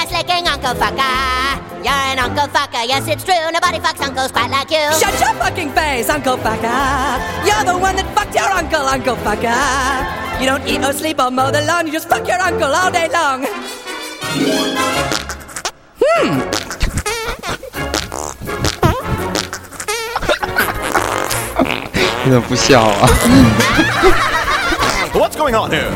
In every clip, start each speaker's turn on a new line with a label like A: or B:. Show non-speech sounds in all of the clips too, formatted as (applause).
A: Uncle Fucker. You're an Uncle Fucker. Yes, it's true. Nobody fucks uncles quite like you.
B: Shut your fucking face, Uncle Fucker. You're the one that fucked your uncle, Uncle Fucker. You don't eat or sleep or mow the lawn. You just fuck your uncle all day long.
C: 有点不笑
D: (laughs)
C: 啊。
E: What's going on here？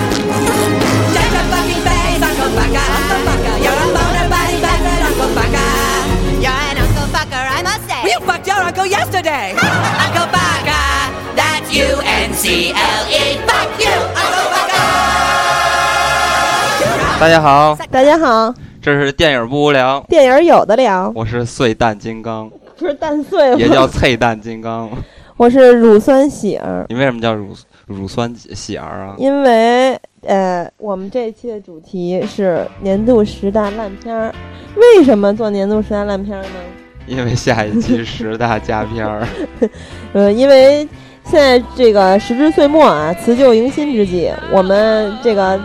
B: Shut your fucking face, Uncle Fucker. Uncle Fucker. You're a boner body bastard, Uncle Fucker.
A: You're an Uncle Fucker, I must say.
B: You fucked your uncle yesterday. (laughs) uncle Baka, that's U N C L E. Fuck you, Uncle Baka.
C: 大家好，
D: 大家好，
C: 这是电影不无聊，
D: 电影有的聊，
C: 我是碎蛋金
D: (laughs)
C: 刚，
D: 不是蛋碎，
C: 也叫脆蛋金刚。
D: (laughs) 我是乳酸喜儿，
C: 你为什么叫乳乳酸喜儿啊？
D: 因为呃，我们这一期的主题是年度十大烂片儿。为什么做年度十大烂片儿呢？
C: 因为下一期十大佳片儿，
D: 呃，因为现在这个时至岁末啊，辞旧迎新之际，我们这个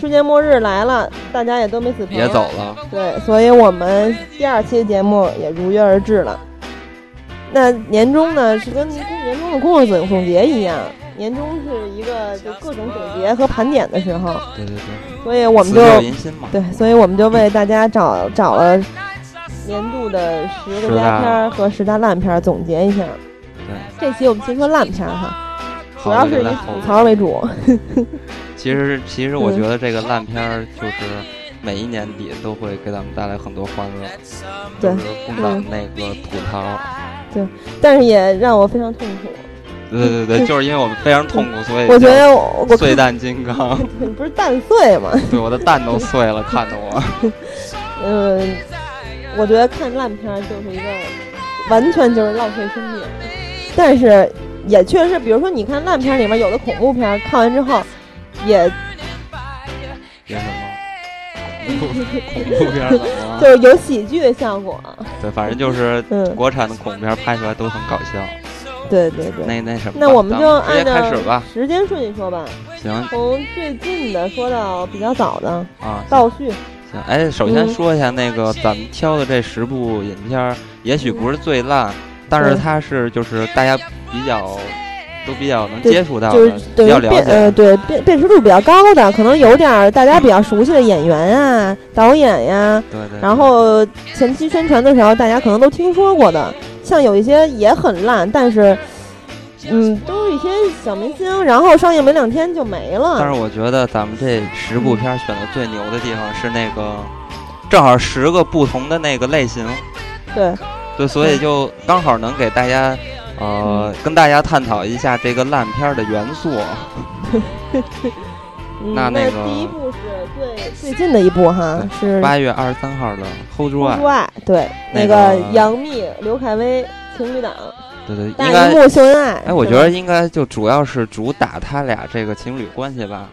D: 世界末日来了，大家也都 (laughs) 没啊死成，
C: 别走了。
D: 对，所以我们第二期节目也如约而至了。那年终呢，是跟年终的工作总总结一样，年终是一个就各种总结和盘点的时候，
C: 对对对，
D: 所以我们
C: 辞
D: 就
C: 旧迎新嘛。
D: 对，所以我们就为大家找找了年度的十个佳片儿和十大烂片儿总结一下。
C: 对，
D: 这期我们先说烂片儿哈，主
C: 好
D: 要
C: 的，
D: 是
C: 就
D: 以
C: 来
D: 吐
C: 后
D: 槽为主。
C: 其实其实我
D: 嗯
C: 觉得这个烂片儿就是每一年底都会给咱们带来很多欢乐，
D: 对嗯
C: 就是供咱们那个吐槽。
D: (laughs) 但是也让我非常痛苦。
C: 对对对，就是因为我们非常痛苦，所以
D: 嗯我觉
C: 叫
D: 得我我
C: 碎蛋金刚，
D: (laughs) 你不是蛋碎吗？
C: 对我的蛋都碎了，看得我。
D: 嗯，我觉得看烂片儿就是一个完全就是浪费生命，但是也确实，比如说你看烂片儿里面有的恐怖片儿，看完之后也
C: 演什么？恐怖片儿怎么
D: 就
C: 了？
D: 是有喜剧的效果。
C: 对，反正就是
D: 嗯
C: 国产的恐怖片儿拍出来都很搞笑。
D: 对对对。
C: 那那什么吧，
D: 那我们就
C: 咱直
D: 按
C: 接开
D: 照
C: 始吧。
D: 时间顺序说吧，
C: 行
D: 从最近的说到比较早的
C: 啊，
D: 倒叙。
C: 行。哎，首先
D: 嗯
C: 说一下那个咱们挑的这十部影片儿，也许不是最烂，但是
D: 嗯
C: 它是就是大家比较都比较能
D: 对
C: 接触到
D: 就是
C: 的，比
D: 对
C: 较
D: 于
C: 了
D: 辨呃
C: 解。
D: 对辨辨识度比较高的，可能有点儿大家比较熟悉的演员啊、导演呀、
C: 对对。
D: 然后前期宣传的时候，大家可能都听说过的，像有一些也很烂，但是，嗯，都是一些小明星，然后上映没两天就没
C: (laughs) 但
D: 了。
C: 是我觉得咱们这十部片儿选的最牛的地方是那个，正好十个不同的那个类型，
D: 对，
C: 对，所以就刚好能给大家，呃，跟大家探讨一下这个烂片儿的元素。
D: 嗯、
C: 那那
D: 那
C: 个
D: 第一部是最最近的一部哈，是《
C: 八月二十三号的《Hold
D: 出
C: You Up》，
D: 外》，对，
C: 那
D: 那
C: 个
D: 杨幂、刘恺威情侣档，
C: 对对，应
D: 大
C: 该
D: 荧，幕秀恩爱。
C: 哎，我
D: 是
C: 觉
D: 吧
C: 得应该就主要是主打他俩这个情侣关系吧，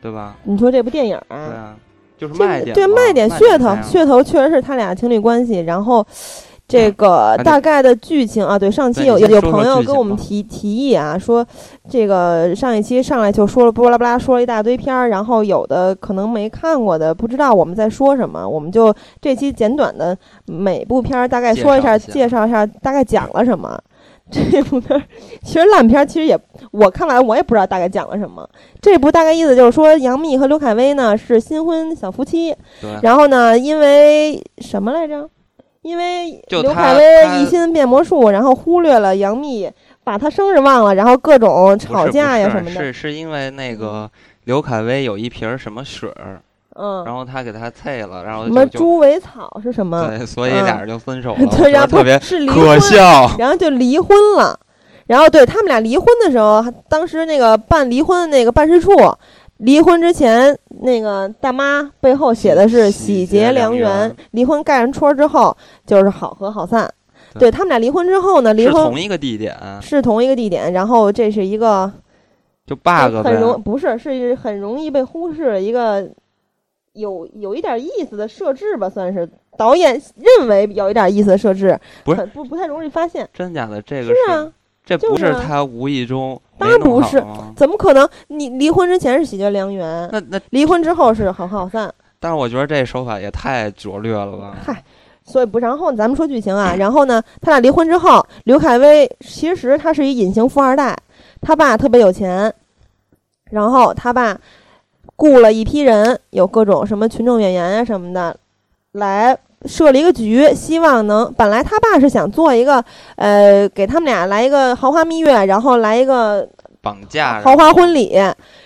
C: 对吧？
D: 你说这部电影啊，
C: 对啊，就是
D: 这
C: 卖点嘛，
D: 对卖
C: 卖
D: 点
C: 点啊
D: 噱头
C: 卖，
D: 噱头确实是他俩情侣关系。然后，这个
C: 嗯
D: 大概的剧情啊，对上期
C: 对
D: 有
C: 你
D: 有
C: 先
D: 有
C: 说说
D: 朋友
C: 剧
D: 跟
C: 情
D: 我们
C: 吧
D: 提提议啊，说这个上一期上来就说了巴拉巴拉说了一大堆片儿，然后有的可能没看过的不知道我们在说什么，我们就这期简短的每部片儿大概
C: 介
D: 说一
C: 绍
D: 下，
C: 一下
D: 介绍一下大概讲了什么。 (laughs) 这部片儿其实烂片，其实也我看来我也不知道大概讲了什么。这部大概意思就是说，杨幂和刘恺威呢是新婚小夫妻，
C: 对，
D: 然后呢，因为什么来着？因为
C: 就
D: 刘
C: 他
D: 恺威
C: 他
D: 一心变魔术，然后忽略了杨幂，把她生日忘了，然后各种
C: 不
D: 吵
C: 是不
D: 架呀
C: 是
D: 什么的。
C: 是是因为那个刘恺威有一瓶儿什么水儿，然
D: 嗯，
C: 后他给他啐了，然后
D: 什么
C: 就就
D: 猪尾草是什么？
C: 对，所以
D: 嗯
C: 俩人就分手
D: (laughs)
C: 了，我
D: 对，
C: 觉
D: 然
C: 得
D: 后
C: 特
D: 不
C: 别
D: 是离
C: 可
D: 婚，
C: 笑。
D: 然后就离婚了。然后对他们俩离婚的时候，当时那个办离婚的那个办事处，离婚之前那个大妈背后写的是
C: 喜喜
D: 喜
C: 结
D: 结良
C: 良缘
D: 离婚盖上戳之后就是好合好散。
C: 对
D: 对他们俩离婚之后呢，离
C: 是
D: 婚
C: 同一个地点，
D: 是同一个地点，然后这是一个
C: 就 bug 呗
D: 很。容不是是很容易被忽视的一个有有一点意思的设置吧，算是导演认为有一点意思的设置，
C: 不是
D: 很不不太容易发现。
C: 真假的这个
D: 是啊，
C: 这不
D: 就是是啊
C: 他无意中
D: 当然
C: 没弄
D: 不是
C: 好啊
D: 怎么可能？你离婚之前是喜结良缘，
C: 那那，
D: 离婚之后是好好散，
C: 但是我觉得这手法也太拙劣了吧？
D: 嗨所以不。然后咱们说剧情啊，然后呢，他俩离婚之后，刘恺威其实他是一隐形富二代，他爸特别有钱，然后他爸雇了一批人，有各种什么群众演员啊什么的，来设了一个局，希望能。本来他爸是想做一个，呃，给他们俩来一个豪华蜜月，然后来一个
C: 绑架
D: 豪华啊婚礼，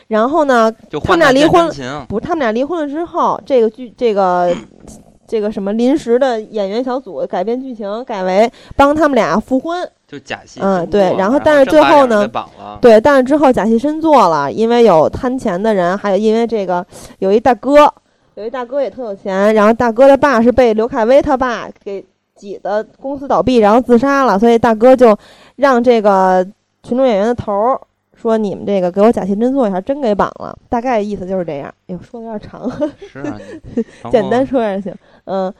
D: 然后呢，
C: 就
D: 他
C: 换
D: 们俩
C: 代
D: 离
C: 键
D: 婚
C: 真情，
D: 不，他们俩离婚了之后，这个剧这个 (clears throat) 这个什么临时的演员小组改编剧情，改为帮他们俩复婚。
C: 就假戏
D: 嗯
C: 真
D: 对
C: 做
D: 然后
C: 后
D: 但是
C: 真
D: 最
C: 把
D: 后
C: 两人
D: 呢
C: 给绑了，
D: 对，但是之后假戏真做了，因为有贪钱的人，还有因为这个有一大哥，有一大哥也特有钱，然后大哥的爸是被刘恺威他爸给挤的公司倒闭，然后自杀了，所以大哥就让这个群众演员的头儿说：“你们这个给我假戏真做一下，真给绑了。”大概意思就是这样。哎呦，说的有点长。
C: 是啊，
D: (laughs)
C: 你然
D: 简
C: 后
D: 单说也行，嗯，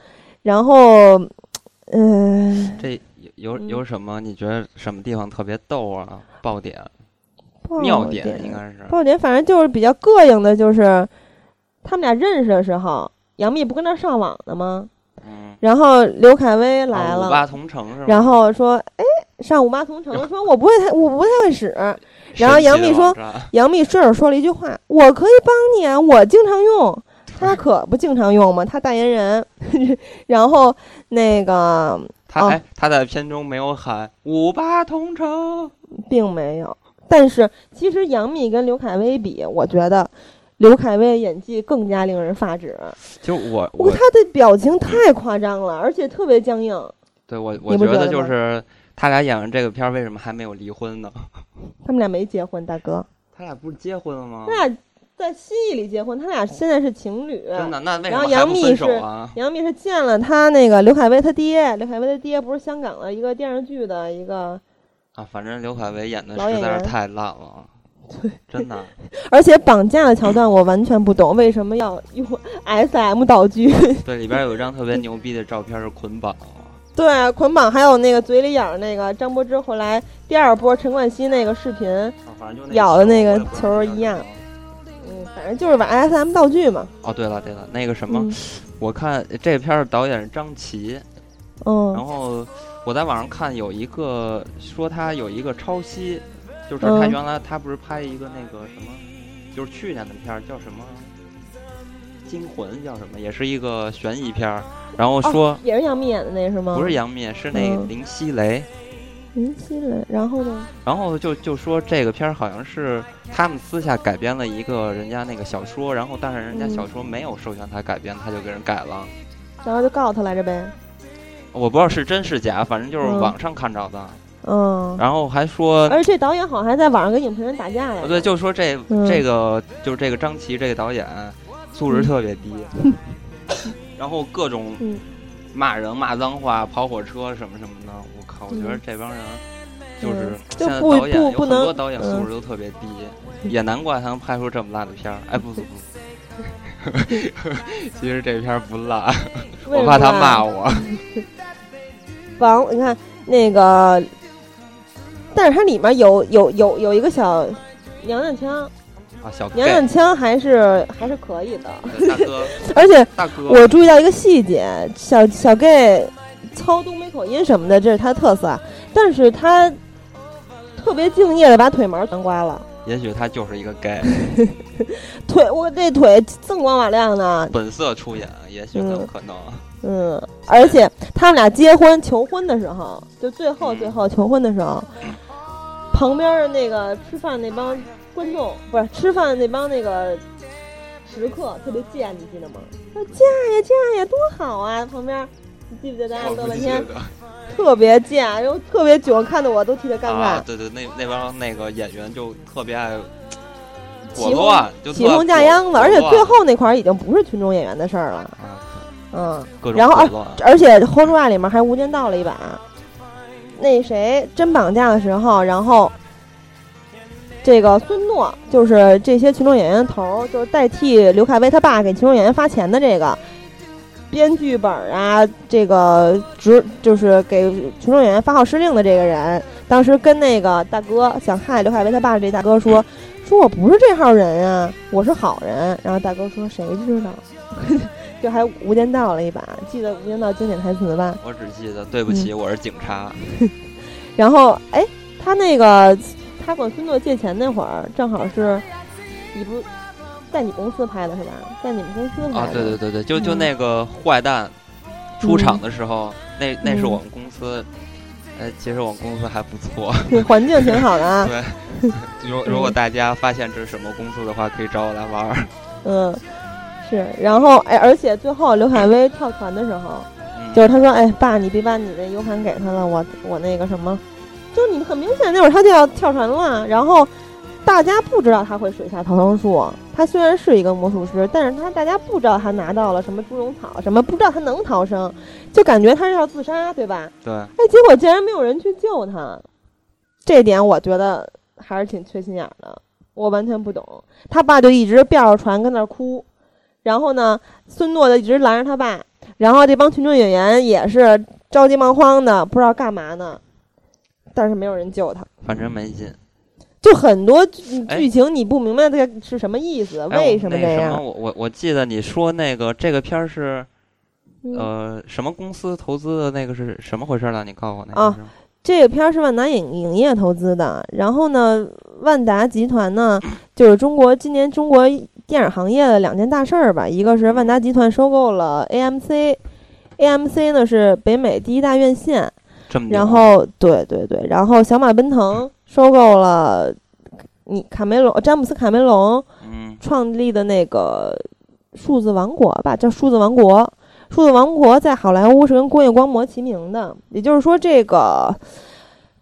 D: 然后，嗯、
C: 这有有
D: 嗯
C: 有什么？你觉得什么地方特别逗啊？爆点、
D: 爆
C: 妙
D: 点
C: 应该是
D: 爆点，反正就是比较膈应的，就是他们俩认识的时候，杨幂不跟那上网呢吗？
C: 嗯，
D: 然后刘恺威来
C: 啊
D: 了，
C: 五八同城是吗？
D: 然后说，哎，上五八同城，说我不会太，我不太会使。然后
C: 神奇
D: 杨
C: 的
D: 幂
C: 网
D: 说
C: 站
D: 杨幂顺手说了一句话：“我可以帮你啊，我经常用。”他可不经常用吗？他代言人， (laughs) 然后那个
C: 他
D: 哦
C: 哎，他在片中没有喊“五八同城
D: 并没有。但是其实杨幂跟刘恺威比，我觉得刘恺威演技更加令人发指。”，
C: 就我
D: 我
C: 我
D: 他的表情太夸张了，而且特别僵硬。
C: 对我我
D: 你不
C: 觉
D: 觉
C: 得
D: 得
C: 就
D: 吗
C: 是他俩演完这个片儿，为什么还没有离婚呢？
D: 他们俩没结婚，大哥，
C: 他俩不是结婚了吗？
D: 他俩在戏里结婚，他俩现在是情侣。
C: 真的，那为什
D: 然
C: 么
D: 后
C: 还
D: 杨
C: 不
D: 幂
C: 分
D: 是
C: 手啊？
D: 杨幂是见了他那个刘恺威他爹，刘恺威他爹不是香港的一个电视剧的一个，
C: 啊，反正刘恺威演的
D: 老
C: 实
D: 演
C: 在是
D: 员
C: 太烂
D: (laughs)
C: 了，真的。
D: 而且绑架的桥段我完全不懂，为什么要用 S M 道具？ (laughs)
C: 对，里边有一张特别牛逼的照片是捆绑，啊
D: 对，捆绑还有那个嘴里咬着那个张柏芝后来第二波陈冠希那个视频，
C: 啊反正就
D: 咬的那个
C: 球
D: 球
C: 我
D: 儿
C: 也不知道
D: 一
C: 叫
D: 样
C: 什么
D: 嗯，反正就是玩 S M 道具嘛。
C: 哦，对了对了，那个什么，
D: 嗯
C: 我看这片儿导演是张琪，然
D: 嗯
C: 后我在网上看有一个说他有一个抄袭，就是他
D: 嗯
C: 原来他不是拍一个那个什么，就是去年的片儿叫什么《惊魂》叫什么，也是一个悬疑片儿，然后说、
D: 也是杨幂演的那是吗？
C: 不是杨幂，是那
D: 嗯
C: 林熙蕾。
D: 林心蕾。然后呢？
C: 然后就就说这个片儿好像是嗯
D: 哦
C: 他们私下改编了一个人家那个小说，然后但是人家
D: 嗯
C: 小说没有授权他改编，他就给人改了。
D: 然后就告他来着呗。
C: 我不知道是真是假，反正就是
D: 嗯
C: 网上看着的。
D: 嗯。
C: 然后还说，
D: 而且这导演好像还在网上跟影评人打架来着。
C: 对，就说这
D: 嗯
C: 这个就是这个张琪这个导演素质特别
D: (laughs)
C: 低，然后各种
D: 嗯
C: 骂人、骂脏话、跑火车什么什么的。我靠，我觉得
D: 嗯
C: 这帮人就是
D: 嗯就
C: 现在
D: 不
C: 导演
D: 不
C: 有
D: 不
C: 很
D: 能
C: 多导演素
D: 嗯
C: 质都特别低，也难怪他能拍出这么烂的片儿。哎，不不不， (laughs) 其实这片儿不烂，
D: 为
C: 我
D: 什
C: 怕
D: 么
C: 他
D: 呀
C: 骂我。
D: 王，你看那个，但是它里面有有有有一个小娘娘腔，
C: 啊，小 gay，
D: 娘娘腔还是还是可以的。
C: 大
D: (laughs)
C: 哥
D: 而且
C: 大哥，
D: 我注意到一个细节，小小 gay 操东北口音什么的，这是他的特色，但是他特别敬业的把腿毛全刮了，
C: 也许他就是一个 gay，
D: 腿我这腿锃光瓦亮的，
C: 本色出演，也许有
D: 嗯
C: 可能。
D: 嗯，而且他们俩结婚求婚的时候，就最后最后求婚的时候，旁边的那个吃饭那帮观众不是吃饭那帮那个食客特别贱，你记得吗？说嫁呀嫁呀，多好啊！旁边你记不记得？大家
C: 我
D: 乐
C: 哦不
D: 半
C: 记
D: 天
C: 得
D: 特别贱，然后特别囧，看得我都替他尴尬
C: 啊。。对对，那那帮那个演员就特别爱
D: 起
C: 裹
D: 哄
C: 乱，就
D: 起
C: 特
D: 哄架
C: 裹
D: 秧子，
C: 裹
D: 而且
C: 乱
D: 最后那块儿已经不是群众演员的事儿了，
C: 啊
D: 嗯，
C: 各种
D: 然后
C: 裹
D: 啊
C: 乱。
D: 而且《红出爱》里面还无间道了一把。那谁真绑架的时候，然后这个孙诺，就是这些群众演员头儿，就是代替刘恺威他爸给群众演员发钱的这个，编剧本儿啊，这个执就是给群众演员发号施令的这个人，当时跟那个大哥想害刘恺威他爸这大哥说，说我不是这号人啊，我是好人。然后大哥说谁知道，就还《无间道》了一把，记得《无间道》经典台词吧？
C: 我只记得对不
D: 嗯
C: 起，我是警察。
D: 然后哎，他那个他管孙诺借钱那会儿，正好是你不在你公司拍的是吧？在你们公司拍的。
C: 啊，对对对对，就就
D: 嗯
C: 那个坏蛋出场的时候，那那是
D: 嗯
C: 我们公司，呃，其实我们公司还不
D: (laughs)
C: 错。
D: 对，环境挺好
C: (laughs)
D: 的啊。
C: 对，如如果大家发现这是什么公司的话，可以找我来玩儿。
D: 嗯，是。然后哎，而且最后刘恺威跳船的时候，
C: 嗯、
D: 就是他说：“哎，爸，你别把你的 U 盘给他了，我我那个什么，就是你很明显那会儿他就要跳船了，然后大家不知道他会水下逃生术，他虽然是一个魔术师，但是他大家不知道他拿到了什么猪笼草，什么不知道他能逃生，就感觉他是要自杀，对吧？
C: 对，
D: 哎，结果竟然没有人去救他，这点我觉得还是挺缺心眼儿的。我完全不懂，他爸就一直吊着船跟那儿哭，然后呢，孙诺就一直拦着他爸，然后这帮群众演员也是着急忙慌的，不知道干嘛呢，但是没有人救他，
C: 反正没劲。
D: 就很多剧
C: 哎
D: 剧情你不明白这个是什么意思，
C: 哎
D: 为
C: 我
D: 什么
C: 那
D: 这
C: 什么
D: 样？
C: 我我我记得你说那个这个片儿是
D: 嗯
C: 呃什么公司投资的那个是什么回事儿呢？你告诉我那
D: 啊
C: 个是吗
D: 这个片儿是万达影影业投资的，然后呢，万达集团呢，就是中国今年中国电影行业的两件大事儿吧，一个是万达集团收购了 AMC，AMC 呢是北美第一大院线，
C: 这么牛啊
D: 然后对对对，然后小马奔腾收购了你卡梅隆詹姆斯卡梅隆
C: 嗯
D: 创立的那个数字王国吧，叫数字王国。数字王国在好莱坞是跟工业光魔齐名的，也就是说，这个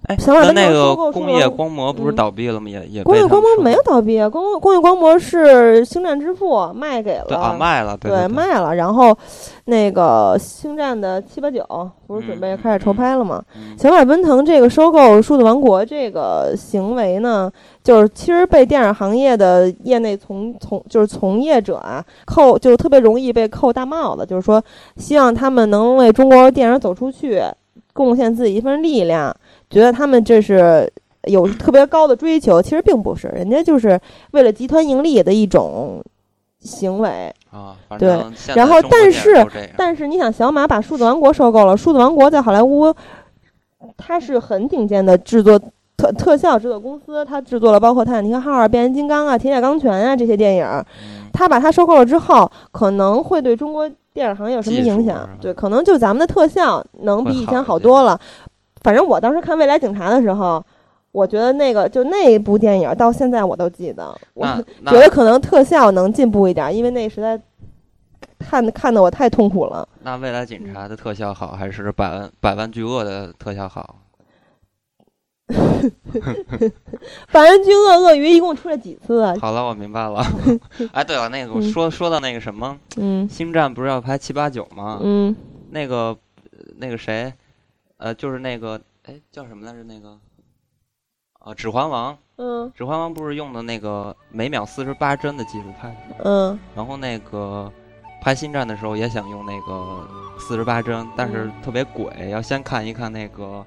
C: 哎
D: 小马
C: 那
D: 奔腾
C: 那个
D: 收购
C: 工
D: 出了
C: 业光魔不是
D: 嗯
C: 倒闭了吗？也也
D: 工业
C: 被他
D: 光
C: 们
D: 魔
C: 收
D: 没有
C: 购
D: 倒闭啊，工工业光魔是星战之父卖给了，
C: 对啊卖了对
D: 对
C: 对
D: 卖了，然后那个星战的七八九不是准备开始筹拍了吗？
C: 嗯
D: 小马奔腾这个收购数字王国这个行为呢，就是其实被电影行业的业内从从就是从业者啊扣，就特别容易被扣大帽子，就是说希望他们能为中国电影走出去贡献自己一份力量，觉得他们这是有特别高的追求，其实并不是，人家就是为了集团盈利的一种行为。
C: 啊，反
D: 对
C: 正现
D: 然
C: 在
D: 后
C: 中国
D: 但
C: 电影
D: 是
C: 都这样
D: 但是你想，小马把数字王国收购了，数字王国在好莱坞，它是很顶尖的制作特特效制作公司，它制作了包括《泰坦尼克号》啊、《变形金刚》啊、《铁血钢拳啊》这些电影。
C: 嗯
D: 它把它收购了之后，可能会对中国电影行业有什么
C: 技术
D: 影
C: 是
D: 响
C: 吧？
D: 对，可能就咱们的特效能比
C: 会
D: 以
C: 好
D: 前
C: 一
D: 好
C: 点
D: 多了。反正我当时看《未来警察》的时候，我觉得那个就那部电影到现在我都记得，
C: (laughs)
D: 我
C: 那那
D: (laughs) 觉得可能特效能进步一点，因为那实在看看的我太痛苦了。
C: 那未来警察的特效好，还是百万百万巨鳄的特效好？
D: 百恩君鳄鳄鱼一共出了几次啊？
C: 好了，我明白
D: (laughs)
C: 了。哎，对了，那个我
D: 嗯
C: 说说到那个什么，
D: 嗯
C: 《星战》不是要拍七八九吗？
D: 嗯，
C: 那个呃那个谁，呃，就是那个哎叫什么来着？那个啊，《指环王》，
D: 嗯
C: 《指环王》不是用的那个每秒四十八帧的技术拍的吗？
D: 嗯
C: 然后那个拍《星战》的时候也想用那个四十八帧，但
D: 嗯
C: 是特别鬼，要先看一看那个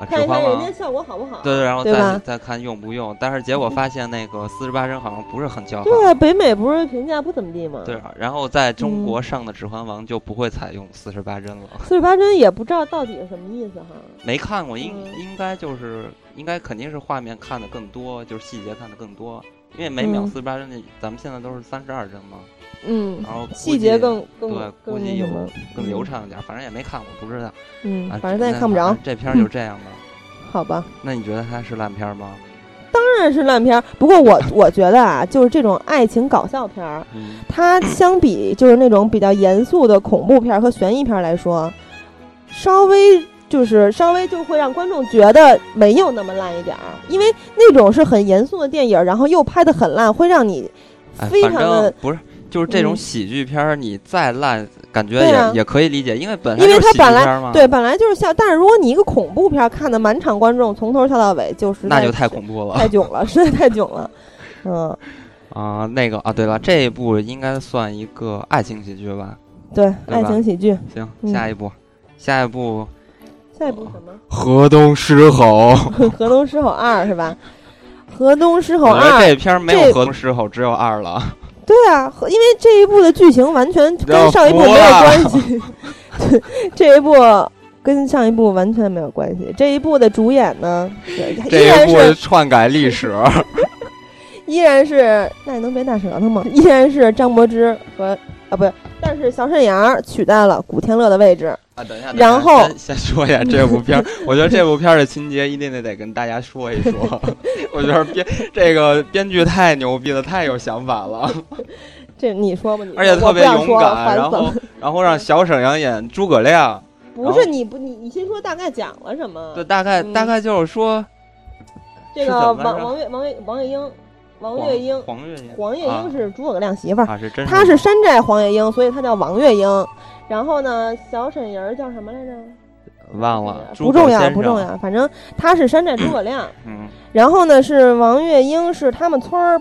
C: 呃《指
D: 看一
C: 环
D: 看人
C: 王》
D: 家。效果好不好？
C: 对，然后
D: 对
C: 再
D: 吧嗯
C: 再看用不用，但是结果发现那个四十八帧好像不是很较好。
D: 对啊，嗯北美不是评价不怎么地吗？
C: 对，啊，然后在中国上的《指环王》就不会采用四十八帧了。
D: 四十八帧也不知道到底是什么意思哈。
C: 没看过，应
D: 嗯
C: 应该就是应该肯定是画面看的更多，就是细节看的更多，因为每秒
D: 嗯
C: 四十八帧，咱们现在都是三十二帧嘛，
D: 嗯
C: 然，后估
D: 细节
C: 计
D: 更更
C: 对，估
D: 更
C: 计
D: 那
C: 有
D: 什么，
C: 更流畅一点，反正也没看过，不知道。
D: 嗯
C: 啊，
D: 反正咱也
C: 那
D: 看不着
C: 反正，这片
D: (laughs)
C: 儿就这样吧。
D: 好吧。
C: 那你觉得它是烂片儿吗？
D: 当然是烂片儿，不过我我觉得啊，就是这种爱情搞笑片儿，
C: 嗯，
D: 它相比就是那种比较严肃的恐怖片儿和悬疑片儿来说，稍微就是稍微就会让观众觉得没有那么烂一点儿，因为那种是很严肃的电影儿，然后又拍的很烂，会让你
C: 哎，
D: 非
C: 反
D: 常的、
C: 正不是，就是这种
D: 嗯
C: 喜剧片儿，你再烂，感觉
D: 对
C: 也、
D: 啊
C: 也可以理解，因为本来
D: 因为
C: 就是
D: 它
C: 喜剧
D: 本
C: 片
D: 来
C: 嘛，
D: 对本来就是笑，但是如果你一个恐怖片儿看的满场观众从头笑到尾，就是
C: 那就太恐怖了
D: 太囧
C: (laughs)
D: 了，实在太囧了。嗯，
C: 啊、那个啊，对了，这一部应该算一个爱情喜剧吧？
D: 对，
C: 对
D: 爱
C: 吧
D: 情喜剧，
C: 行，
D: 嗯
C: 下一部，下一部
D: 下一部什
C: (laughs)
D: 么？
C: 河东狮吼，
D: 《河东狮吼二》是吧？《河东狮吼
C: 我觉
D: 二
C: 得》这片儿没有
D: 啊这
C: 河东狮吼，只有二了。
D: 对啊，和因为这一部的剧情完全跟上一部没有关系， (laughs) 这一部跟上一部完全没有关系。这一部的主演呢，也依然是
E: 篡改
D: (laughs)
E: 历史，
C: 啊
D: 依然是那你能别大舌头吗？ (laughs) 依然是张柏芝和啊不是，但是小沈阳取代了古天乐的位置。
C: 啊，等一下，
D: 然
C: 等一下
D: 后
C: 先先说一下这部 (laughs) 片儿，我觉得这部片儿的情节一定得得跟大家说一 (laughs) 说。我觉得编这个编剧太牛逼了，太有想法了，
D: 这你说吧，你说
C: 而且特别
D: 我不想
C: 勇
D: 说了
C: 敢。然
D: 烦死
C: 后
D: 了。
C: 然后让小沈阳演诸葛亮，
D: 不是你不你你先说大概讲了什么
C: 就？大概大概就是说
D: 这
C: 是
D: 个
C: 怎么
D: 王
C: 来着
D: 王月王月王月英，王月英，
C: 黄月英，
D: 黄月
C: 啊
D: 英是诸葛亮媳妇儿。
C: 啊是真
D: 她是山寨黄月英，所以她叫王月英。然后呢，小沈阳儿叫什么来着？哎
C: 忘了，诸
D: 不重
C: 葛
D: 要，
C: 先
D: 不
C: 生啊
D: 重。要。反正她是山寨诸
C: (clears throat)
D: 葛亮。
C: 嗯，
D: 然后呢，是王月英是他们村儿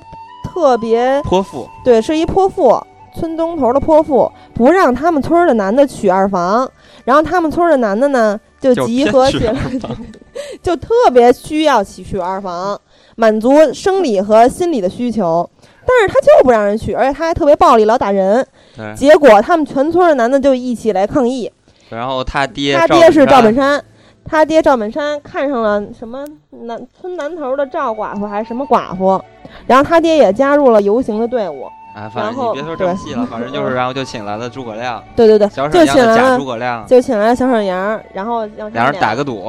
D: 特别
C: 泼妇
D: 对，是一泼妇，村东头的泼妇，不让他们村儿的男的娶二房。然后他们村儿的男的呢，就
C: 就
D: 集
C: 偏
D: 合
C: 去
D: 起来
C: 了，吧
D: (laughs) 就特别需要娶娶二房，满足生理和心理的需求。但是他就不让人娶，而且他还特别暴力，老打人。
C: 对，
D: 结果他们全村的男的就一起来抗议，
C: 然后他爹
D: 他爹是赵本
C: 本山，
D: 山，他爹赵本山看上了什么南村南头的赵寡妇还是什么寡妇，然后他爹也加入了游行的队伍。
C: 哎，反
D: 然
C: 正
D: 后
C: 你别说正
D: 对
C: 戏了，反正就是然后就请来了诸葛亮，
D: 对对对，
C: 小
D: 就
C: 沈阳
D: 请
C: 的
D: 来
C: 假
D: 了
C: 诸葛亮，
D: 就请来了小沈阳，然后让他
C: 俩
D: 们
C: 人打个赌，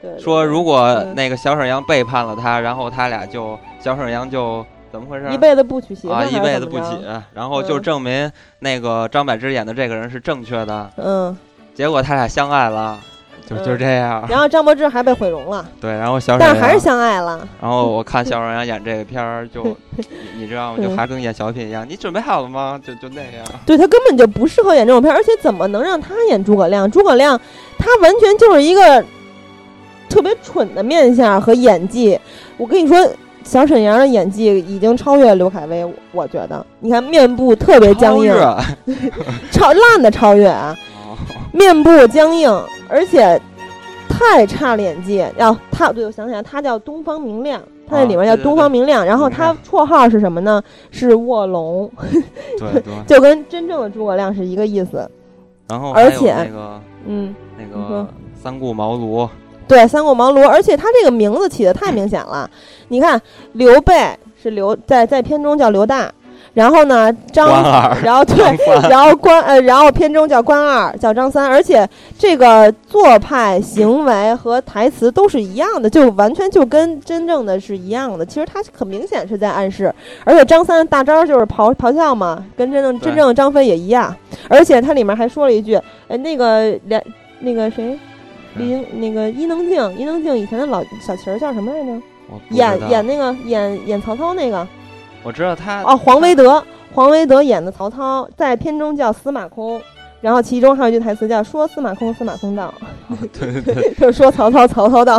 D: 对对
C: 说
D: 对
C: 如果
D: 嗯
C: 那个小沈阳背叛了他，然后他俩就小沈阳就怎么回事儿？
D: 一辈子不娶媳妇
C: 啊，
D: 还是
C: 一辈子
D: 怎么
C: 不
D: 着
C: 娶，然后就
D: 嗯
C: 证明那个张柏芝演的这个人是正确的，
D: 嗯，
C: 结果他俩相爱了，就就
D: 嗯
C: 这样。
D: 然后张柏芝还被毁容了，
C: 对，然后小沈
D: 但
C: 阳，
D: 是还是相爱了。
C: 然后我看小沈阳演这个片儿，就你你知道吗？就
D: 嗯
C: 还跟演小品一样，你准备好了吗？就就那样。
D: 对他根本就不适合演这种片儿，而且怎么能让他演诸葛亮？诸葛亮他完全就是一个特别蠢的面相和演技。我跟你说，小沈阳的演技已经超越刘恺威，我觉得。你看面部特别僵硬，
C: 超啊热
D: 超烂的超越啊，
C: 哦
D: 面部僵硬，而且太差了演技。然后他，对我想起来，他叫东方明亮。他在里面
C: 啊
D: 叫
C: 对对
D: 东方明亮，然后
C: 明
D: 他
C: 亮
D: 绰号是什么呢？是卧龙，
C: 对对。
D: 就跟真正的诸葛亮是一个意思。
C: 然后还
D: 而
C: 有
D: 且
C: 那个
D: 嗯，
C: 那
D: 你说
C: 个三顾茅庐，
D: 对，三顾茅庐，而且他这个名字起的太明显了。你看，刘备是刘，在在片中叫刘大，然后呢，张，
C: 关二
D: 然后对
C: 张，三
D: 然后关呃，然后片中叫关二，叫张三，而且这个做派、行为和台词都是一样的，就完全就跟真正的是一样的。其实他很明显是在暗示，而且张三的大招就是咆咆哮嘛，跟真正
C: 对
D: 真正的张飞也一样。而且他里面还说了一句，呃，那个连那个谁。
C: 谁
D: 李英那个伊能静，伊能静以前的老小旗儿叫什么来着？
C: 我不知道
D: 演演那个演演曹操那个
C: 我知道他
D: 哦，黄维德，黄维德演的曹操，在片中叫司马空，然后其中还有一句台词叫“说司马空，司马空到
C: (laughs) 对对对”，
D: (laughs) 就是说曹操，曹操到。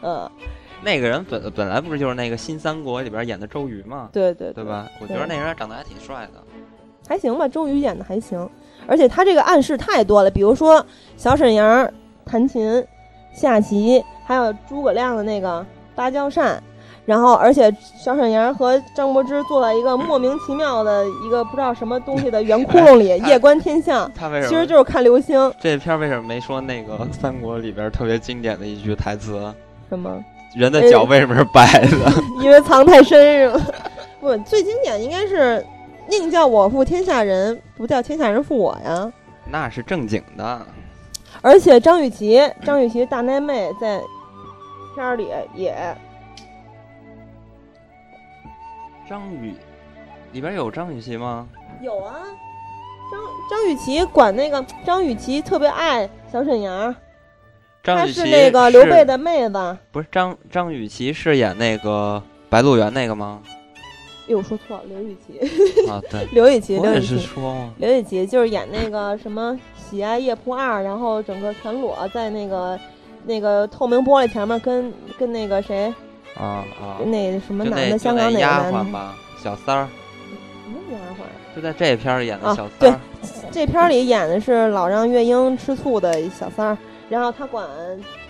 D: 呃，
C: 那个人本本来不是就是那个《新三国》里边演的周瑜嘛，
D: 对对
C: 对？吧？我觉得那人长得还挺帅的。
D: 还行吧，周瑜演的还行，而且他这个暗示太多了，比如说小沈阳弹琴、下棋，还有诸葛亮的那个芭蕉扇。然后，而且小沈阳和张柏芝坐在一个莫名其妙的一个不知道什么东西的圆窟窿里，
C: 哎
D: 夜观天象，
C: 他为什
D: 其
C: 么？
D: 实就是看流星，
C: 这片儿为什么没说那
D: (laughs)
C: 个三国里边特别经典的一句台词？
D: 什么？
C: 人
D: 呃
C: 的脚为什么是白
D: (laughs)
C: 的？
D: 因为藏太深是吗？不，最经典应该是“宁叫我负天下人，不叫天下人负我”呀。
C: 那是正经的。
D: 而且张雨绮，张雨绮大奶妹在片儿里也
C: 张雨里边有张雨绮吗？
D: 有啊。张张雨绮管那个张雨绮特别爱小沈阳，
C: 张
D: 她
C: 雨
D: 是
C: 绮
D: 那个刘备的妹子，哎 (laughs)
C: 不是张张雨绮是演那个白鹿原那个吗？
D: 呦，说错了，刘禹锡， (laughs)
C: 啊，对，
D: 刘禹锡，
C: 我
D: 刘禹
C: 也
D: 锡
C: 是，说嘛，
D: 刘禹锡就是演那个什么《喜爱夜蒲二》，然后整个全裸在那个那个透明玻璃前面跟跟那个谁
C: 啊啊，
D: 那什么
C: 就
D: 男
C: 那
D: 的，
C: 就
D: 香
C: 那
D: 港哪
C: 丫
D: 个
C: 鬟
D: 男的？
C: 吧，小三儿，
D: 什么丫鬟？
C: 就在这片儿演的
D: 啊
C: 小
D: 对
C: 三儿，
D: 这片儿里演的是老让月英吃醋的小三儿，然后他管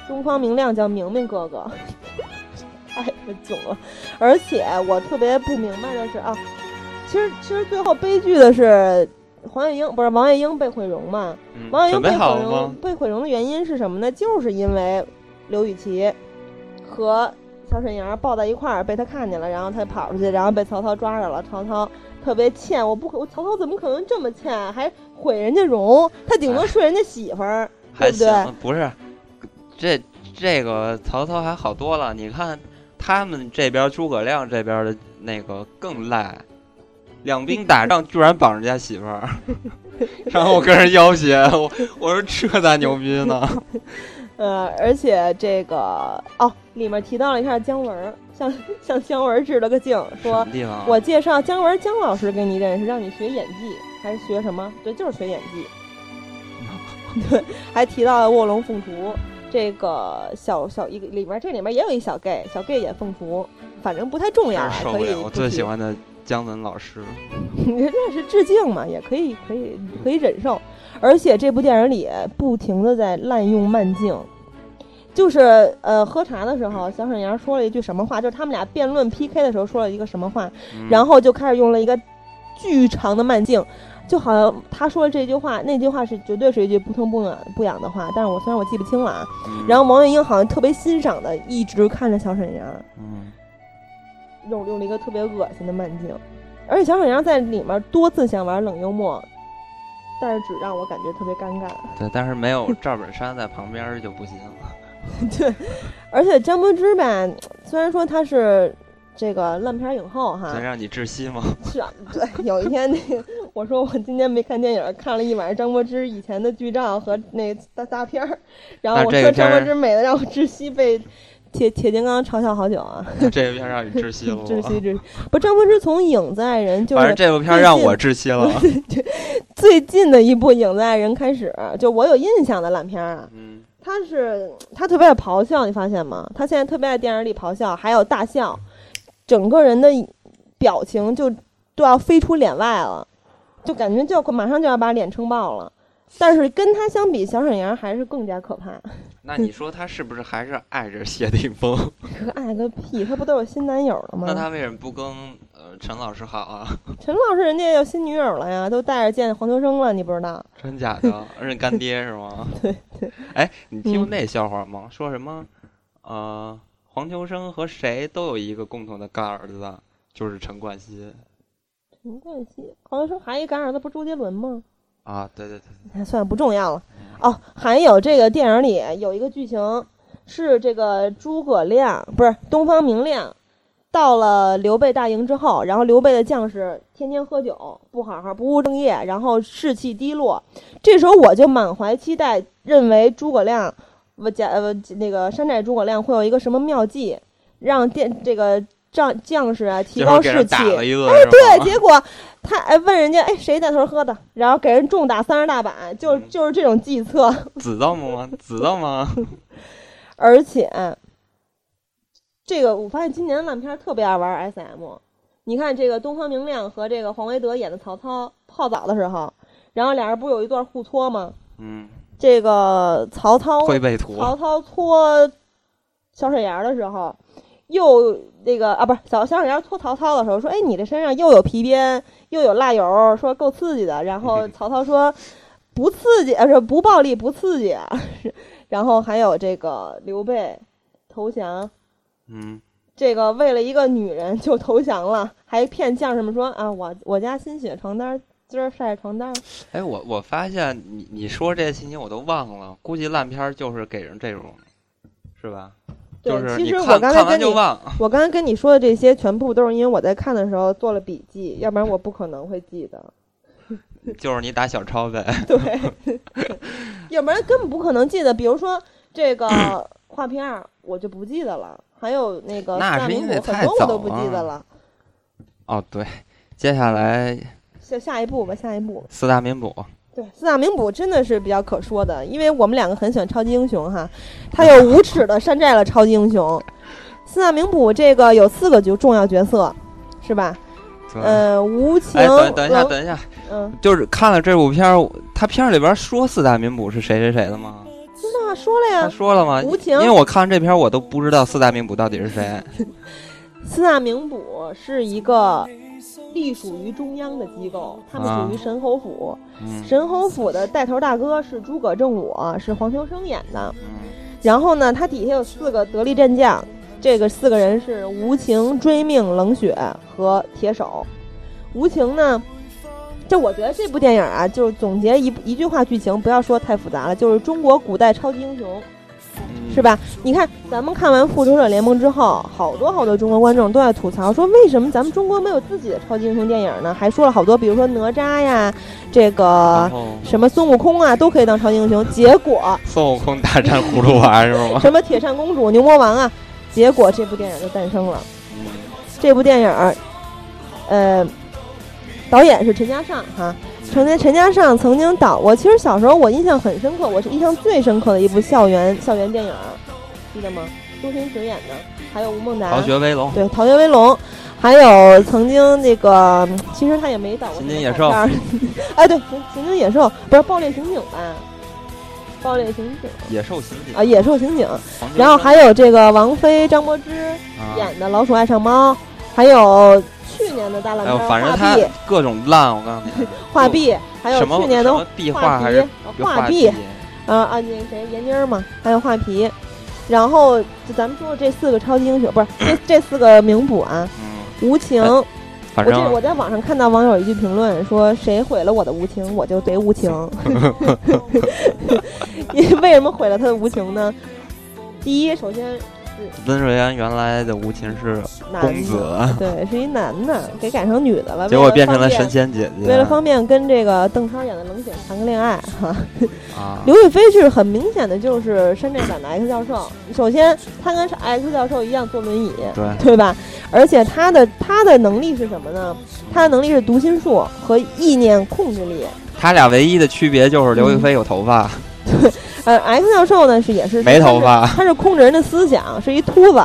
D: 东方明亮叫明明哥 (laughs) 哥，太他妈囧了。而且我特别不明白的是啊，其实其实最后悲剧的是黄月英不是王月英被毁容嘛？
C: 嗯
D: 王月英
C: 准备
D: 被
C: 好
D: 毁
C: 了
D: 容
C: 吗？
D: 被毁容的原因是什么呢？就是因为刘禹锡和小沈阳抱在一块儿，被他看见了，然后他跑出去，然后被曹操抓着了。曹操特别欠，我不可，我曹操怎么可能这么欠啊，还毁人家容？他顶
C: 哎
D: 多睡人家媳妇儿，
C: 还
D: 对不对？
C: 行，不是，这这个曹操还好多了。你看他们这边诸葛亮这边的那个更赖，两兵打仗居然绑人家媳妇儿， (laughs) 然后我跟人要挟，我我说这咋牛逼呢？
D: 呃，而且这个哦，里面提到了一下姜文儿，向向姜文儿致了个敬，
C: 什
D: 说
C: 么地方啊？
D: 我介绍姜文儿姜老师给你认识，让你学演技，还是学什么？对，就是学演技。 (laughs) 对，还提到了卧龙凤雏这个小小一个里面，这里面也有一小 gay，小 gay 演凤雏，反正不太重要
C: 真
D: 啊
C: 是，受
D: 可
C: 不
D: 以
C: 了，我
D: 不
C: 最
D: 提 (laughs)
C: 喜欢的姜文老师。
D: 人家是致敬嘛，也可以可以可以忍受。而且这部电影里不停的在滥用慢镜，就是呃喝茶的时候，小沈阳说了一句什么话，就是他们俩辩论 PK 的时候说了一个什么话，
C: 嗯
D: 然后就开始用了一个巨长的慢镜，就好像他说了这句话，那句话是绝对是一句不疼不痒不痒的话，但是我虽然我记不清了啊。
C: 嗯
D: 然后王月英好像特别欣赏的，一直看着小沈阳。
C: 嗯
D: 用用了一个特别恶心的慢镜，而且小沈阳在里面多次想玩冷幽默，但是只让我感觉特别尴尬。
C: 对，但是没
D: (laughs)
C: 有赵本山在旁边儿就不行了。
D: 对，而且张柏芝吧，虽然说她是这个烂片影后哈
C: 能，让你窒息吗？ (laughs)
D: 是啊， (laughs) 对，有一天那个 (laughs) 我说我今天没看电影，看了一晚上张柏芝以前的剧照和那大大片儿，然后
C: 那
D: 我
C: 这
D: 说
C: 个片
D: 张
C: 儿
D: 柏芝美的让我窒息，被铁铁金刚嘲笑好久啊，
C: 那这片让你窒息了吗，
D: (laughs) 窒
C: (laughs)
D: 息窒息。不，张柏芝从《影子爱人》就
C: 反
D: 是
C: 正这部片儿让我窒息
D: (laughs)
C: 了。
D: 最近的一部《影子爱人》开始，就我有印象的烂片儿啊，
C: 嗯，
D: 他是他特别爱咆哮，你发现吗？他现在特别爱电影里咆哮，还有大笑，整个人的表情就都要飞出脸外了，就感觉就要马上就要把脸撑爆了。但是跟他相比，小沈阳还是更加可怕。
C: (laughs)
D: (laughs)
C: 那你说他是不是还是爱着谢霆锋？
D: 可爱哎个屁！他不都有新男友了
C: 那
D: 吗？
C: 他为什么不跟呃陈老师好啊？ (laughs)
D: 陈老师人家也有新女友了呀，都带着见黄秋生了，你不知道？
C: 真假的？而且干爹是
D: (laughs)
C: 吗？对对。哎，你听
D: 嗯
C: 过那笑话吗？说什么？呃，黄秋生和谁都有一个共同的干儿子，就是陈冠希
D: 陈冠希、黄秋生还一干儿子不是周杰伦吗？
C: 啊。对对对，
D: 哎算了，不重要了。哦，还有这个电影里有一个剧情是这个诸葛亮不是东方明亮，到了刘备大营之后，然后刘备的将士天天喝酒，不好好不务正业，然后士气低落。这时候我就满怀期待，认为诸葛亮不假呃那个山寨诸葛亮会有一个什么妙计，让电这个将将士啊提
C: 结
D: 高
C: 果给
D: 士
C: 人
D: 气。
C: 打了一顿，
D: 对，
C: 是吗？
D: 结果他哎问人家哎谁带头喝的，然后给人重打三十大板，就
C: 嗯
D: 就是这种计策，
C: (laughs) 知道吗？知道吗？
D: 而且这个我发现今年烂片儿特别爱玩 SM。你看这个东方明亮和这个黄维德演的曹操泡澡的时候，然后俩人不是有一段互搓吗？
C: 嗯，
D: 这个曹操
C: 会被屠。
D: 曹操搓小沈阳的时候，又那个啊，不是小小沈阳搓曹操的时候说：“哎，你这身上又有皮鞭，又有蜡油，说够刺激的。”然后曹操说：“不刺激，呃，是不暴力，不刺激啊。” (laughs) 然后还有这个刘备投降，
C: 嗯，
D: 这个为了一个女人就投降了，还骗将士们说：“啊，我我家新写床单，今儿晒床单。”
C: 哎，我我发现你你说这些信息我都忘了，估计烂片儿就是给人这种，是吧？
D: 对，
C: 就是
D: 其
C: 你
D: 实我
C: 看
D: 刚才
C: 看
D: 跟
C: 完
D: 你
C: 就忘，
D: 我刚才跟你说的这些，全部都是因为我在看的时候做了笔记，要不然我不可能会记得。
C: 就是你打小抄呗。
D: 对，要不然根本不可能记得。比如说这个
C: (clears throat)
D: 画片儿，我就不记得了。还有那个
C: 那
D: 大
C: 是
D: 明
C: 因
D: 湖
C: 为
D: 很
C: 太
D: 多我
C: 早
D: 都不记得
C: 了
D: 了。
C: (laughs) 哦，对，接下来
D: 下下一步吧，下一步。
C: 四大名捕，
D: 对，四大名捕真的是比较可说的，因为我们两个很喜欢超级英雄哈，他又无耻的山寨了超级英雄。四大名捕这个有四个就重要角色，是吧？
C: 对，
D: 呃，无
C: 嗯
D: 情，
C: 哎，等等一下，
D: 冷
C: 等一下，
D: 嗯，
C: 就是看了这部片儿，他片儿里边说四大名捕是谁谁谁的吗？
D: 知道啊，说了
C: 他
D: 呀，
C: 说了吗？
D: 无情
C: 因为我看这片儿，我都不知道四大名捕到底是谁。
D: 四大名捕是一个隶属于中央的机构，他们属
C: 啊
D: 于神侯府。
C: 嗯
D: 神侯府的带头大哥是诸葛正我，是黄秋生演的。
C: 嗯
D: 然后呢，他底下有四个得力战将，这个四个人是无情、追命、冷血和铁手。无情呢，这我觉得这部电影啊，就是总结一一句话剧情，不要说太复杂了，就是中国古代超级英雄。
C: 嗯
D: 是吧？你看，咱们看完《复仇者联盟》之后，好多好多中国观众都在吐槽说，为什么咱们中国没有自己的超级英雄电影呢？还说了好多，比如说哪吒呀，这个
C: 然后
D: 什么孙悟空啊，都可以当超级英雄。结果
C: 孙悟空大战葫芦娃是吗？
D: 什么铁扇公主、牛魔王啊，结果这部电影就诞生了。这部电影儿，呃，导演是陈嘉上哈。陈嘉陈嘉上曾经导过，其实小时候我印象很深刻，我是印象最深刻的一部校园校园电影儿，记得吗？周星驰演的，还有吴孟达，
C: 逃学威龙，
D: 对《逃学威龙》，还有曾经那个，嗯其实他也没导过
C: 行
D: 什么
C: 军野
D: 好片儿， (laughs) 哎，对，行行军野兽不是《爆裂刑警》吧？爆裂刑警
C: 野兽刑警
D: 啊，，野兽刑警，
C: 黄秋
D: 然后
C: 生
D: 还有这个王菲、张柏芝。
C: 啊
D: 演的《老鼠爱上猫》，还有去年的大烂
C: 哎呦
D: 片，儿
C: 反正
D: 画
C: 他
D: 壁》，
C: 各种烂，我告诉你，
D: 画壁，还有
C: 什么
D: 去年
C: 什
D: 的
C: 么壁
D: 画
C: 画还
D: 皮
C: 是
D: 呃
C: 画
D: 画
C: 壁
D: 壁，，呃啊，那谁闫妮儿嘛，还有画皮。然后就咱们说的这四个超级英雄，不是这这四个名捕啊，
C: 嗯，
D: 无情。
C: 哎
D: 我
C: 反
D: 这
C: 正
D: 我在网上看到网友一句评论说：“谁毁了我的无情，我就贼
C: (laughs)
D: 无情。”你为什么毁了他的无情呢？第一，首先
C: 温瑞安原来的无情是
D: 男
C: 公
D: 的，
C: 子，
D: 对，是一男的，给改成女的了。
C: 结
D: 为
C: 果
D: 了
C: 变成
D: 方
C: 了
D: 便
C: 神仙姐姐，
D: 为了方便跟这个邓超演的冷血谈个恋爱哈，
C: 啊，
D: 刘亦菲是很明显的就是山寨版的 X 教授。首先，她跟 X 教授一样坐轮椅，
C: 对，
D: 对吧？而且她的她的能力是什么呢？她的能力是读心术和意念控制力。
C: 他俩唯一的区别就是刘
D: 嗯
C: 亦菲有头发，
D: 呃，X 教授呢是也是
C: 没头，发，
D: 他是控制人的思想，是一秃子。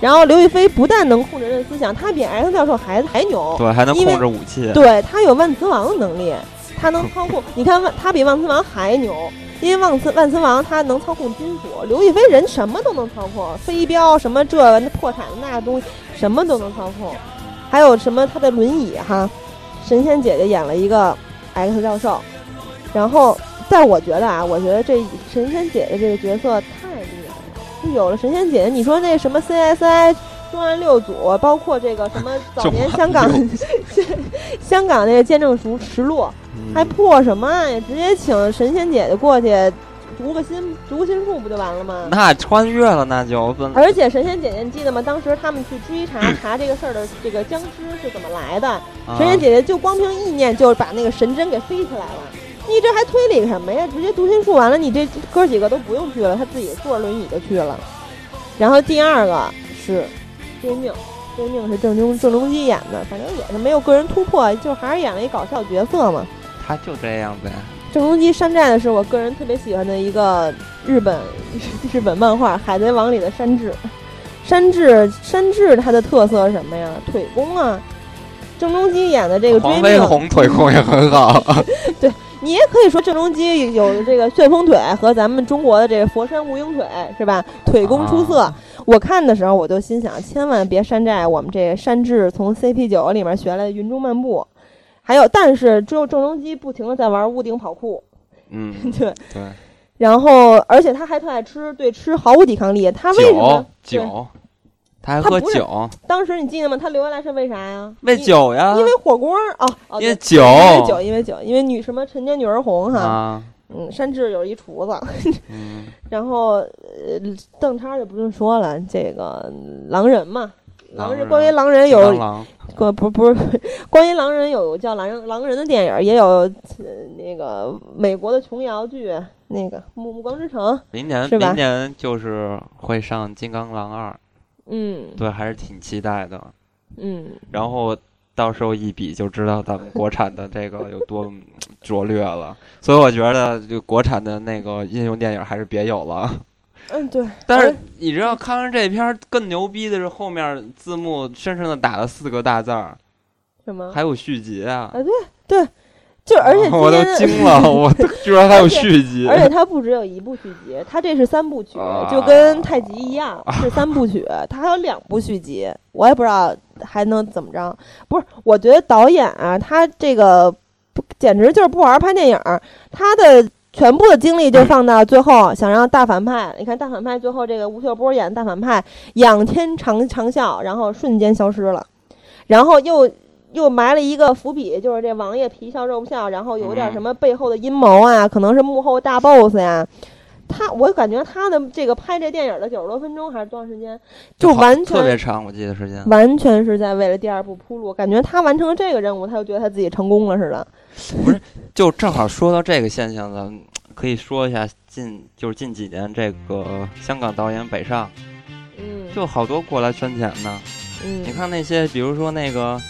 D: 然后刘亦菲不但能控制人的思想，她比 X 教授还还牛。
C: 对，还能
D: 因为
C: 控制武器，
D: 对他有万磁王的能力，他能操控。你看万，他比万磁王还牛，因为万磁万磁王他能操控金属，刘亦菲人什么都能操控，飞镖什么这那破产的那东西什么都能操控，还有什么他的轮椅哈，神仙姐姐演了一个 X 教授，然后但我觉得啊，我觉得这神仙姐姐这个角色太厉害了，就有了神仙姐姐，你说那什么 CSI。重案六组，包括这个什么早年香港香港那个见证熟实录，
C: 嗯
D: 还破什么案呀？直接请神仙姐姐过去读个心读个心术不就完了吗？
C: 那穿越了，那就分
D: 而且神仙姐姐，你记得吗？当时他们去
C: (coughs)
D: 追查查这个事儿的这个僵尸是怎么来的，
C: 啊
D: 神仙姐姐就光凭意念就把那个神针给飞起来了。你这还推理什么呀？直接读心术完了，你这哥几个都不用去了，他自己坐着轮椅就去了。然后第二个是追命，追命是郑中郑中基演的，反正也是没有个人突破，就还是演了一搞笑角色嘛。
C: 他就这样呗，
D: 郑中基山寨的是我个人特别喜欢的一个日本 (laughs) 日本漫画《海贼王》里的山治。山治山治他的特色是什么呀？腿功啊。郑中基演的这个追
C: 黄飞
D: 命，
C: 鸿腿控也很好，
D: (laughs) 你也可以说郑中基有这个旋风腿和咱们中国的这个佛山无影腿是吧？腿功出色。
C: 啊
D: 我看的时候我就心想，千万别山寨我们这山治 (laughs) 从 CP 九里面学来的云中漫步。还有，但是只有郑中基不停的在玩屋顶跑酷， (laughs)
C: 嗯，
D: 对。
C: 对，
D: 然后，而且他还特爱吃，对吃毫无抵抗力。他为什么
C: 酒？酒，他还
D: 他
C: 喝
D: 不是
C: 酒，
D: 当时你记得吗？他留下来是为啥呀？
C: 为酒呀
D: 因，，因为火锅儿哦，哦
C: 因为
D: 对
C: 酒
D: 因为酒，因为酒，因为女什么陈年女儿红哈，
C: 啊，
D: 嗯，山治有一厨子，
C: 嗯，
D: 然后呃，邓超就不用说了，这个狼人嘛，
C: 狼
D: 狼人
C: 人
D: 关于狼人有
C: 蟑螂，
D: 不不不是，关于狼人有叫狼人狼人的电影儿，也有、呃那个美国的琼瑶剧，那个《暮暮光之城》，
C: 明年
D: 是吧
C: 明年就是会上《金刚狼二》，
D: 嗯
C: 对，还是挺期待的。
D: 嗯，
C: 然后到时候一比就知道咱们国产的这个有多拙劣了。所以我觉得，就国产的那个英雄电影还是别有了。
D: (laughs) 嗯，对。
C: 但
D: 而
C: 是你知道，看完这片儿更牛逼的是后面字幕深深的打了四个大字儿，
D: 什么？
C: 还有续集啊！
D: 啊，对对，就嗯而且
C: (laughs)
D: 今
C: 我都
D: 天
C: 惊了，我
D: (laughs)
C: 都居然还有续集。
D: 而且它不只有一部续集，它这是三部曲，
C: 啊
D: 就跟太极一样是三部曲，它还有两部续集，我也不知道还能怎么着。不是，我觉得导演啊，他这个不简直就是不玩儿拍电影儿，他的。全部的精力
C: 嗯
D: 就放到最后，想让大反派。你看大反派最后这个吴秀波演的大反派，仰天长长啸，然后瞬间消失了，然后又又埋了一个伏笔，就是这王爷皮笑肉不笑，然后有点
C: 嗯
D: 什么背后的阴谋啊，可能是幕后大 boss 呀。他，我感觉他的这个拍这电影的九十多分钟还是多长时间，就
C: 好
D: 完
C: 特别
D: 全
C: 长，我记得时间。
D: 完全是在为了第二部铺路。感觉他完成了这个任务，他就觉得他自己成功了似的。
C: 就正好说到这个现象，咱们可以说一下近就是近几年这个香港导演北上，
D: 嗯
C: 就好多过来圈钱呢。
D: 嗯
C: 你，看那些，比如说那个，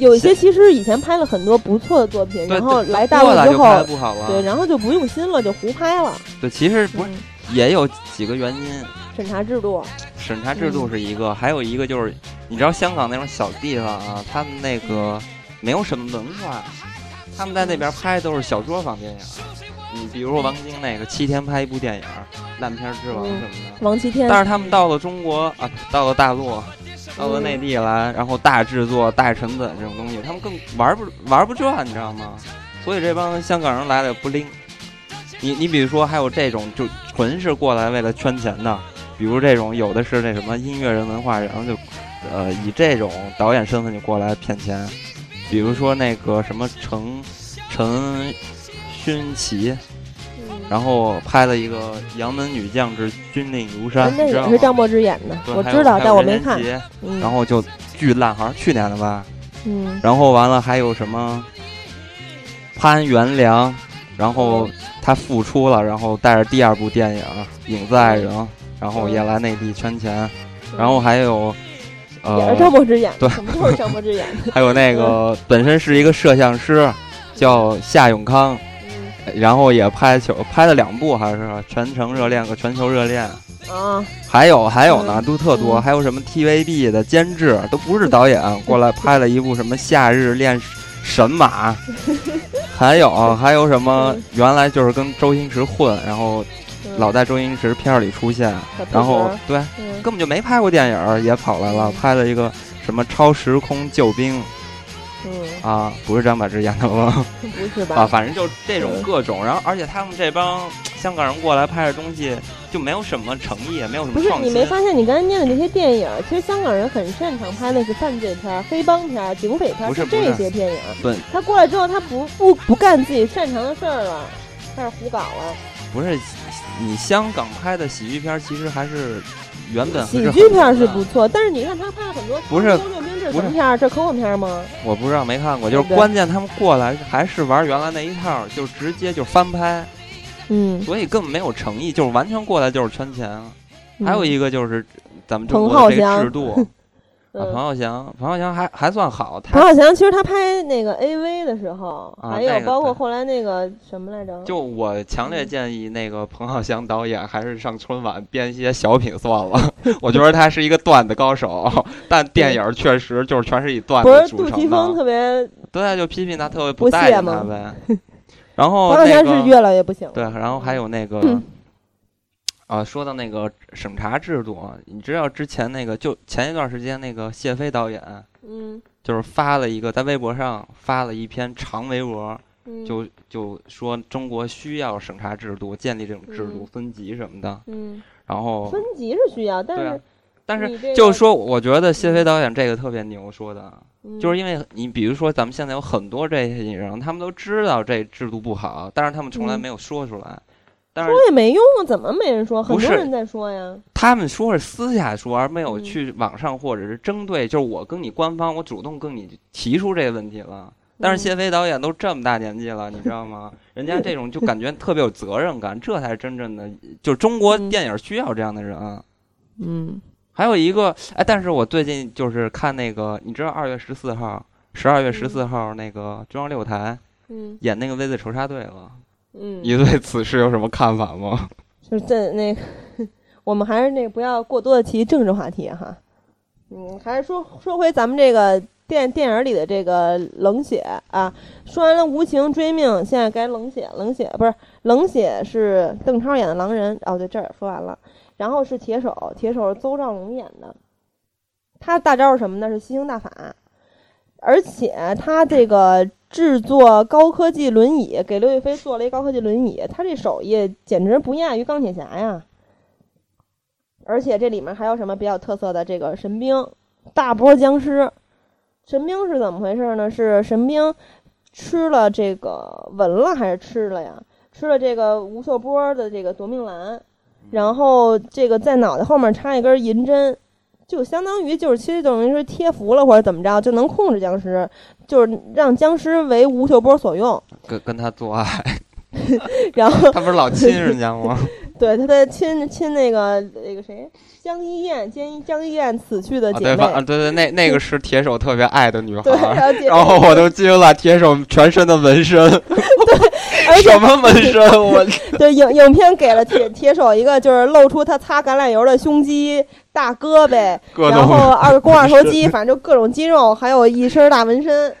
D: 有一些其实以前拍了很多不错的作品，
C: 对，
D: 然后
C: 对
D: 来大
C: 过来
D: 陆
C: 就
D: 之
C: 拍
D: 后，
C: 不好
D: 对，
C: 了。
D: 然后就不用心了，就胡拍了。
C: 对，其实不是
D: 嗯
C: 也有几个原因，
D: 审查制度，
C: 审查制度是一个，还有一个就是，你知道香港那种小地方啊，他们那个没有什么文化，他们在那边拍都是小作坊电影。你比如说王晶那个七天拍一部电影，烂片之王
D: 嗯
C: 什么的。
D: 王齐天
C: 但是他们到了中国啊，到了大陆，到
D: 嗯
C: 了内地来，然后大制作、大成本这种东西，他们更玩不玩不转，你知道吗？所以这帮香港人来了也不灵。你你比如说，还有这种就纯是过来为了圈钱的，比如这种有的是那什么音乐人、文化人，然后就呃以这种导演身份就过来骗钱，比如说那个什么陈陈勋奇，
D: 嗯
C: 然后拍了一个《杨门女将之军令如山
D: 哎》，那
C: 你知道
D: 也
C: 吗
D: 是？张柏芝演的，
C: 对
D: 我
C: 还有
D: 知道，
C: 还有
D: 但我
C: 任
D: 没
C: 贤
D: 看
C: 齐。
D: 嗯
C: 然后就巨烂，好像是去年的吧。
D: 嗯，
C: 然后完了还有什么潘元良，然后他复出了，然后带着第二部电影《影子爱人》，然后也来内地圈钱，然后还有
D: 嗯也
C: 呃
D: 是，张柏芝演的，
C: 对
D: 什么都嗯是张柏芝演
C: (laughs)
D: 的。
C: 还有那个本身是一个摄像师叫夏永康，
D: 嗯
C: 然后也拍球拍了两部，还是全城热恋和全球热恋。
D: 啊，
C: 还有还有呢，都特多，
D: 嗯
C: 还有什么 TVB 的监制都不是导演过来拍了一部什么《夏日恋神
D: (laughs)
C: 马》，还有还有什么
D: 嗯
C: 原来就是跟周星驰混，然后
D: 嗯
C: 老在周星驰片儿里出现，
D: 小配
C: 然后
D: 角
C: 对
D: 嗯
C: 根本就没拍过电影儿也跑来了，拍了一个什么《超时空救兵
D: 嗯，》
C: 啊，不是张柏芝演的
D: (laughs)
C: 吗？
D: 不是
C: 啊，
D: 吧？
C: 反正就这种
D: 嗯
C: 各种，然后而且他们这帮香港人过来拍的东西就没有什么诚意，也没有什
D: 不
C: 么
D: 是
C: 创
D: 你
C: 新。
D: 没发现你刚才念的这些电影，其实香港人很擅长拍的是犯罪片儿、黑帮片儿、警匪片儿，
C: 不是
D: 就
C: 不
D: 这
C: 是
D: 些电影。
C: 对，
D: 他过来之后，他不不不干自己擅长的事儿了，开始胡搞了。
C: 不是，你香港拍的喜剧片儿其实还是原本还
D: 喜
C: 是
D: 剧片儿
C: 很
D: 是
C: 多的
D: 不错，但是你看他拍了很多
C: 不是
D: 《周六兵》，这是
C: 不是
D: 什么片儿？这是科幻片儿吗？
C: 我不知道没看过，就是
D: 对
C: 关键他们过来还是玩原来那一套，就直接就翻拍，
D: 嗯，
C: 所以根本没有诚意，就是完全过来就是圈钱。
D: 嗯
C: 还有一个就是咱们中
D: 彭
C: 国
D: 浩
C: 的这个
D: 翔
C: 制度，啊，
D: 嗯
C: 彭浩翔，彭浩翔还还算好，
D: 彭
C: 他
D: 浩翔其实他拍那个 AV 的时候，
C: 啊
D: 还
C: 那
D: 有
C: 个
D: 包括
C: 对
D: 后来那个什么来着，
C: 就我强烈建议那个彭浩翔导演还是上春晚编一些小品算了， (laughs) 我觉得他是一个段子高手，但电影儿确实就是全是以段
D: 不是
C: 子组
D: 杜
C: 成的。
D: 琪峰特别，
C: 对，就批评他特别
D: 不
C: 待
D: 屑
C: 见他
D: 吗 (laughs)
C: 呗。然
D: 彭
C: 后
D: 浩
C: 哦那
D: 翔是
C: 个
D: 越来越不行了。
C: 对，然后还有那个
D: 嗯
C: 啊，说到那个审查制度，啊你知道之前那个就前一段时间那个谢飞导演
D: 嗯
C: 就是发了一个在微博上发了一篇长微博，
D: 嗯，
C: 就就说中国需要审查制度，建立这种制度
D: 嗯
C: 分级什么的。
D: 嗯，
C: 然后
D: 分级是需要，但
C: 对啊
D: 是，
C: 但是
D: 你这
C: 就
D: 个
C: 是说，我觉得谢飞导演这个特别牛，说的。啊
D: 嗯
C: 就是因为你比如说，咱们现在有很多这些艺人，他们都知道这制度不好，但是他们从来
D: 嗯
C: 没有说出来。但是
D: 说也没用啊，怎么没人说？很
C: 不
D: 多
C: 是
D: 人在说呀。
C: 他们说是私下说，而没有
D: 嗯
C: 去网上或者是针对，就是我跟你官方，我主动跟你提出这个问题了。但
D: 嗯
C: 是谢飞导演都这么大年纪了，你知道吗？人家这种就感觉特别有责任感，这才是真正的，就中国
D: 嗯
C: 电影需要这样的人。啊
D: 嗯
C: 还有一个，哎，但是我最近就是看那个，你知道二月十四号十二月十四号那个中央六台
D: 嗯
C: 演那个 V 字仇杀队了。
D: 嗯，
C: 你对此事有什么看法吗？
D: 就是在那个， (laughs) 我们还是那个不要过多的提政治话题哈。嗯，还是说说回咱们这个电电影里的这个冷血啊。说完了无情追命，现在该冷血，冷血不是冷血是邓超演的狼人哦，对，这儿也说完了。然后是铁手，铁手是邹兆龙演的，他大招是什么呢？是吸星大法，而且他这个制作高科技轮椅，给刘亦菲做了一高科技轮椅，他这手艺简直不亚于钢铁侠呀！而且这里面还有什么比较特色的？这个神兵、大波僵尸。神兵是怎么回事呢？是神兵吃了这个闻了还是吃了呀？吃了这个吴秀波的这个夺命兰，然后这个在脑袋后面插一根银针，就相当于就是其实等于是贴服了或者怎么着，就能控制僵尸，就是让僵尸为吴秀波所用。 (laughs)
C: 跟跟他做爱， (laughs)
D: 然后
C: 他不是老亲人家 (laughs) 吗？啊
D: 对，他在亲亲那个那个谁江一燕，江江一燕死去的
C: 啊，
D: 姐
C: 对，
D: 妹，
C: 反啊，对对，那那个是铁手特别爱的女孩
D: 对，
C: 儿。 (laughs)
D: 然后姐
C: 然后哦我都惊了，铁手全身的纹 (laughs) 身，
D: 而且
C: 什么纹身？我 (laughs)
D: 对影影片给了铁铁手一个就是露出他擦橄榄油的胸肌、大胳膊，
C: 各
D: 然后
C: 种， (laughs)
D: 二肱二头肌，反正就各种肌肉，还有一身大纹身。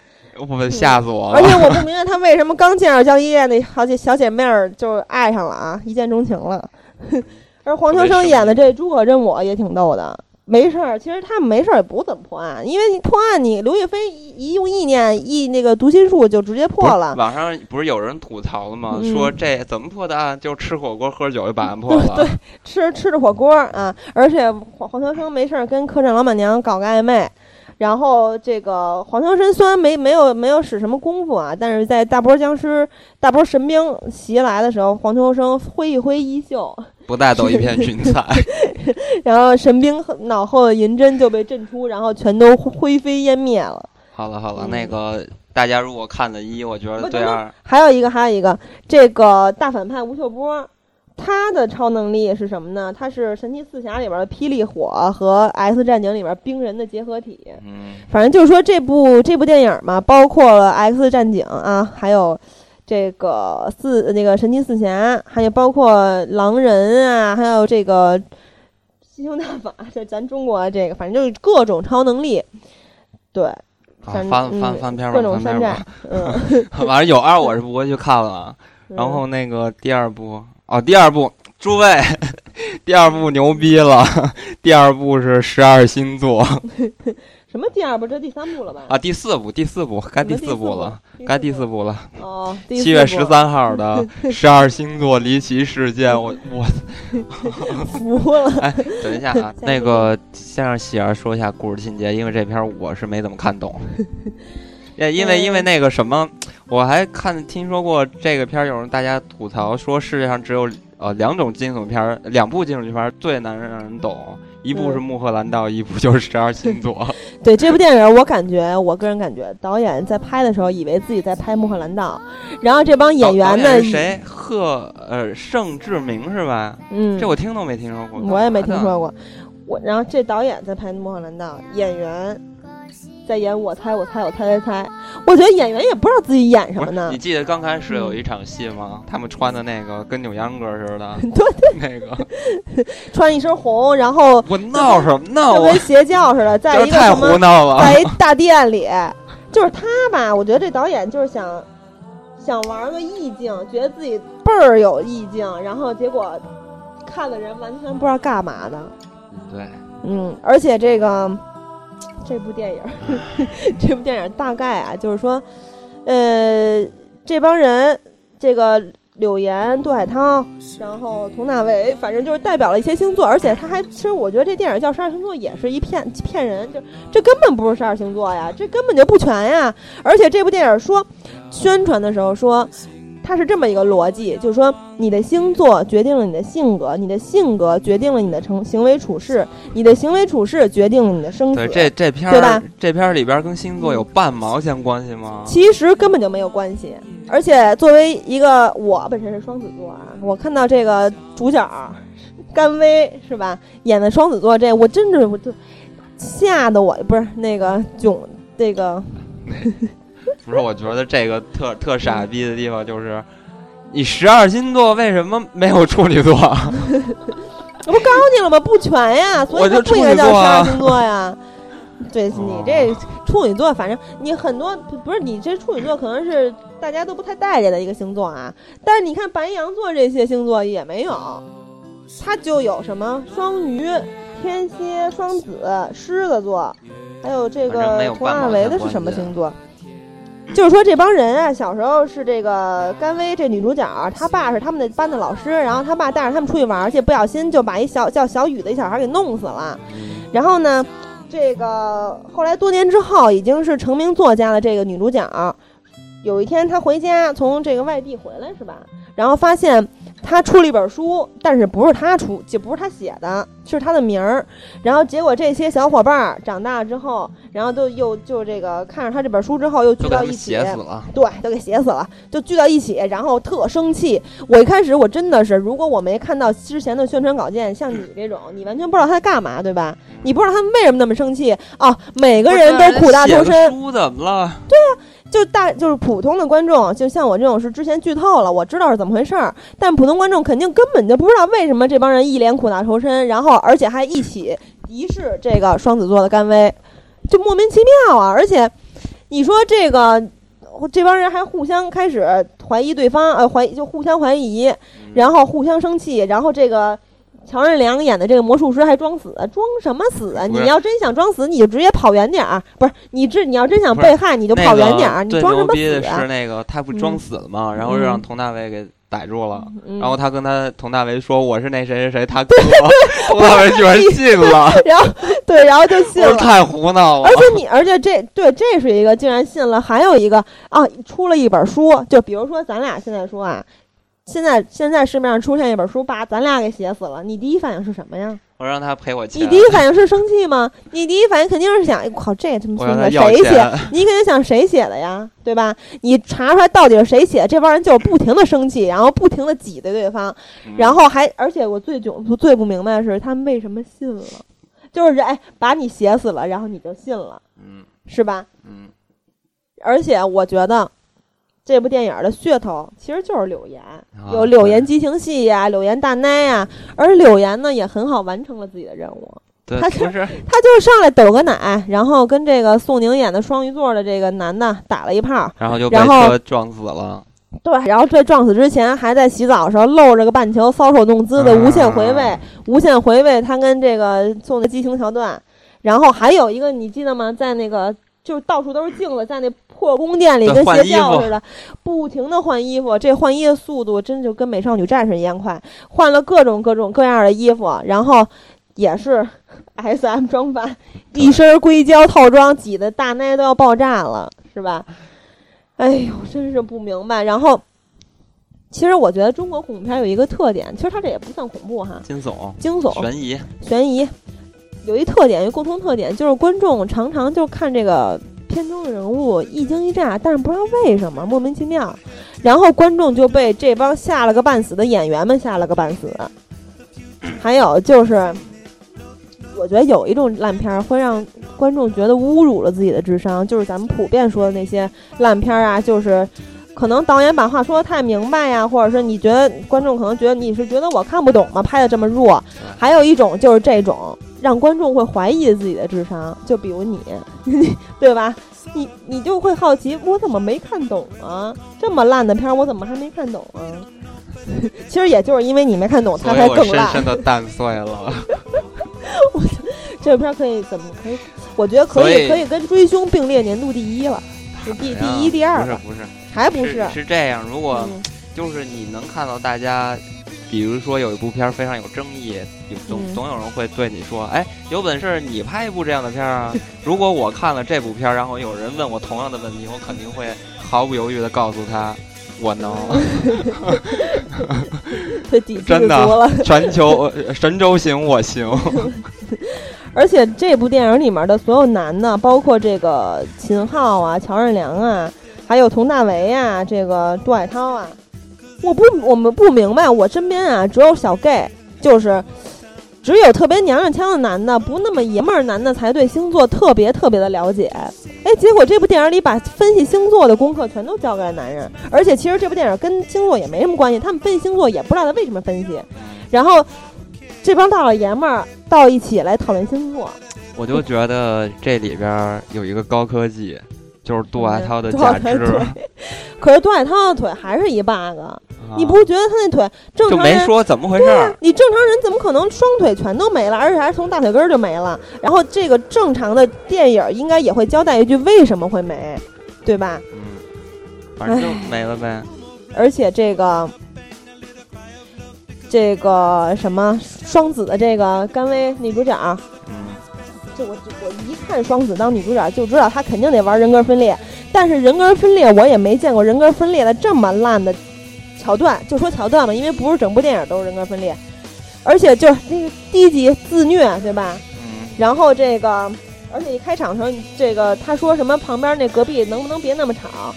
C: 我吓死我啊
D: 而且
C: 了！
D: 我不明白他为什么刚见着江一燕那好姐小姐妹儿就爱上了啊，一见钟情了。 (laughs) 而黄秋生演的这诸葛真我也挺逗的，没事儿，其实他们没事儿也不怎么破案，因为你破案你刘亦菲一一用意念一那个读心术就直接破了。
C: 网上不是有人吐槽了吗？
D: 嗯
C: 说这怎么破的案？就吃火锅喝酒就把案破了。
D: 吃吃着火锅儿啊，而且黄黄秋生没事儿跟客栈老板娘搞个暧昧，然后这个黄秋生虽然没没有没有使什么功夫啊，但是在大波僵尸、大波神兵袭来的时候，黄秋生挥一挥衣袖，
C: 不带走一片 (laughs) 云彩。
D: 然后神兵脑后的银针就被震出，然后全都灰飞烟灭了。
C: 好了好了，
D: 嗯
C: 那个大家如果看了一，我觉得
D: 我
C: 对
D: 觉得
C: 二
D: 还有一个，还有一个，这个大反派吴秀波，他的超能力是什么呢？他是神奇四侠里边的霹雳火和 X 战警里边冰人的结合体。
C: 嗯，
D: 反正就是说这部这部电影嘛，包括了《X 战警》啊，还有这个四呃那个神奇四侠，还有包括狼人啊，还有这个吸星大法，这咱中国这个，反正就是各种超能力，对，
C: 好
D: 反
C: 翻
D: 嗯
C: 翻翻篇
D: 各
C: 吧，
D: 种
C: 翻篇
D: 山寨
C: 吧。，
D: 嗯。
C: 反正有二我是不会去看了。
D: 嗯
C: (laughs) 然后那个第二部哦，第二部诸位， (laughs) 第二部牛逼了。第二部是十二星座
D: 什么第二部？这第三部了吧？
C: 啊，第四部第四部该
D: 什么
C: 第
D: 第
C: 四部了，，该第四
D: 部
C: 部了。
D: 哦，第四
C: 七月
D: 部
C: 十，三号的十二星座离奇事件，我我
D: 服了。
C: 哎， (laughs) 等一下
D: (laughs)
C: 啊，那个先让喜儿说一下故事情节，因为这篇儿我是没怎么看
D: (laughs)
C: 懂。也因为因为那个什么，我还看听说过这个片儿，有人大家吐槽说世界上只有呃两种惊悚片儿，两部惊悚片儿最难让人懂，一部是《
D: 嗯
C: 穆赫兰道》，一部就是《十二星座》
D: (laughs) 对这部电影，我感觉，我个人感觉，导演在拍的时候以为自己在拍《穆赫兰道》，然后这帮
C: 导。
D: 演员
C: 导
D: 呢，
C: 是谁？贺呃盛志明是吧？
D: 嗯，
C: 这我听都没听说过，
D: 我也没听说
C: 过。
D: 过。我然后这导演在拍《穆赫兰道》，演员在演我猜我猜我猜猜猜。我觉得演员也不知道自己演
C: 不
D: 什么
C: 是
D: 呢，
C: 你。记得刚开始有一场戏吗？他们穿的那个跟扭秧歌似的
D: (laughs) 对，
C: 那个
D: 穿一身红，然后
C: 哦我闹什么闹
D: 就跟
C: 啊？
D: 邪教似的，在
C: 这
D: 一个
C: 太
D: 什
C: 胡
D: 么，
C: 闹了！
D: 在一大殿里，就是他吧？我觉得这导演就是想想玩个意境，觉得自己倍儿有意境，然后结果看的人完全不知道干嘛的。
C: 对，
D: 嗯，而且这个这部电影儿， (laughs) 这部电影儿大概啊，就是说，呃，这帮人，这个柳岩、杜海涛，然后佟大为，反正就是代表了一些星座，而且他还，其实我觉得这电影叫《十二星座》也是一骗骗人，就这根本不是十二星座呀，这根本就不全呀。而且这部电影说，宣传的时候说。它是这么一个逻辑，就是说，你的星座决定了你的性格，你的性格决定了你的成行为处事，你的行为处事决定了你的生死。
C: 对，这这片
D: 对吧
C: 儿这片儿里边儿跟星座有半毛钱关系吗？
D: 其实根本就没有关系。而且作为一个我本身是双子座啊，我看到这个主角甘薇是吧演的双子座这，我真是我就吓得我不是那个囧这个
C: 不是，我觉得这个特特傻逼的地方就是，你十二星座为什么没有处女座？
D: (laughs) 我不告诉你了吗？不全呀，所
C: 我
D: 以它
C: 就
D: 不应
C: 处
D: 该
C: 女
D: 叫十
C: 座啊
D: 二星座呀。对你
C: 哦
D: 这处女座，反正你很多不是你这处女座，可能是大家都不太待见的一个星座啊。但是你看白羊座这些星座也没有，它就有什么双鱼、天蝎、双子、狮子座，还有这
C: 反正没
D: 个
C: 有
D: 图
C: 半毛
D: 阿
C: 钱
D: 维的是
C: 关
D: 什么
C: 系
D: 星座？就是说这帮人啊，小时候是这个甘薇这女主角，她爸是他们的班的老师，然后她爸带着他们出去玩儿去，不小心就把一小叫小雨的一小孩给弄死了。然后呢，这个后来多年之后，已经是成名作家的这个女主角，有一天她回家，从这个外地回来是吧？然后发现她出了一本书，但是不是她出，就不是她写的，是她的名儿。然后结果这些小伙伴儿长大之后，然后就又就这个看着她这本书之后，又聚
C: 就给
D: 到
C: 他
D: 一
C: 们
D: 起，
C: 写死了。
D: 对，都给写死了，就聚到一起，然后特生气。我一开始我真的是，如果我没看到之前的宣传稿件，像你这种，你完全不知道他在干嘛，对吧？你不知道他们为什么那么生气哦，每个人都苦大仇
C: 写个
D: 深，
C: 书怎么了？
D: 就大就是普通的观众，就像我这种是之前剧透了，我知道是怎么回事儿，但普通观众肯定根本就不知道为什么这帮人一脸苦大仇深，然后而且还一起敌视这个双子座的甘薇，就莫名其妙啊！而且你说这个这帮人啊还互相开始怀疑对方，呃，怀疑就互相怀疑，然后互相生气，然后这个。乔任梁演的这个魔术师还装死，装什么死啊？
C: 不是
D: 你要真想装死，你就直接跑远点儿。不是你这，你要真想
C: 不是
D: 被害，你就
C: 那
D: 跑远
C: 个
D: 点儿。你
C: 最
D: 装什
C: 牛
D: 么
C: 逼
D: 死
C: 的
D: 啊
C: 是？那个他不装死了吗？然后让佟大为给逮住了。
D: 嗯
C: 然后他跟他佟大为说：“我是那谁谁谁，他哥。”佟大为
D: (laughs)
C: 居然信了，
D: (laughs) 然后对，然后就信
C: 我说
D: 了。
C: 太胡闹了
D: 而。且你，而且这对这是一个竟然信了，还有一个啊，出了一本书，就比如说咱俩现在说啊，现在现在市面上出现一本书，把咱俩给写死了，你第一反应是什么呀？
C: 我让他赔我钱
D: 你，第一反应是生气吗？你第一反应肯定是想，哎我靠，这他妈
C: 我让
D: 孙
C: 他
D: 子
C: 要
D: 谁写？
C: 钱。
D: 你肯定想谁写的呀，对吧？你查出来到底是谁写，这帮人就是不停的生气，然后不停的挤兑对方，
C: 嗯
D: 然后还，而且我最囧、最不明白的是，他们为什么信了？就是哎，把你写死了，然后你就信了，
C: 嗯
D: 是吧？
C: 嗯，
D: 而且我觉得这部电影的噱头其实就是柳岩，
C: 啊
D: 有柳岩激情戏呀、柳岩大奶呀、而柳岩呢也很好完成了自己的任务，
C: 对，
D: 他
C: 不是 (laughs)
D: 她就是上来抖个奶，然后跟这个宋宁演的双鱼座的这个男的打了一炮，
C: 然后就被
D: 然后
C: 车撞死了。
D: 对，然后被撞死之前还在洗澡的时候露着个半球，搔首弄姿的无限回味，
C: 啊
D: 无限回味他跟这个宋的激情桥段。然后还有一个你记得吗？在那个就是到处都是镜子，在那破宫殿里
C: 对
D: 跟
C: 换
D: 邪
C: 衣
D: 教
C: 服
D: 似的，不停的换衣服，这换衣的速度真就跟美少女战士一样快，换了各种各种各样的衣服，然后也是 (laughs) S M 装扮，一身硅胶套装，挤得大奶都要爆炸了，是吧？哎呦，真是不明白。然后，其实我觉得中国恐怖片有一个特点，其实它这也不算恐怖哈，
C: 惊悚、
D: 惊悚、
C: 悬疑，
D: 悬疑，有一特点，有一共同特点，就是观众常常就看这个片中的人物一惊一乍，但是不知道为什么莫名其妙，然后观众就被这帮吓了个半死的演员们吓了个半死。
C: 嗯
D: 还有就是，我觉得有一种烂片儿会让观众觉得侮辱了自己的智商，就是咱们普遍说的那些烂片儿啊，就是。可能导演把话说的太明白呀，或者是你觉得观众可能觉得你是觉得我看不懂吗？拍的这么弱，
C: 嗯
D: 还有一种就是这种让观众会怀疑自己的智商，就比如你， (laughs) 对吧？你你就会好奇，我怎么没看懂啊？这么烂的片儿，我怎么还没看懂啊？ (laughs) 其实也就是因为你没看懂，
C: 所
D: 它
C: 以
D: 才
C: 我
D: 更
C: 深
D: 烂
C: 深。的蛋碎
D: (laughs)
C: 了。
D: 这片儿可以怎么可以？我觉得可
C: 所
D: 以
C: 以
D: 可以跟《追凶》并列年度第一了，就第
C: 哎呀
D: 第一、第二
C: 不是
D: 吧，
C: 不是
D: 还不
C: 是是这样，如果
D: 嗯
C: 就是你能看到大家，比如说有一部片儿非常有争议，有
D: 嗯
C: 总总有人会对你说：“哎，有本事你拍一部这样的片儿啊！”如果我看了这部片儿，然后有人问我同样的问题，我肯定会毫不犹豫的告诉他。我
D: (laughs)
C: 能
D: 这底气就足
C: 真的
D: 了。
C: 全球呃神州行，我行。
D: 而且这部电影里面的所有男的，包括这个秦昊啊、乔任梁啊，还有佟大为啊、这个杜海涛啊，我不我们不明白，我身边啊只有小 gay，就是只有特别娘娘腔的男的，不那么爷们儿男的才对星座特别特别的了解。哎，结果这部电影里把分析星座的功课全都交给了男人，而且其实这部电影跟星座也没什么关系，他们分析星座也不知道他为什么分析。然后这帮大老爷们儿到一起来讨论星座，
C: 我就觉得这里边儿有一个高科技，就是杜海涛的
D: 杜海
C: 假
D: 涛
C: 肢，
D: 腿可是杜海涛的腿还是一 bug，、
C: 啊
D: 你不是觉得他那腿正
C: 就
D: 常
C: 没
D: 人
C: 说怎么回事
D: 对
C: 儿
D: 啊？，你正常人怎么可能双腿全都没了，而且还是从大腿根儿就没了？然后这个正常的电影应该也会交代一句为什么会没，对吧？
C: 嗯，反正就没了
D: (laughs)
C: 呗。
D: 而且这个这个什么双子的这个甘薇女主角，
C: 嗯，
D: 这我我一看双子当女主角就知道她肯定得玩人格分裂，但是人格分裂我也没见过人格分裂的这么烂的桥段，就说桥段吧，因为不是整部电影都是人格分裂，而且就是那个第一集自虐对吧？
C: 嗯，
D: 然后这个，而且一开场的时候，这个他说什么旁边那隔壁能不能别那么吵，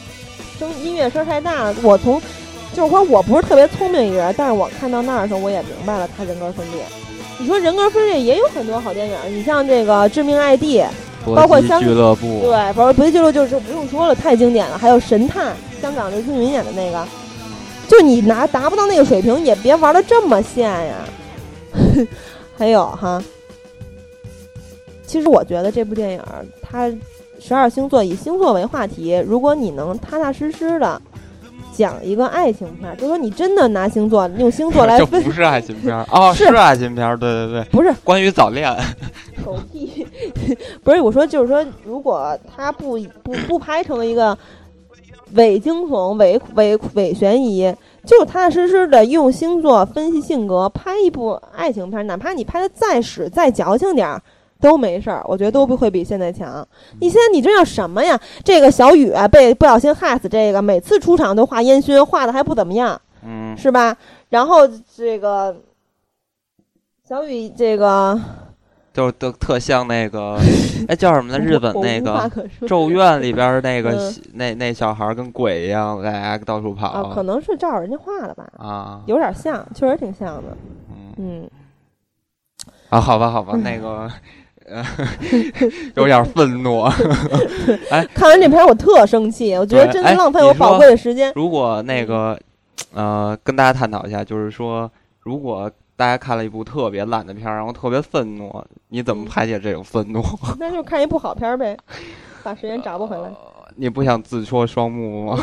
D: 声音乐声太大了。我从就是说我不是特别聪明一个人，但是我看到那儿的时候，我也明白了他人格分裂。你说人格分裂也有很多好电影，你像这个《致命 ID》，包括
C: 搏击
D: 香
C: 俱乐部，
D: 对，反正《搏击俱乐部》就是不用说了，太经典了。还有《神探》，香港刘青云演的那个，就你拿达不到那个水平，也别玩的这么现呀。 (laughs) 还有哈，其实我觉得这部电影儿它十二星座以星座为话题，如果你能踏踏实实的讲一个爱情片儿，就说你真的拿星座用星座来
C: (laughs) 就
D: 分，
C: 不是爱情片
D: (laughs)
C: 儿哦，
D: 是
C: 是爱情片儿，对对对，
D: 不是
C: 关于早恋，
D: 狗屁， (laughs) 不是我说，就是说，如果它不不不拍成一个伪惊悚、伪伪伪悬疑，就踏踏实实的用星座分析性格，拍一部爱情片，哪怕你拍的再屎再矫情点儿。都没事儿，我觉得都不会比现在强。你现在你这叫什么呀？这个小雨啊，被不小心害死，这个每次出场都画烟熏，画的还不怎么样。
C: 嗯，
D: 是吧？然后这个小雨这个
C: 就是都特像那
D: (laughs)
C: 个，哎，叫什么呢？日本
D: 我
C: 那
D: 我无话
C: 个《
D: 可说
C: 咒怨》里边儿那个
D: 嗯
C: 小那那小孩儿跟鬼一样，大家到处跑
D: 啊，可能是照着人家画的吧，
C: 啊，
D: 有点像，确实挺像的。
C: 嗯
D: 嗯，
C: 啊，好吧，好吧，那个，呃， (laughs) 有点愤怒。啊
D: 看完这片儿我特生气，我觉得
C: 对
D: 真的
C: 哎
D: 浪费
C: 你
D: 我宝
C: 说
D: 贵的时间。
C: (laughs) 如果那个，呃，跟大家探讨一下，就是说，如果大家看了一部特别烂的片儿，然后特别愤怒，你怎么排解这种愤怒？
D: 那就看一嗯部好片儿呗，把时间找
C: (laughs)
D: 不回来。
C: 你不想自戳双目吗？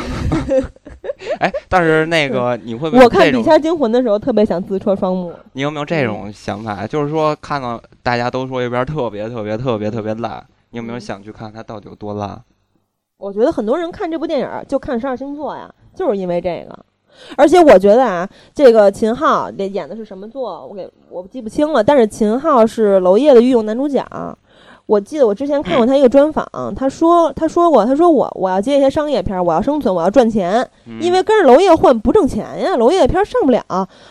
C: (laughs) 哎，但是那个，你会不会
D: 嗯我
C: 有
D: 看
C: 这
D: 《笔
C: 种？
D: 仙惊魂》的时候，特别想自戳双目。
C: 你有没有这
D: 嗯
C: 种想法？就是说，看到大家都说一边儿特别特别特别特别烂，你有没有
D: 嗯
C: 想去看它到底有多烂？
D: 我觉得很多人看这部电影儿就看十二星座呀，就是因为这个。而且我觉得啊，这个秦昊演演的是什么座，我给我记不清了。但是秦昊是娄烨的御用男主角。我记得我之前看过他一个专访，他说他说过，他说我我要接一些商业片儿，我要生存，我要赚钱，
C: 嗯
D: 因为跟着娄烨混不挣钱呀，娄烨的片儿上不了，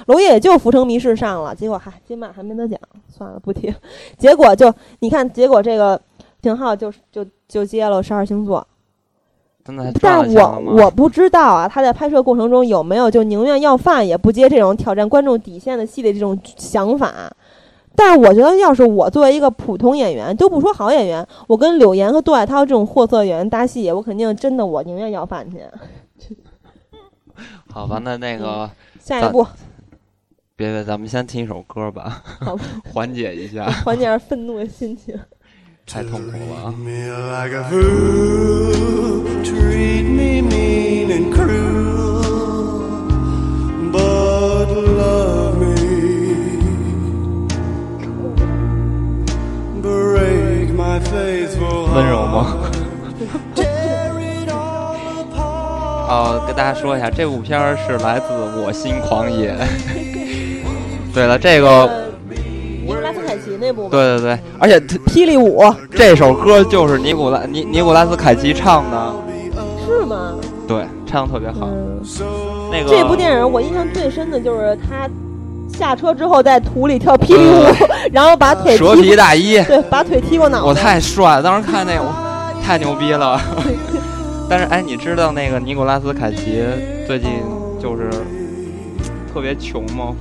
D: 娄烨也就《浮城谜事》上了，结果嗨，金马还没得奖，算了不提。结果就你看，结果这个秦昊就就就接了十二星座，
C: 真的还赚
D: 但
C: 了钱了
D: 我
C: 吗？
D: 我不知道啊，他在拍摄过程中有没有就宁愿要饭也不接这种挑战观众底线的戏的这种想法。但是我觉得，要是我作为一个普通演员，都不说好演员，我跟柳岩和杜海涛这种货色演员搭戏，我肯定真的我宁愿要饭去。
C: 好吧，那那
D: 嗯
C: 个。
D: 下一
C: 咱
D: 步
C: 别别，咱们先听一首歌吧，
D: 好吧
C: 缓解一下，
D: (laughs) 缓解愤怒的心情。
C: 太痛苦了啊。
E: me like a fool, treat me mean and cruel, but love me. Break my faithful
C: 温柔吗？
E: Tear it all apart.
C: 哦，跟大家说一下，这部片儿是来自《我心狂野》。 (laughs) 对了，这个，
D: 呃，尼古拉斯凯奇那部吧，
C: 对对对，而且它
D: 霹雳舞
C: 这首歌就是尼古拉尼尼古拉斯凯奇唱的，
D: 是吗？
C: 对，唱的特别好。
D: 嗯。
C: 那个
D: 这部电影我印象最深的就是他下车之后在土里跳霹雳舞， (laughs) 然后把腿踢
C: 嗯蛇皮大衣，
D: 对，把腿踢过脑袋。
C: 我太帅了，当时看那我太牛逼
D: (laughs)
C: 了。但是哎，你知道那个尼古拉斯凯奇最近就是特别穷吗？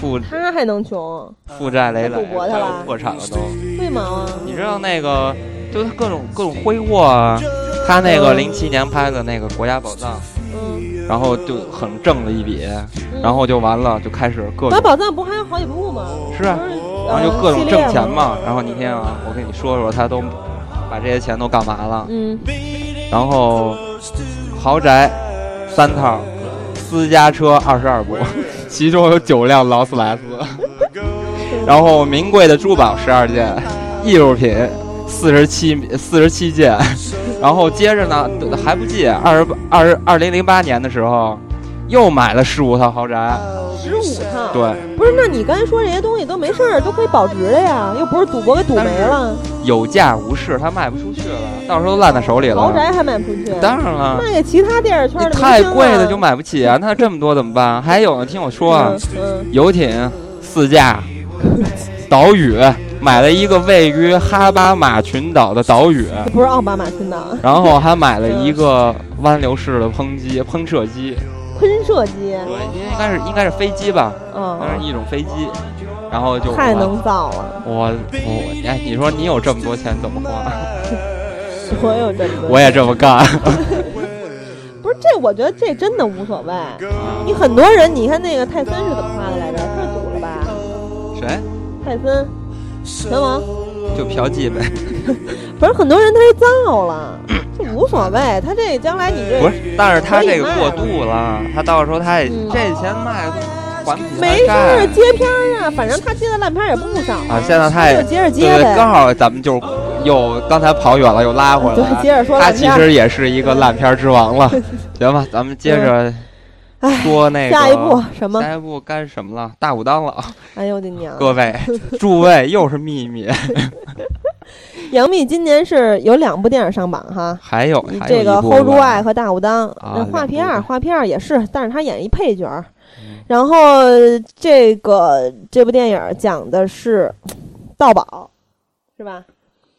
C: 负
D: 他还能穷？
C: 负债累累
D: 嗯他赌博去了，
C: 破产了都。
D: 会吗？
C: 你知道那个，就是各种各种挥霍啊。他那个零七年拍的那个《国家宝藏
D: 嗯，》，
C: 然后就很挣了一笔，
D: 嗯
C: 然后就完了，就开始各
D: 买
C: 种
D: 宝藏不还有好几部吗？
C: 是啊
D: 不是
C: 然后就
D: 呃
C: 各种
D: 系列
C: 挣钱
D: 吗
C: 嘛。然后你听啊，我跟你说说，他都把这些钱都干嘛了？
D: 嗯，
C: 然后豪宅三套，私家车二十二部，其中有九辆劳斯莱斯， (laughs) 然后名贵的珠宝十二件，艺术品四十七四十七件， (laughs) 然后接着呢还不济，二十二二零零八年的时候又买了十五套豪宅，
D: 十五趟。
C: 对，
D: 不是，那你刚才说这些东西都没事儿，都可以保值的呀，又不是赌博给赌没了，
C: 有价无市，他卖不出去了，到时候烂在手里
D: 豪
C: 了。
D: 宅还卖不出去，
C: 当然了。
D: 卖给其他电视圈
C: 你
D: 的
C: 太贵
D: 了
C: 的就买不起啊！那这么多怎么办？还有呢，听我说啊，
D: 嗯，
C: 游艇、四架、
D: (laughs)
C: 岛屿，买了一个位于哈巴马群岛的岛屿，
D: 嗯不是奥巴马群 (laughs) 岛，
C: 然后还买了一个湾流式的喷机、喷射机，
D: 喷射机，
C: 对，应该是应该是飞机吧，那是
D: 嗯，
C: 一种飞机，然后就
D: 太能造了，
C: 我我哎，你说你有这么多钱怎么花？ (laughs)
D: 所有这么多
C: 我也这么干，
D: 不是这，我觉得这真的无所谓。你很多人，你看那个泰森是怎么花的来着？他是赌了吧？
C: (laughs) 谁
D: 泰森，拳王，
C: 就嫖妓呗？
D: 反正很多人他是
C: (coughs)
D: 造了，这无所谓。他这将来你
C: (laughs)
D: 这
C: 不是，但是他这个过度了，他到时候他也
D: 嗯
C: 这钱卖还不起
D: 没
C: 他
D: 事
C: 债。
D: 儿接片儿啊，反正他接的烂片儿也不少
C: 啊，现在他也
D: 哎就接着接
C: 对，
D: 呗
C: 刚好咱们就是又刚才跑远了，又拉回来了。啊
D: 对接着说
C: 他
D: 烂
C: 其
D: 片儿
C: 实也是一个烂片儿之王
D: (laughs)
C: 了。行吧，咱们接着
D: 哎，
C: 说那个
D: 下一步什么？
C: 下一步该什么了？大武当
D: (laughs)
C: 了，
D: 哎呦我的娘！
C: 各
D: (laughs)
C: 位诸位又是秘密，
D: 杨幂今年是有两部电影上榜哈，
C: 还有还有
D: 这个
C: 一
D: 《
C: 部
D: Hold 住
C: 吧
D: 爱》和《大武当》
C: 啊
D: 那画皮
C: 两
D: 二，
C: 部
D: 画皮二也是，但是他演一配角儿
C: 嗯。
D: 然后这个这部电影讲的是盗宝，是吧？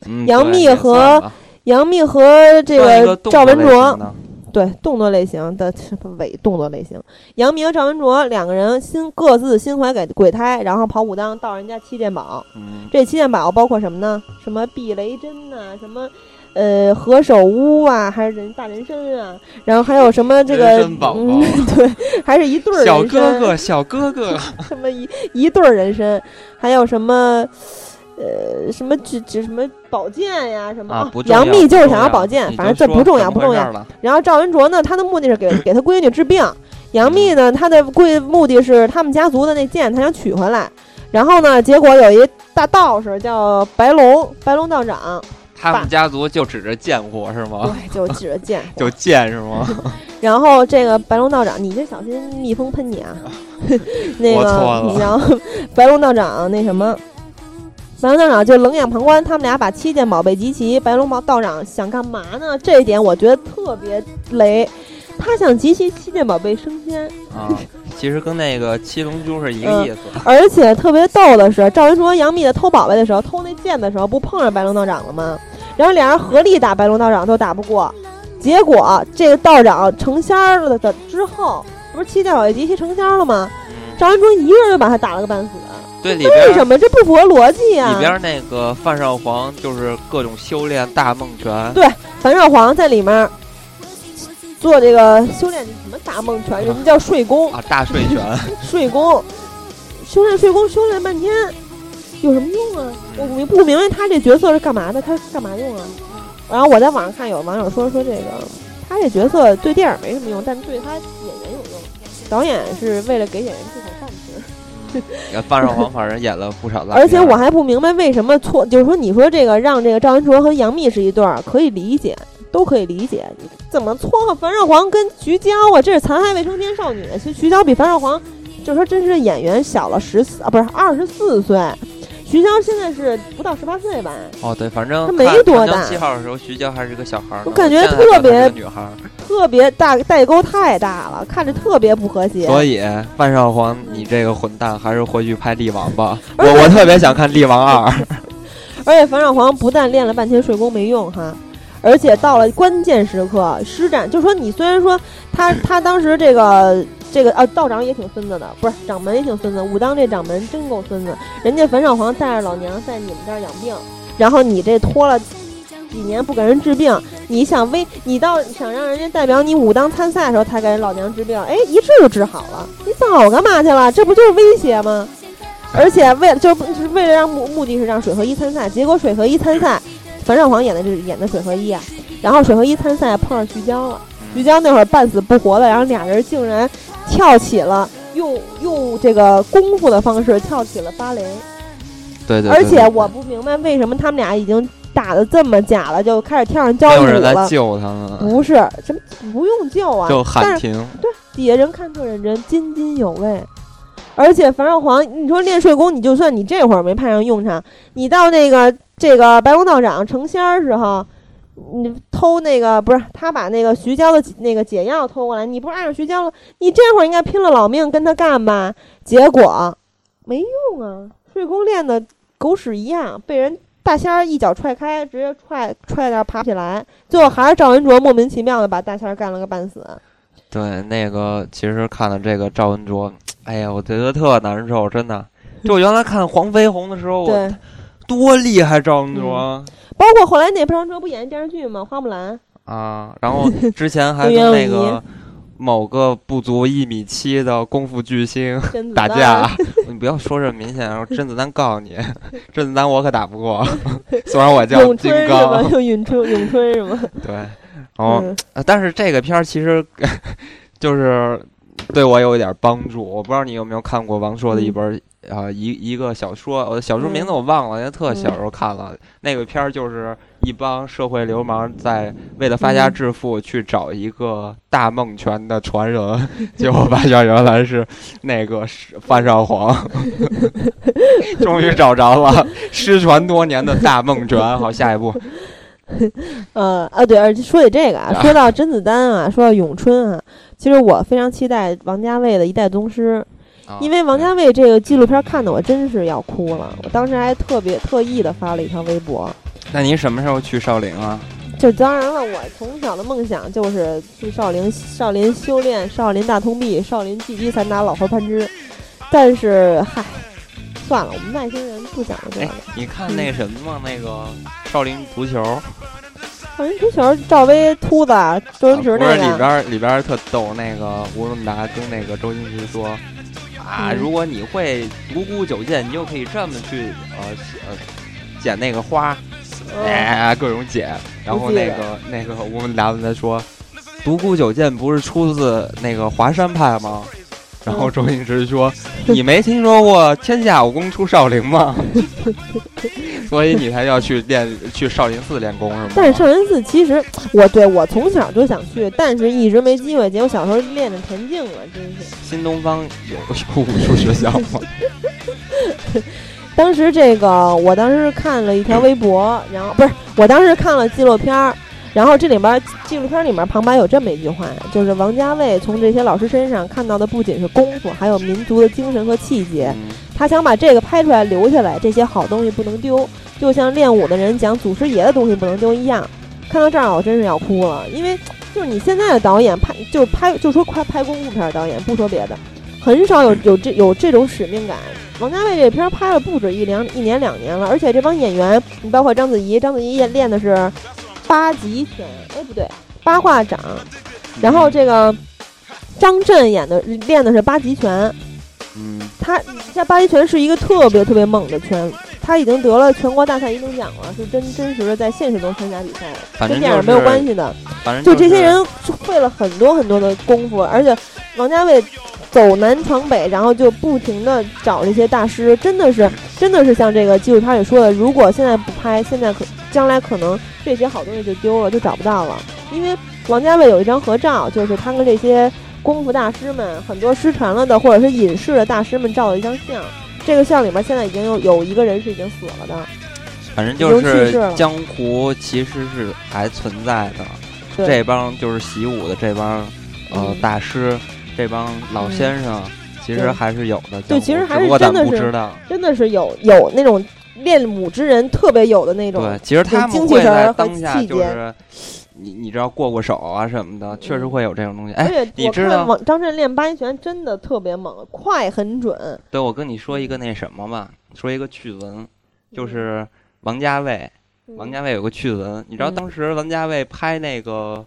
C: 嗯
D: 杨
C: 对
D: 幂
C: 也
D: 和
C: 算吧
D: 杨�和这
C: 算一个动
D: 赵
C: 作
D: 文
C: 类
D: 卓
C: 型，的
D: 对动作类型的伪动作类型，杨幂和赵文卓两个人心各自心怀鬼鬼胎，然后跑武当盗人家七件宝。
C: 嗯，
D: 这七件宝包括什么呢？什么避雷针呐、什么呃何首乌啊，还是人大人参啊，然后还有什么这
C: 人
D: 个
C: 参宝宝
D: 嗯， (laughs) 对，还是一对儿
C: 嗯小
D: 人
C: 哥
D: 参
C: 哥，小哥
D: (laughs)
C: 哥，
D: 什么一一对儿人参，还有什么呃什么指指什么宝剑呀、什么、
C: 啊
D: 哦
C: 不重要
D: 杨幂就是想
C: 不重
D: 要
C: 要
D: 宝剑，
C: 你
D: 反
C: 就
D: 正这
C: 说
D: 不重要
C: 怎么
D: 不
C: 回
D: 重
C: 事
D: 要
C: 儿。了
D: 然后赵文卓呢，他的目的是给给他闺女治病。杨幂呢，她的闺目的是他们家族的那剑，她想取回来。然后呢，结果有一大道士叫白龙，白龙道
C: 啊
D: 长，
C: 他
D: 爸
C: 们家族就指着贱货是吗？
D: 对，就指着剑。
C: (laughs) 就贱是吗？
D: 然后这个白龙道长，你这小心蜜蜂喷你
C: (laughs)
D: 啊！那
C: 我错
D: 个
C: 了，
D: 然后白龙道长那什么，白龙道长就冷眼旁观，他们俩把七件宝贝集齐。白龙道长想干嘛呢？这一点我觉得特别雷，他想集齐七件宝贝升仙。
C: 啊，其实跟那个七龙珠是一个
D: 嗯
C: 意思。
D: 而且特别逗的是，赵文卓、杨幂在偷宝贝的时候，偷那剑的时候，不碰上白龙道长了吗？然后俩人合力打白龙道长都打不过，结果这个道长成仙儿了的之后，不是七剑宝贝集齐成仙了吗？赵文卓一个人就把他打了个半死，
C: 对里
D: 为
C: 边
D: 什么？这不符合逻辑啊呀、
C: 里边那个范少皇就是各种修炼大梦拳，
D: 樊少皇在里面做这个修炼什么大梦拳，人家叫睡功，
C: 啊，大睡拳，
D: (laughs) 睡功，修炼睡功修炼半天，有什么用啊？我明不明白他这角色是干嘛的？他是干嘛用啊？然后我在网上看有网友说说这个，他这角色对电影没什么用，但对他演员有用。导演是为了给演员这口饭吃，
C: 范少皇反正演了不少烂片儿。
D: 而且我还不明白为什么错，就是说你说这个让这个赵文卓和杨幂是一对儿，可以理解，都可以理解。你怎么撮合樊少皇跟徐娇啊？这是残害未成年少女。其实徐娇比樊少皇就说真是演员小了十四啊，不是二十四岁。徐娇现在是不到十八岁吧？
C: 哦对，反正
D: 他没
C: 看
D: 多
C: 长江
D: 大
C: 七号的时候，徐娇还是个小孩儿呢，
D: 我感觉
C: 现在看
D: 特别
C: 她是个女孩儿。
D: 特别大代沟太大了，看着特别不和谐。
C: 所以范少皇，你这个混蛋，还是回去拍《力王》吧。我
D: 而且
C: 我特别想看《力王二》
D: 而且樊少皇不但练了半天睡功没用哈，而且到了关键时刻施展，就说你虽然说他他当时这个这个啊，道长也挺孙子的，不是掌门也挺孙子。武当这掌门真够孙子，人家冯绍皇带着老娘在你们这儿养病，然后你这拖了几年不给人治病，你想威，你到想让人家代表你武当参赛的时候，他给老娘治病，哎，一治就治好了，你早干嘛去了？这不就是威胁吗？而且为就是就是为了让目目的是让水和一参赛，结果水和一参赛，冯绍皇演的就是演的水和一啊，然后水和一参赛碰上徐娇了，徐娇那会儿半死不活的，然后俩人竟然跳起了用用这个功夫的方式跳起了芭蕾，
C: 对对对。
D: 而且
C: 对
D: 我不明白为什么他们俩已经打的这么假了，就开始跳上交
C: 没
D: 谊舞
C: 有人来
D: 了。
C: 救他们，
D: 不是，什么不用救啊？
C: 就
D: 但
C: 喊
D: 是
C: 停。
D: 底下人看特认真，津津有味。而且樊少皇，你说练睡功，你就算你这会儿没派上用场，你到那个这个白宫道长成仙儿时候，你偷那个不是他把那个徐娇的解那个解药偷过来，你不是爱上徐娇了？你这会儿应该拼了老命跟他干吧？结果没用啊，睡功练的狗屎一样，被人大仙儿一脚踹开，直接踹踹那儿爬不起来，最后还是赵文卓莫名其妙的把大仙儿干了个半死。
C: 对，那个其实看了这个赵文卓，哎呀，我觉得特难受，真
D: (laughs)
C: 的。就我原来看黄飞鸿的时候，
D: 对嗯
C: 我。多厉害赵文卓、
D: 包括后来那裴长哲不演电视剧吗？花木兰，
C: 啊！然
D: (laughs)
C: 后之前还
D: 跟
C: 跟
D: 袁
C: 那
D: 咏仪
C: 个某个不足一米七的功夫巨星
D: 甄子
C: 打
D: 丹
C: 架， (laughs) 你不要说这么明显，然后甄子丹告你，甄子丹我可打不过， (laughs) 虽然我叫
D: (laughs) 咏
C: 金
D: 春是吗？
C: 刚，
D: 就 (laughs) 咏春，咏春是吗？
C: 对，然后
D: 嗯
C: 呃，但是这个片儿其实 (laughs) 就是对我有一点帮助。我不知道你有没有看过王朔的一
D: 嗯
C: 本儿啊、一一个小说，我小说名字
D: 嗯
C: 我忘了，那特
D: 嗯
C: 小时候看了。那个片儿就是一帮社会流氓在为了发家
D: 嗯
C: 致富去找一个大梦拳的传人， (laughs) 结果发现原来是那个是范少
D: (laughs)
C: 皇，终于找着了失传多年的大梦拳。好，下一步，
D: 呃啊，对，而且说起这个啊，
C: 啊
D: 说到甄子丹啊，说到咏春啊，其实我非常期待王家卫的《一代宗师》，
C: 啊
D: 因为王家卫这个纪录片看的我真是要哭了，我当时还特别特意的发了一条微博。
C: 那您什么时候去少林啊？
D: 就当然了，我从小的梦想就是去少林，少林修炼，少林大通臂，少林聚击散打老活攀枝。但是嗨，算了，我们外星人不讲究这
C: 哎
D: 个。，
C: 你看那什么吗？那个少林足球，
D: 少林足球，赵薇、秃子、周星驰
C: 啊不是
D: 那
C: 里边
D: 个，
C: 儿里边儿特逗，那个吴孟达跟那个周星驰说啊，
D: 嗯
C: 如果你会独孤九剑，你就可以这么去呃呃捡那个花，
D: 嗯
C: 哎，各种捡。然后
D: 记得
C: 那个那个吴孟达问他说，独孤九剑不是出自那个华山派吗？然后周星驰
D: (laughs)
C: 说：“你没听说过天下武功出少林吗？ (laughs) 所以你才要去练去少林寺练功是吗？”
D: 但是少林寺其实我对我从小就想去，但是一直没机会。结果小时候练着田径了，真是。
C: 新东方有有武术学校
D: (laughs)
C: 吗？
D: 当时这个，我当时看了一条微博，然后不是，我当时看了纪录片儿，然后这里面儿纪录片儿里面儿旁白有这么一句话，就是王家卫从这些老师身上看到的不仅是功夫，还有民族的精神和气节。
C: 嗯
D: 他想把这个拍出来留下来，这些好东西不能丢，就像练武的人讲祖师爷的东西不能丢一样。看到这儿，我真是要哭了，因为就是你现在的导演拍，就是拍，就说快拍功夫片儿导演，不说别的，很少有 (laughs) 有这有这种使命感。王家卫这片儿拍了不止一两一年两年了，而且这帮演员，你包括章子怡，章子怡也练的是八极拳，哎不对，八卦掌，然后这个张震演的练的是八极拳，
C: 嗯，
D: 他像八极拳是一个特别特别猛的拳，他已经得了全国大赛一等奖了，是真真实的在现实中参加比赛，
C: 反正
D: 跟电
C: 就
D: 影
C: 是
D: 没有关，系的。
C: 反正
D: 就是这些人是费了很多很多的功夫，而且王家卫走南闯北，然后就不停的找这些大师，真的是真的是像这个纪录片里说的，如果现在不拍，现在可将来可能这些好东西就丢了，就找不到了。因为王家卫有一张合照，就是他跟这些功夫大师们，很多失传了的或者是隐世的大师们照的一张相。这个像里面现在已经有有一个人是已经死了的，
C: 反正就
D: 已经去
C: 是
D: 世了
C: 江湖其实是还存在的，
D: 对
C: 这帮就是习武的这帮呃
D: 嗯
C: 大师，这帮老先生，其实
D: 对
C: 还是有的，江
D: 对
C: 湖
D: 其实还
C: 只
D: 是
C: 不过
D: 真
C: 咱
D: 的
C: 不
D: 是
C: 知道。
D: 真的是有有那种练武之人特别有的那种
C: 对，其实他
D: 精
C: 们
D: 气
C: 会
D: 神
C: 在
D: 儿和
C: 当下
D: 气
C: 就
D: 节
C: 是你你知道过过手啊什么的，确实会有这种东西。
D: 而
C: 哎，
D: 且
C: 你
D: 我
C: 知道
D: 看王张震练八极拳真的特别猛，快很准。
C: 对，我跟你说一个那什么吧，说一个趣闻，
D: 嗯
C: 就是王家卫，王家卫有个趣闻，你知道
D: 嗯
C: 当时王家卫拍那个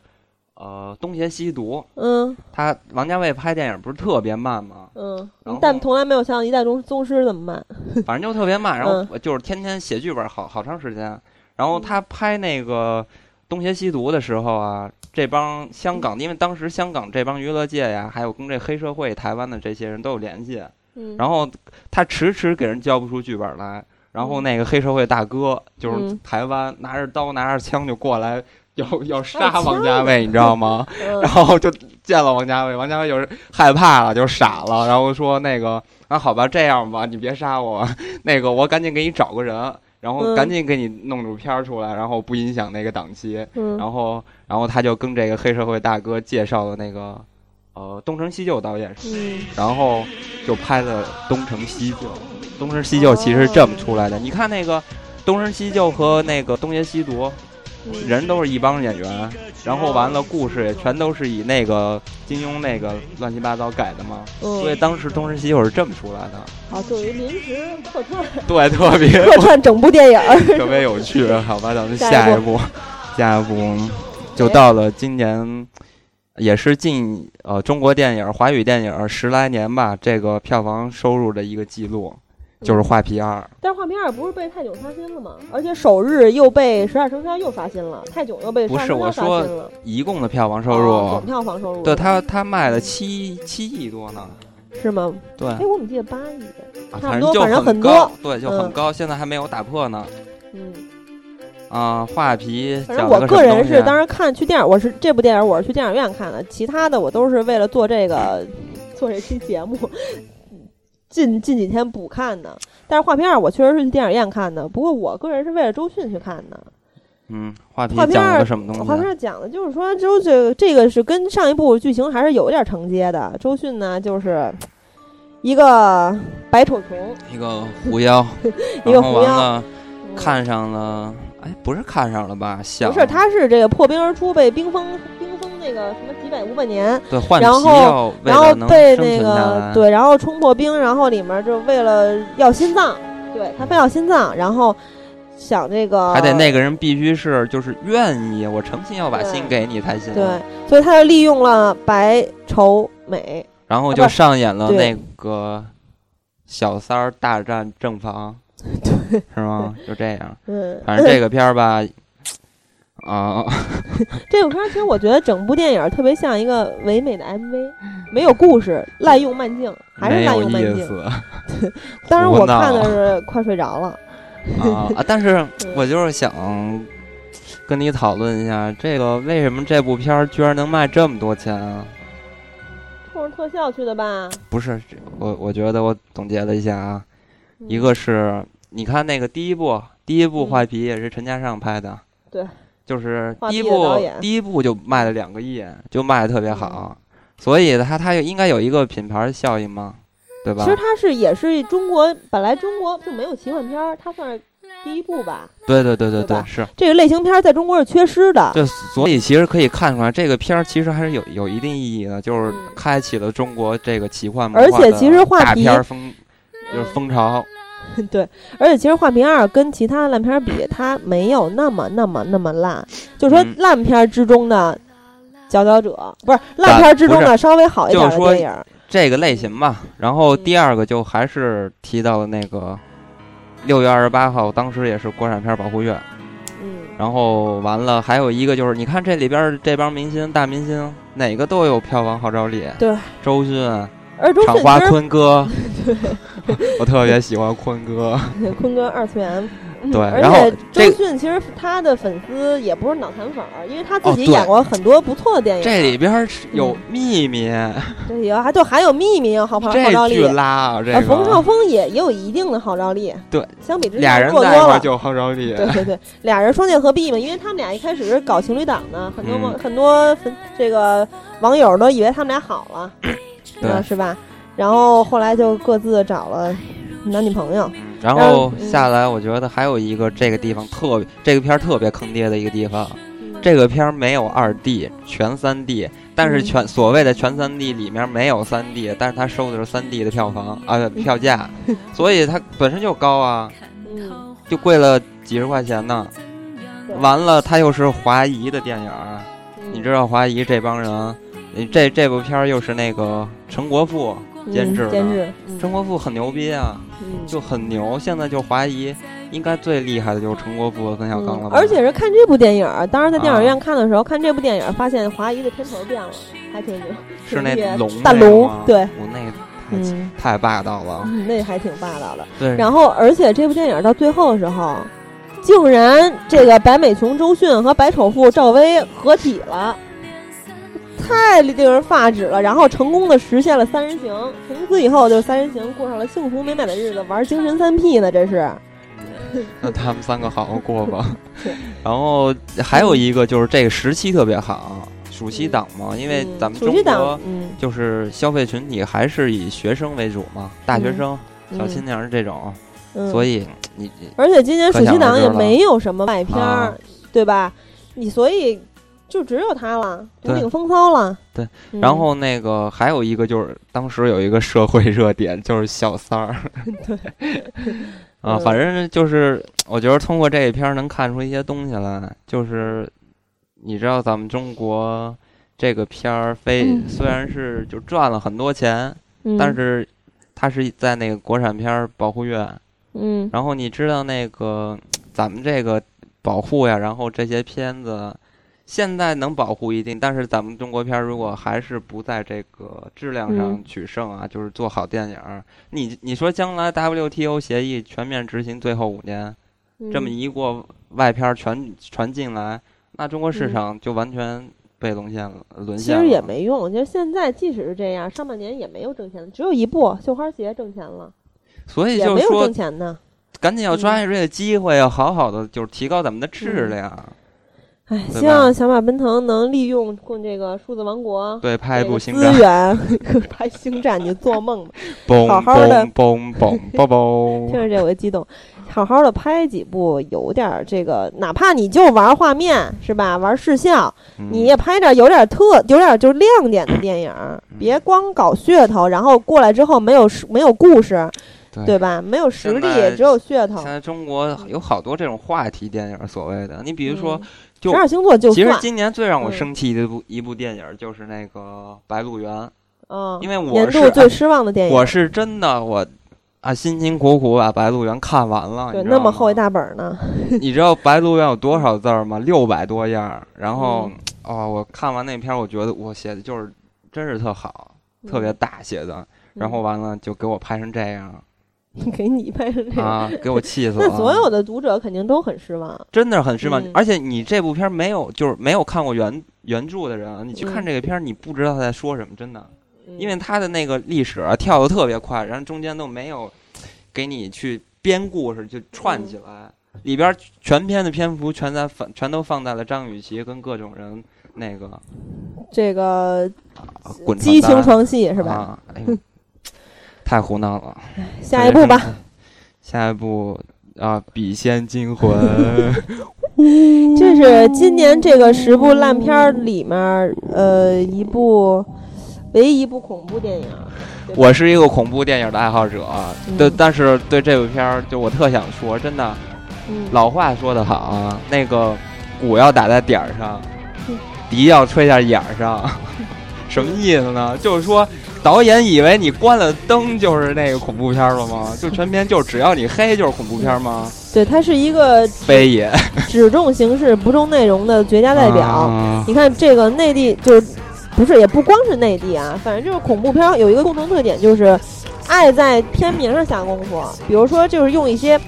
C: 呃《东邪西毒》，
D: 嗯
C: 他王家卫拍电影不是特别慢吗？
D: 嗯
C: 然后，
D: 但从来没有想到一代宗宗师怎么办？
C: 反正就特别慢，然后
D: 嗯
C: 我就是天天写剧本好，好长时间。然后他拍那个《东邪西毒》的时候啊，这帮香
D: 嗯
C: 港，因为当时香港这帮娱乐界呀，还有跟这黑社会台湾的这些人都有联系，
D: 嗯，
C: 然后他迟迟给人交不出剧本来，然后那个黑社会大哥就是
D: 嗯
C: 台湾拿着刀拿着枪就过来要要杀
D: 枪
C: 王家卫，你知道吗？
D: 嗯
C: 然后就见了王家卫，王家卫就是害怕了，就傻了，然后说那个啊好吧这样吧，你别杀我，那个我赶紧给你找个人，然后
D: 嗯
C: 赶紧给你弄出片儿出来，然后不影响那个档期，
D: 嗯
C: 然后然后他就跟这个黑社会大哥介绍了那个呃东成西就导演
D: 嗯，
C: 然后就拍了《东成西就》。《东成西就》其实是这么出来的。你看那个《东成西就》和那个《东邪西毒》，
D: 嗯
C: 人都是一帮演员，然后完了故事也全都是以那个金庸那个乱七八糟改的嘛。所以
D: 嗯，
C: 当时《东成西就》是这么出来
D: (laughs)
C: 的，
D: 好，作为临时客
C: (laughs)
D: 串，
C: 对，特别
D: 客串整部电影儿。 (laughs)
C: 特别有趣。好吧，咱们
D: 下
C: 下
D: 一
C: 一步，下一步就到了今年。也是近呃中国电影、华语电影十来年吧，这个票房收入的一个记录，
D: 嗯
C: 就是《画皮二》。
D: 但是《画皮二》不是被泰囧刷新了吗？而且首日又被《十二生肖》又刷新了，泰囧又被《十
C: 不是
D: 二生肖
C: 我》
D: 刷
C: 说
D: 新了，
C: 一共的票房收入，
D: 哦总票房收入
C: 对他他卖了七七亿多呢，
D: 是吗？
C: 对，
D: 哎，我怎么记得八亿？
C: 啊
D: 差不
C: 反
D: 多
C: 正就
D: 反正很
C: 高
D: 多，
C: 对，就
D: 嗯
C: 很高，现在还没有打破呢。
D: 嗯，
C: 啊，画皮，
D: 反正
C: 讲了
D: 我
C: 个
D: 个
C: 什么
D: 人
C: 东
D: 是
C: 西啊
D: 当时看去电影，我是这部电影我是去电影院看的，其他的我都是为了做这个做这期节目，近近几天补看的。但是《画皮二》我确实是去电影院看的，不过我个人是为了周迅去看的。
C: 嗯，画皮
D: 画皮
C: 讲了
D: 二
C: 个什么
D: 我画
C: 东西啊
D: 面？讲的就是说，周这这个是跟上一部剧情还是有一点承接的。周迅呢，就是一个白丑穷，，
C: 一个狐妖
D: (laughs) 一个
C: 然后
D: 狐
C: 完
D: 妖
C: 了
D: 嗯
C: 看上了，哎，不是看上了吧？想
D: 不是，他是这个破冰而出，被冰封冰封那个什么几百五百年，
C: 对换皮
D: 然后
C: 要为
D: 然后
C: 了能
D: 被
C: 生
D: 那
C: 存下
D: 个
C: 来，
D: 对，然后冲破冰，然后里面就为了要心脏，对他非要心脏，然后想这个
C: 还得那个人必须是就是愿意，我诚心要把
D: 对
C: 心给你才行。
D: 对，所以他就利用了白丑美。
C: 然后
D: 啊
C: 就
D: 不是
C: 上演了
D: 对
C: 那个小三儿大战正
D: (laughs)
C: 房，对，是吗？就这样，
D: 嗯，
C: 反正这个片儿吧，啊、
D: 这部片儿其实我觉得整部电影儿特别像一个唯美的 MV，没有故事，滥用慢镜，还是
C: 没
D: 滥
C: 有
D: 用慢
C: 意
D: 镜。
C: 思
D: 当时我
C: 胡闹
D: 看的是快睡着了。 (laughs)
C: 啊啊！但是我就是想跟你讨论一下，这个为什么这部片儿居然能卖这么多钱啊？
D: 冲着特效去的吧？
C: 不是，这我我觉得我总结了一下啊，
D: 嗯
C: 一个是你看那个第一部，第一部
D: 嗯
C: 《画皮》也是陈嘉上拍的，
D: 对，
C: 就是
D: 画
C: 第一
D: 皮的导
C: 部
D: 演嗯
C: 第一部就卖了两个亿，就卖的特别好，所以它它应该有一个品牌效应嘛，对吧
D: 其？实它是也是中国，本来中国就没有奇幻片儿，它算是第一部吧。
C: 对对对对
D: 对吧
C: 是，
D: 这个类型片儿在中国是缺失的。
C: 就所以其实可以看出来，这个片儿其实还是有有一定意义的，就是
D: 嗯
C: 开启了中国这个奇幻魔
D: 而
C: 幻
D: 且
C: 的
D: 其实画
C: 大
D: 皮
C: 片儿风就是
D: 嗯
C: 风潮，
D: (laughs) 对，而且其实《画皮二》跟其他烂片
C: (laughs)
D: 儿比，它没有那么、那么、那么烂。就说
C: 嗯
D: 烂片儿之中的佼佼者，不是烂片儿之中
C: 不
D: 的稍微好一点
C: 就
D: 的
C: 是说
D: 电影儿。
C: 这个类型吧。然后第二个就还是提到了那个六月二十八号，当时也是国产片儿保护月。
D: 嗯，
C: 然后完了，还有一个就是，你看这里边儿这帮明星、大明星，哪个都有票房号召力。
D: 对，
C: 周迅、
D: 而周
C: 厂
D: 迅
C: 花
D: 其实
C: 坤
D: (laughs)
C: 哥，我特别喜欢坤哥。
D: 坤哥二次元，嗯
C: 对
D: 而
C: 然后
D: 且
C: 这
D: 周迅其实他的粉丝也不是脑残粉儿，因为他自
C: 哦
D: 己
C: 对
D: 演过很多不错的电影。
C: 这里边儿是有
D: 嗯
C: 秘密，
D: 这有还就还有秘密有好号号召
C: 这
D: 力
C: 剧，拉啊，这
D: 呃，冯绍
C: 个
D: 峰也也有一定的号召力。
C: 对，
D: 相比之
C: 俩
D: 下
C: 人
D: 弱多
C: 在一块儿
D: 了。
C: 就有号召力。
D: 对对对，俩人双剑合璧嘛，因为他们俩一开始是搞情侣档呢，很多网、
C: 嗯
D: 很多粉这个网友都以为他们俩好了，
C: 对
D: 嗯是吧？然后后来就各自找了男女朋友，
C: 然
D: 然
C: 后
D: 后嗯
C: 下来，我觉得还有一个这个地方特别，这个片儿特别坑爹的一个地方，这个片儿没有二 D，全三 D，但
D: 嗯
C: 是全、所谓的全三 D 里面没有三 D，但是它收的是三 D 的票房啊、不票价， (laughs) 所以它本身就高啊，
D: 嗯，
C: 就贵了几十块钱呢。完了，它又是华谊的电影儿，
D: 嗯
C: 你知道华谊这帮人，你这这部片儿又是那个陈国富监制
D: 嗯
C: 的，
D: 监制，
C: 陈国富很牛逼啊，
D: 嗯，
C: 就很牛。现在就华谊应该最厉害的就是陈国富和冯小刚了吧，
D: 嗯而且是看这部电影儿，当时在电影院
C: 啊
D: 看的时候，看这部电影儿，发现华谊的片头变了，还挺牛，
C: 是
D: 挺厉
C: 那
D: 害
C: 龙
D: 大
C: 那个
D: 龙
C: 吗
D: 对，
C: 我那个太
D: 嗯，
C: 太霸道了，
D: 那还挺霸道的。
C: 对，
D: 然后，而且这部电影儿到最后的时候，竟然这个白美琼、周迅和白丑妇赵薇合体了。太令人发指了，然后成功的实现了三人行，从此以后就三人行过上了幸福美满的日子，玩精神三 P 呢，这是。
C: 那他们三个好好过吧
D: (laughs) 对。嗯
C: 然后还有一个就是这个时期特别好，暑期档嘛，因为
D: 嗯
C: 咱们
D: 暑
C: 中
D: 期
C: 国
D: 档，嗯，
C: 就是消费群体还是以学生为主嘛，大学生、小青年儿这种，
D: 嗯，
C: 所以你你
D: 而且今年暑期档也
C: 可想而知了
D: 没有什么外片儿，
C: 啊
D: 对吧？你所以就只有他了，独
C: 对
D: 领风骚了。
C: 对
D: 嗯，
C: 然后那个还有一个就是当时有一个社会热点就是小三儿， (laughs) 啊，
D: 嗯
C: 反正就是我觉得通过这一篇能看出一些东西来，就是你知道咱们中国这个片儿非
D: 嗯
C: 虽然是就赚了很多钱，
D: 嗯，
C: 但是它是在那个国产片儿保护月，
D: 嗯
C: 然后你知道那个咱们这个保护呀，然后这些片子现在能保护一定，但是咱们中国片儿如果还是不在这个质量上
D: 嗯
C: 取胜啊，就是做好电影儿，你你说将来 WTO 协议全面执行最后五年，
D: 嗯
C: 这么一过外片儿全传进来，那中国市
D: 嗯
C: 场就完全被沦陷了，沦
D: 其
C: 陷
D: 实也
C: 了
D: 没用，就是现在即使是这样，上半年也没有挣钱的，只有一部《绣花鞋》挣钱了，
C: 所以
D: 也
C: 就
D: 没
C: 是
D: 有
C: 说
D: 挣钱呢。
C: 赶紧要抓
D: 嗯
C: 住这个机会，要好好的就是提高咱们的质
D: 嗯
C: 量，啊
D: 哎，
C: 对
D: 希
C: 吧
D: 望小马奔腾能利用供这个数字王国
C: 对，拍一
D: 这
C: 部
D: 个
C: 星战
D: 资。源 (laughs) 拍星战，你就做梦
C: (laughs)
D: 吧。
C: 嘣
D: 好好地
C: 嘣嘣嘣嘣
D: 听
C: 嘣，
D: 着这我就激动，好好的拍几部，有点儿这个，哪怕你就玩画面是吧，玩视效，
C: 嗯
D: 你也拍点儿有点儿特，有点儿就是亮点的电影儿，
C: 嗯
D: 别光搞噱头，然后过来之后没有实没有故事，
C: 对
D: 对吧？没有实
C: 现
D: 力
C: 在，
D: 只有噱头
C: 现。在中国有好多这种话题电影，所谓的你比如说
D: 嗯，
C: 就
D: 十二星座就
C: 其实
D: 算，
C: 今年最让我
D: 嗯
C: 生气的一部一部电影就是那个《白鹿原》，
D: 嗯，
C: 因为我
D: 年
C: 是
D: 度最失望的电影
C: 我，是真的我啊辛辛苦苦把《白鹿原》看完了，
D: 对，
C: 你知道
D: 那么
C: 吗
D: 厚一，大本儿呢，
C: 你知道《白鹿原》有多少字儿吗？六百多页儿。然后哦，我看完那片儿，我觉得我写的就是真是特好，特别大写的。 (laughs) 然后完了就给我拍成这样
D: 嗯 (laughs) 给你拍成这样，
C: 啊，给我气死了。
D: 那所有的读者肯定都很失望。
C: 真的很失望。
D: 嗯
C: 而且你这部片儿没有，就是没有看过原原著的人啊，你去
D: 嗯
C: 看这个片儿，你不知道他在说什么，真的，
D: 嗯
C: 因为他的那个历史啊跳的特别快，然后中间都没有给你去编故事，就串起来。
D: 嗯
C: 里边儿全篇的篇幅全在放，全都放在了张雨绮跟各种人那个、啊
D: 这个
C: 滚
D: 激
C: 床
D: 情
C: 单
D: 床戏是吧？
C: 啊、哎呦，太胡闹了。
D: 下一步吧。
C: (laughs) 下一步啊，《笔仙惊魂》
D: (laughs) 这是今年这个十部烂片儿里面儿，呃，一部唯一一部恐怖电影儿。对吧
C: 我是一个恐怖电影的爱好者，
D: 嗯
C: 对，但是对这部片儿，就我特想说，真的，
D: 嗯
C: 老话说得好啊，那个鼓要打在点儿上
D: 嗯，
C: 笛要吹在眼儿
D: (laughs)
C: 上，什么意思呢？就是说，导演以为你关了灯就是那个恐怖片儿了吗？就全片就只要你黑就是恐怖片儿
D: (laughs)
C: 吗？
D: 对，它是一个
C: 非也，
D: 只重形式不重内容的绝佳代表。
C: 啊
D: 你看这个内地就是不是也不光是内地啊，反正就是恐怖片儿有一个共同特点，就是爱在片名上下功夫。比如说，就是用一些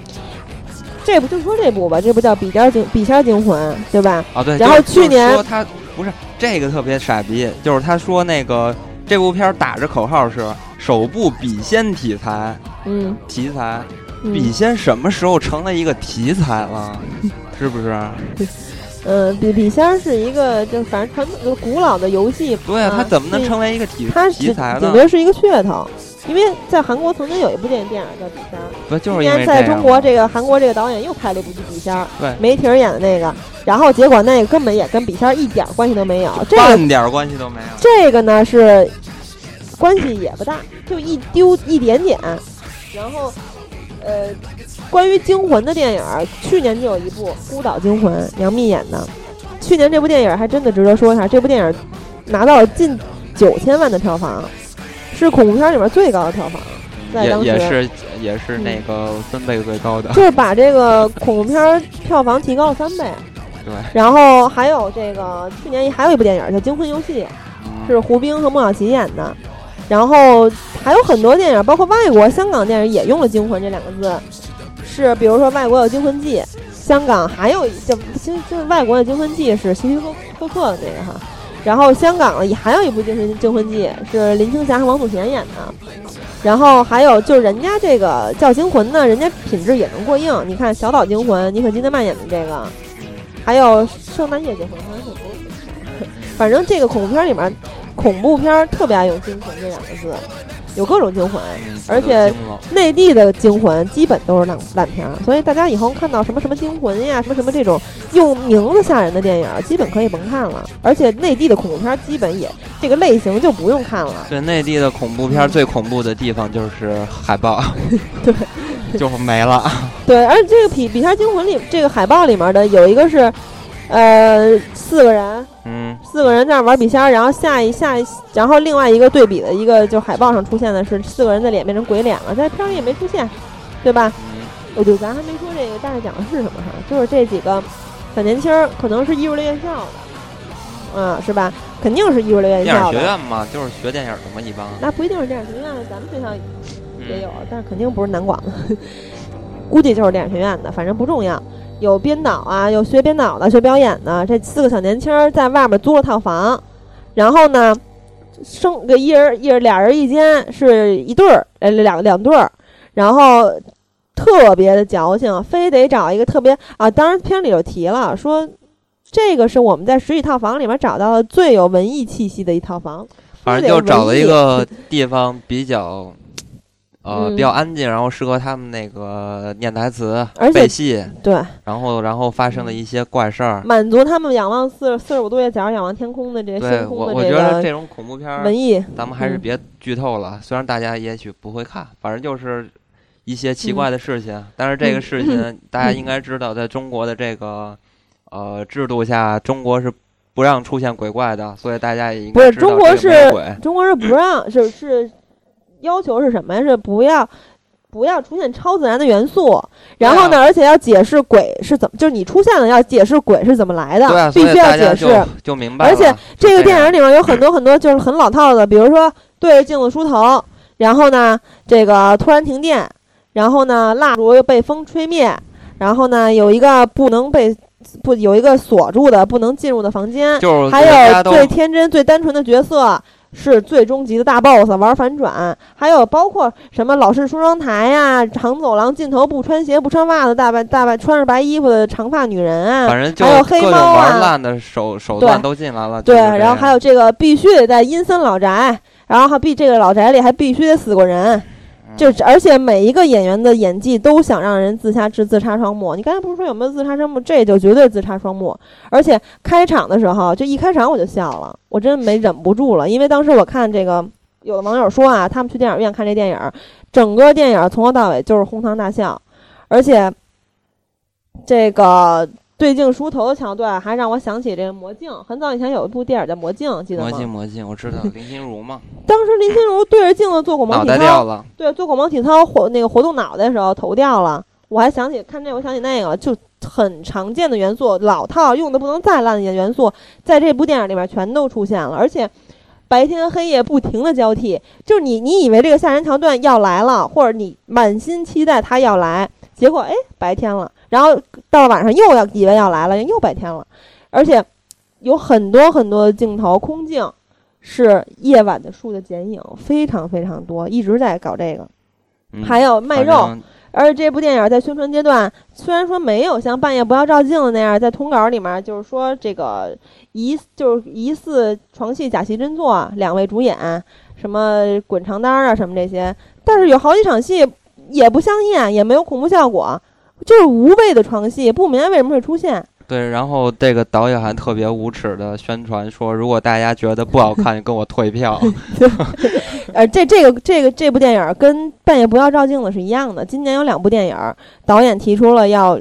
D: 这部就说这部吧，这部叫《笔尖儿惊笔仙儿惊魂》，对吧？
C: 啊，对。
D: 然后
C: 就是
D: 去年
C: 就是说他不是这个特别傻逼，就是他说那个这部片儿打着口号是首部笔仙题材
D: 嗯，
C: 题材，
D: 嗯
C: 笔仙什么时候成了一个题材了？是不是？
D: 嗯，笔笔仙儿是一个，就反正传统就古老的游戏。
C: 对啊，
D: 啊
C: 它怎么能
D: 是
C: 成为一个题
D: 嗯它
C: 题
D: 只
C: 材
D: 顶
C: 呢？
D: 多是一个噱头，因为在韩国曾经有一部电影电影叫《笔仙儿》，
C: 不就
D: 今
C: 是因为
D: 年在
C: 样
D: 中国
C: 吗
D: 这个韩国这个导演又拍了一部剧《笔仙儿》，
C: 对
D: 梅婷儿演的那个。然后结果那个根本也跟笔仙儿一点儿关系都没有。这个
C: 半点关系都没有。
D: 这个呢是关系也不大，就一丢一点点。然后，呃，关于惊魂的电影儿，去年就有一部《孤岛惊魂》，杨幂演的。去年这部电影儿还真的值得说一下，这部电影儿拿到了近九千万的票房，是恐怖片儿里面最高的票房。在
C: 也
D: 当
C: 也
D: 时嗯
C: 是也是那个分贝最高的，
D: 就是把这个恐怖片儿票房提高了三倍。
C: 对，
D: 然后还有这个去年还有一部电影叫《惊魂游戏》，
C: 嗯
D: 是胡兵和孟小琪演的。然后还有很多电影，包括外国、香港电影也用了“惊魂”这两个字，是比如说外国有《惊魂记》，香港还有就就就外国的《惊魂记》是希区柯克的那个哈，然后香港也还有一部《惊魂惊魂记》是林青霞和王祖贤演的，然后还有就是人家这个叫《惊魂》呢，人家品质也能过硬，你看《小岛惊魂》，尼可基德曼演的这个，还有《圣诞夜惊魂》，好像是不是反正这个恐怖片里面，恐怖片特别爱用“惊魂”这两个字，有各种惊魂，
C: 嗯
D: 而
C: 都
D: 且
C: 惊了
D: 内地的惊魂基本都是烂烂片儿，所以大家以后看到什么什么惊魂呀，什么什么这种用名字吓人的电影儿，基本可以甭看了。而且内地的恐怖片儿基本也这个类型就不用看了，
C: 对内地的恐怖片儿最恐怖的地方就是海报，
D: 嗯 (laughs) 对，
C: (laughs) 就没了。
D: 对。而且这个《比比片惊魂》里这个海报里面的有一个是，呃，四个人，
C: 嗯，
D: 四个人在那玩笔仙儿，然后下一下一，然后另外一个对比的一个就海报上出现的是四个人的脸变成鬼脸了，在片儿里也没出现，对吧？
C: 嗯
D: 我就咱还没说这个大概讲的是什么哈，就是这几个小年轻儿可能是艺术类院校的，嗯，是吧？肯定是艺术类院
C: 电影
D: 校
C: 学
D: 的。
C: 院嘛，就是学电影的嘛，一帮。
D: 那不一定是电影学院，咱们学校也有
C: 嗯，，
D: 但是肯定不是南广的，估计就是电影学院的，反正不重要。有编导啊，有学编导的，学表演的，这四个小年轻儿在外面租了套房，然后呢，生个一人一人俩人一间，是一对儿，呃，两两对儿，然后特别的矫情，非得找一个特别啊，当然片里有提了，说这个是我们在十几套房里面找到的最有文艺气息的一套房，
C: 反
D: 非得
C: 正就找了一
D: 文艺
C: 个地方比较，呃，
D: 嗯
C: 比较安静，然后适合他们那个念台词
D: 而、且嗯
C: 背戏，
D: 对。
C: 然后然后发生的一些怪事儿。
D: 满足他们仰望四四十五度角、仰望天空的这
C: 对
D: 星
C: 我，
D: 空
C: 我
D: 的
C: 觉得
D: 个
C: 这种恐怖片儿，
D: 文艺。
C: 咱们还是
D: 嗯
C: 别剧透了。虽然大家也许不会看，反正就是一些
D: 嗯
C: 奇怪的事情。但是这个事情大家应该知道，在中国的这个呃制度下，中国是不让出现鬼怪的，所以大家也应
D: 不是
C: 该知道
D: 中国
C: 这个没有
D: 是
C: 鬼。
D: 中国是不
C: (laughs)
D: 让，是是要求是什么呀？是不要不要出现超自然的元
C: 啊
D: 素。然后呢，而且要解释鬼是怎么，就是你出现了要解释鬼是怎么来的，
C: 对啊，所
D: 必
C: 以
D: 须
C: 大家
D: 要解释
C: 就。就明白了。
D: 而且这个
C: 就这
D: 电
C: 样
D: 影里面有很多很多就是很老套的，比如说对着镜子梳头，然后呢，这个突然停电，然后呢，蜡烛又被风吹灭，然后呢，有一个不能被不有一个锁住的不能进入的房间，
C: 就是
D: 还
C: 大家
D: 有
C: 都
D: 最天真最单纯的角色。是最终极的大 boss 玩反转，还有包括什么老式梳妆台呀、长走廊尽头不穿鞋不穿袜子大白大白穿着白衣服的长发女人啊，
C: 反正就
D: 还有黑
C: 各种
D: 猫啊
C: 玩烂的手手段
D: 对
C: 都进来了。
D: 对，
C: 啊就是这
D: 然后还
C: 样
D: 有这个必须得在阴森老宅，然后还必这个老宅里还必须得死过
C: 嗯
D: 人，就是而且每一个演员的演技都想让人自杀至自杀双目。你刚才不是说有没有自杀双目？这就绝对自杀双目。而且开场的时候，就一开场我就笑了，我真没忍不住了，因为当时我看这个。有的网友说啊，他们去电影院看这电影，整个电影从头到尾就是哄堂大笑，而且这个对镜梳头的桥段还让我想起这个《魔镜》，很早以前有一部电影叫《魔镜》，记得
C: 魔
D: 吗？
C: 镜魔镜，我
D: (laughs)
C: 知道林心如嘛，
D: 当时林心如对着镜子做过
C: 脑
D: 毛
C: 袋
D: 体
C: 掉
D: 操，
C: 了，
D: 对，做过毛体操活那个活动脑袋的时候头掉了。我还想起看这，我想起那个了，就很常见的元素，老套用的不能再烂的元素，在这部电影里面全都出现了，而且白天黑夜不停的交替，就是你你以为这个吓人桥段要来了，或者你满心期待它要来，结果哎白天了，然后到了晚上又要以为要来了，又白天了，而且有很多很多的镜头空镜是夜晚的树的剪影，非常非常多，一直在搞这个，
C: 嗯
D: 还有卖
C: 反
D: 肉。
C: 正
D: 而且这部电影在宣传阶段，虽然说没有像《半夜不要照镜子》那样，在通稿里面就是说这个疑就是疑似床戏假戏真做，两位主演什么滚床单啊什么这些，但是有好几场戏也不香艳，也没有恐怖效果，就是无谓的床戏，不明白为什么会出现。
C: 对，然后这个导演还特别无耻的宣传说，如果大家觉得不好看，就跟我退
D: (laughs)
C: 票。
D: 呃，这这个这个这部电影儿跟《半夜不要照镜子》是一样的。今年有两部电影儿，导演提出了要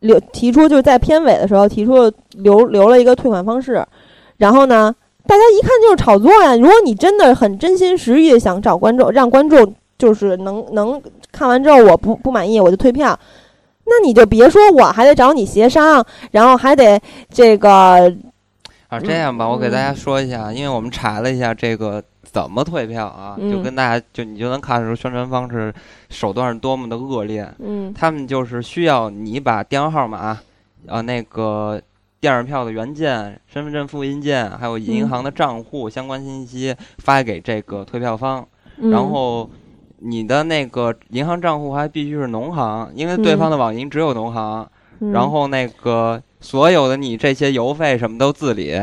D: 留，提出就是在片尾的时候提出了留留了一个退款方式，然后呢，大家一看就是炒作呀。如果你真的很真心实意地想找观众，让观众就是能能看完之后我不不满意我就退票。那你就别说我还得找你协商，然后还得这个
C: 啊，这样吧，我给大家
D: 嗯
C: 说一下，因为我们查了一下这个怎么退票啊，就
D: 嗯
C: 跟大家就你就能看出宣传方式手段是多么的恶劣。
D: 嗯
C: 他们就是需要你把电话号码、呃那个电影票的原件、身份证复印件，还有银
D: 嗯
C: 行的账户相关信息发给这个退票方，
D: 嗯，
C: 然后。你的那个银行账户还必须是农行，因为对
D: 嗯
C: 方的网银只有农行。
D: 嗯
C: 然后那个所有的你这些邮费什么都自理，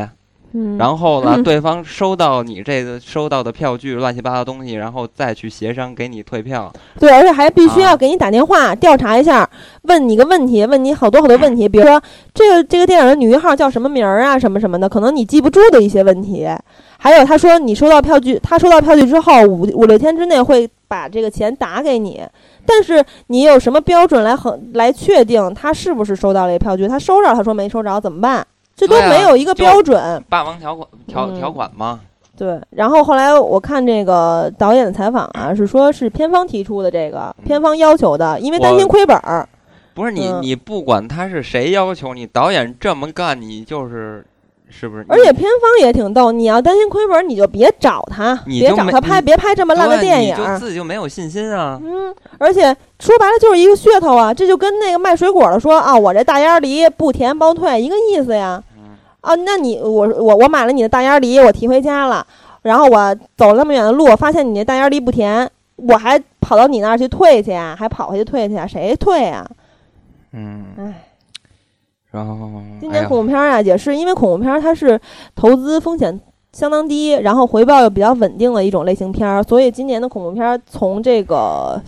D: 嗯
C: 然后呢，
D: (laughs) 嗯
C: 对方收到你这个收到的票据乱七八糟的东西，然后再去协商给你退票。
D: 对，而且还必须
C: 啊
D: 要给你打电话、调查一下，问你个问题，问你好多好多问题，比如说这个这个电影的女一号叫什么名儿啊，什么什么的，可能你记不住的一些问题。还有他说你收到票据，他收到票据之后五五六天之内会把这个钱打给你，但是你有什么标准来衡来确定他是不是收到这票据？他收着，他说没收着怎么办？这都
C: 对啊
D: 没有一个
C: 就
D: 标准。
C: 霸王条款条
D: 嗯
C: 条款嘛，
D: 对，然后后来我看这个导演的采访啊，是说是片方提出的这个，
C: 嗯
D: 片方要求的，因为担心亏本儿。
C: 不是你
D: 嗯
C: 你不管他是谁要求你，导演这么干，你就是是不是？
D: 而且片方也挺逗，你要担心亏本儿，你就别找他，
C: 你
D: 别
C: 就
D: 找
C: 没
D: 他拍，
C: 你
D: 别拍这么
C: 对
D: 烂的电影啊
C: 你就
D: 儿。
C: 自己就没有信心啊。
D: 嗯，而且说白了就是一个噱头啊，这就跟那个卖水果的说啊，我这大鸭梨不甜包退一个意思呀。
C: 嗯
D: 啊，那你我我我买了你的大鸭梨，我提回家了，然后我走了那么远的路，发现你那大鸭梨不甜，我还跑到你那儿去退去啊，还跑回去退去啊，谁退啊？
C: 嗯，
D: 唉，
C: 然后
D: 今
C: 哎
D: 年
C: 呀
D: 恐怖片儿啊，也是因为恐怖片儿它是投资风险相当低，然后回报又比较稳定的一种类型片儿，所以今年的恐怖片儿从这个。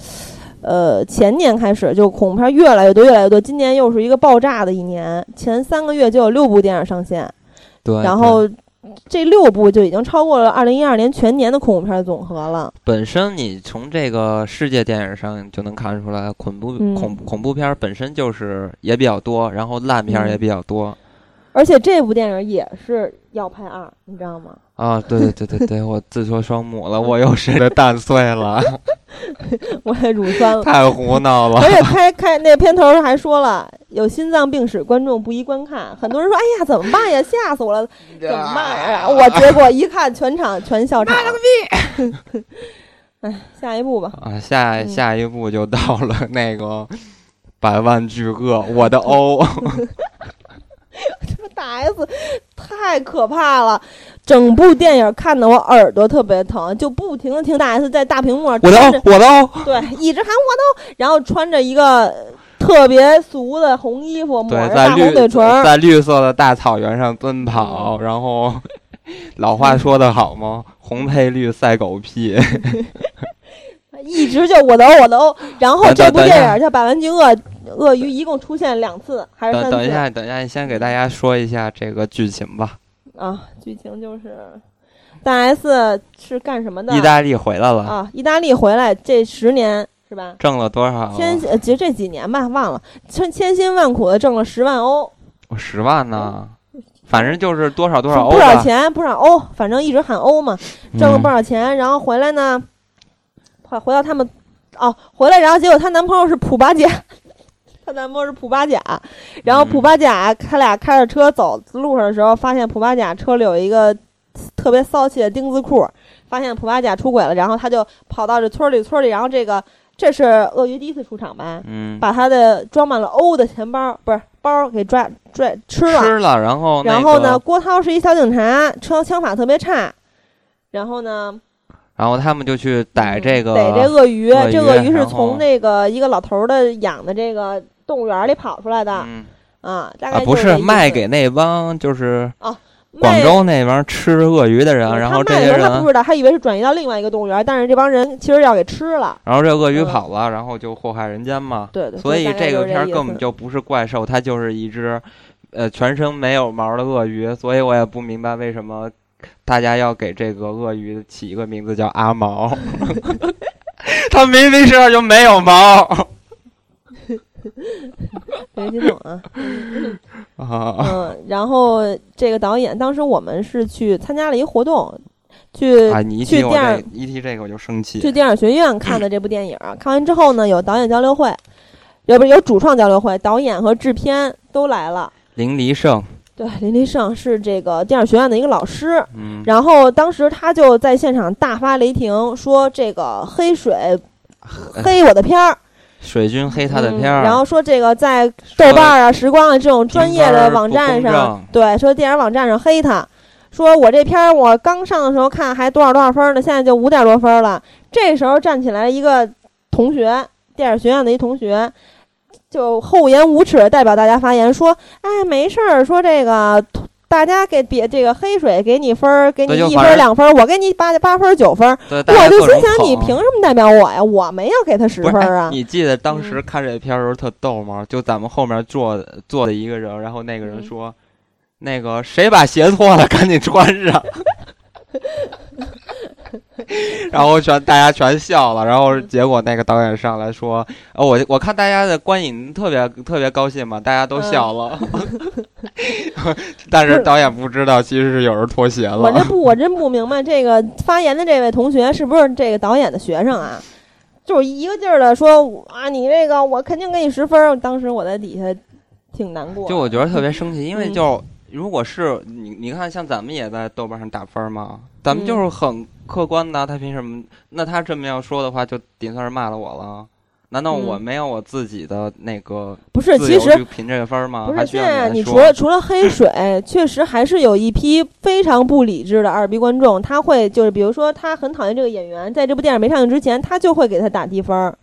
D: 呃，前年开始就恐怖片儿越来越多，越来越多。今年又是一个爆炸的一年，前三个月就有六部电影上线，
C: 对，
D: 然
C: 对
D: 后这六部就已经超过了二零一二年全年的恐怖片儿总和了。
C: 本身你从这个世界电影上就能看出来，恐怖、
D: 嗯
C: 恐恐怖片儿本身就是也比较多，然后烂片儿也
D: 嗯
C: 比较多。
D: 而且这部电影也是要拍二，你知道吗？ (laughs)
C: 啊，对对对对对，我自戳双目了，我又是的蛋碎 (laughs) 了，
D: 我也乳酸了。
C: 太胡闹 (laughs) 了
D: 而。且开开那片头还说了，有心脏病史观众不宜观看。很多人说：“哎呀，怎么办呀？吓死我 (laughs) 了，怎么办呀？”我结果一看，全场全笑场。啊妈了个 (laughs) 逼！哎，下一步吧。 (laughs)
C: 啊，下
D: 嗯
C: 下一步就到了 (laughs) 那个百万巨
D: (laughs)
C: 鳄，我的欧，
D: 大 S 太可怕了，整部电影看得我耳朵特别疼，就不停的听大 S 在大屏幕上
C: 我的哦 (laughs)
D: 穿着
C: 欧，我的欧，
D: 对，一直喊我都，然后穿着一个特别俗的红衣服，抹
C: 对，在
D: 着大红嘴
C: 绿
D: 唇儿，
C: 在绿色的大草原上奔跑，然后 (laughs) 老话说得好
D: (laughs)
C: 吗？红配绿赛狗屁。
D: 一直就我的我的然后
C: 等
D: 这部
C: 等
D: 电
C: 等
D: 影叫《百万巨鳄鳄鱼》，一共出现两次还是
C: 等
D: 三
C: 等一
D: 次
C: 下，等一下，先给大家说一下这个剧情吧。
D: 啊？剧情就是大 S 是干什么的
C: 意大利回来了，
D: 啊？意大利回来这十年是吧？
C: 挣了多少？
D: 千呃，其实这几年吧，忘了，千千辛万苦的挣了十万欧，
C: 我十万呢，反正就是多少多少欧
D: 不嗯少
C: 吧。
D: 钱，不少欧，反正一直喊欧嘛，挣了
C: 嗯
D: 不少钱，然后回来呢，回回到他们，哦，回来，然后结果她男朋友是普巴甲， (laughs) 她男朋友是普巴甲，然后
C: 嗯
D: 普巴甲他俩开着车走路上的时候，发现普巴甲车里有一个特别骚气的钉子裤，发现普巴甲出轨了，然后他就跑到这村里，村里，然后这个这是鳄鱼第一次出场吧，
C: 嗯，
D: 把他的装满了欧的钱包，不是包给抓拽吃了。
C: 吃了，然后那
D: 然后呢，
C: 个？
D: 郭涛是一小警察，枪枪法特别差。然后呢，
C: 然后他们就去逮这个，
D: 嗯逮这鳄鱼，
C: 鳄鱼
D: 这鳄鱼是
C: 然后
D: 从那个一个老头儿的养的这个动物园里跑出来的、
C: 嗯
D: 啊，大
C: 啊
D: 概，就
C: 不
D: 这
C: 是
D: 意思
C: 卖给那帮就是广
D: 卖
C: 州那帮吃鳄鱼的人，
D: 嗯
C: 然后
D: 他
C: 这
D: 卖的
C: 些
D: 时候他不
C: 人，
D: 知道，他以为是转移到另外一个动物园，但是这帮人其实要给吃了。
C: 然后这鳄鱼
D: 嗯
C: 跑了，然后就祸害人间嘛。
D: 对对，
C: 所以
D: 大概
C: 这
D: 就
C: 个
D: 是
C: 片儿
D: 意
C: 根本
D: 思
C: 就不是怪兽，它就是一只呃全身没有毛的鳄鱼，所以我也不明白为什么大家要给这个鳄鱼起一个名字叫阿
D: (laughs)
C: 毛。它明明身上就没有
D: (laughs)
C: 毛
D: 没听懂
C: (laughs)
D: 啊。
C: 啊！
D: 嗯，然后这个导演当时我们是去参加了一活动，去
C: 啊，你一
D: 去
C: 提我
D: 电
C: 这
D: 影
C: 一提这个我就生气
D: 去。电影学院看
C: 嗯
D: 的这部电影，啊看完之后呢，有导演交流会，要不是有主创交流会，导演和制片都来了。
C: 林黎胜，
D: 对，林立胜是这个电影学院的一个老师，
C: 嗯，
D: 然后当时他就在现场大发雷霆，说这个黑水黑我的片儿，
C: 水军黑他的片
D: 嗯
C: 儿，
D: 然后说这个在
C: 说
D: 豆瓣儿啊、时光啊这种专业
C: 评分
D: 的
C: 呃儿
D: 网
C: 不
D: 站
C: 公
D: 上
C: 正，
D: 对，说电影网站上黑他，说我这片儿我刚上的时候看还多少多少分儿呢，现在就五点多分儿了。这时候站起来一个同学，电影学院的一同学。就厚颜无耻地代表大家发言说，哎，没事儿，说这个大家给别这个黑水给你分儿，给你
C: 对就
D: 一
C: 反
D: 分儿
C: 正
D: 两分儿，我给你八八分儿九分儿，
C: 对，大
D: 我
C: 家
D: 就
C: 各种
D: 心想你
C: 捧啊
D: 凭什么代表我呀？我没有给他十
C: 不
D: 分
C: 是
D: 儿啊
C: 哎。你记得当时看这片儿的时候特逗吗？就咱们后面坐坐的一个人，然后那个人
D: 嗯
C: 说：“那个谁把鞋脱了，赶紧穿上。” (laughs) 然后全大家全笑了，然
D: 嗯
C: 后结果那个导演上来说：“哦，我我看大家的观影特别特别高兴嘛，大家都笑了。 (laughs) 但
D: 嗯不
C: 是
D: 是
C: 导演不知道，其实是有人脱鞋
D: 我这
C: 了。
D: 不，我真不明白这个发言的这位同学是不是这个导演的学生啊？就是一个劲儿的说啊，你这个我肯定给你十分儿。当时我在底下挺难过，
C: 就我觉得特别生气，因为
D: 嗯
C: 就如果是你，你看像咱们也在豆瓣上打分嘛，咱们
D: 嗯
C: 就是很客观的，他凭什么？那他这么要说的话，就顶算是骂了我了。难道我
D: 嗯
C: 没有我自己的那个
D: 不是，
C: 自
D: 其
C: 由
D: 实
C: 去评这个分吗
D: 不？
C: 还
D: 是
C: 需
D: 现
C: 要
D: 在，
C: 来
D: 你
C: 说
D: 除了除了黑水，确实还是有一批非常不理智的二逼观众，他会就是比如说他很讨厌这个演员，在这部电影没上映之前，他就会给他打低分儿。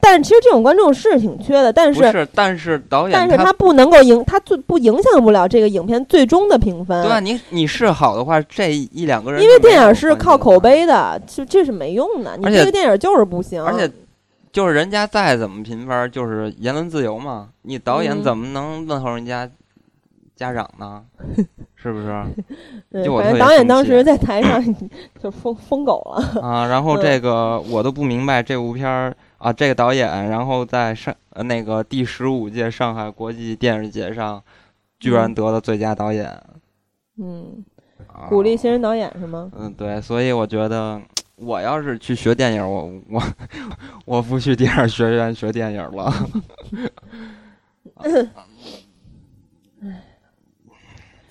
D: 但是其实这种观众是挺缺的，但
C: 不
D: 是
C: 是？但是导演
D: 但是他不能够影，他最不影响不了这个影片最终的评分。
C: 对啊，你你是好的话，这一两个人
D: 因为
C: 就没
D: 电
C: 有
D: 影是
C: 关系
D: 靠
C: 了
D: 口，碑的，就这是没用的。你
C: 而且
D: 这个电影就是不行。
C: 而且就是人家再怎么评分，就是言论自由嘛。你导演
D: 嗯
C: 怎么能问候人家家长
D: (laughs)
C: 呢？是不是？
D: 对，
C: 就我
D: 反
C: 特别
D: 正导演
C: 生
D: 当
C: 气
D: 时在台上 (coughs) 就疯疯狗了。 (laughs)
C: 啊，然后
D: 嗯
C: 这个我都不明白这部片儿啊，这个导演，然后在上呃那个第十五届上海国际电影节上，居然
D: 嗯
C: 得了最佳导演，
D: 嗯，
C: 啊
D: 鼓励新人导演是吗？
C: 嗯，对，所以我觉得我要是去学电影儿，我我 (laughs) 我不去电影学院学电影儿了。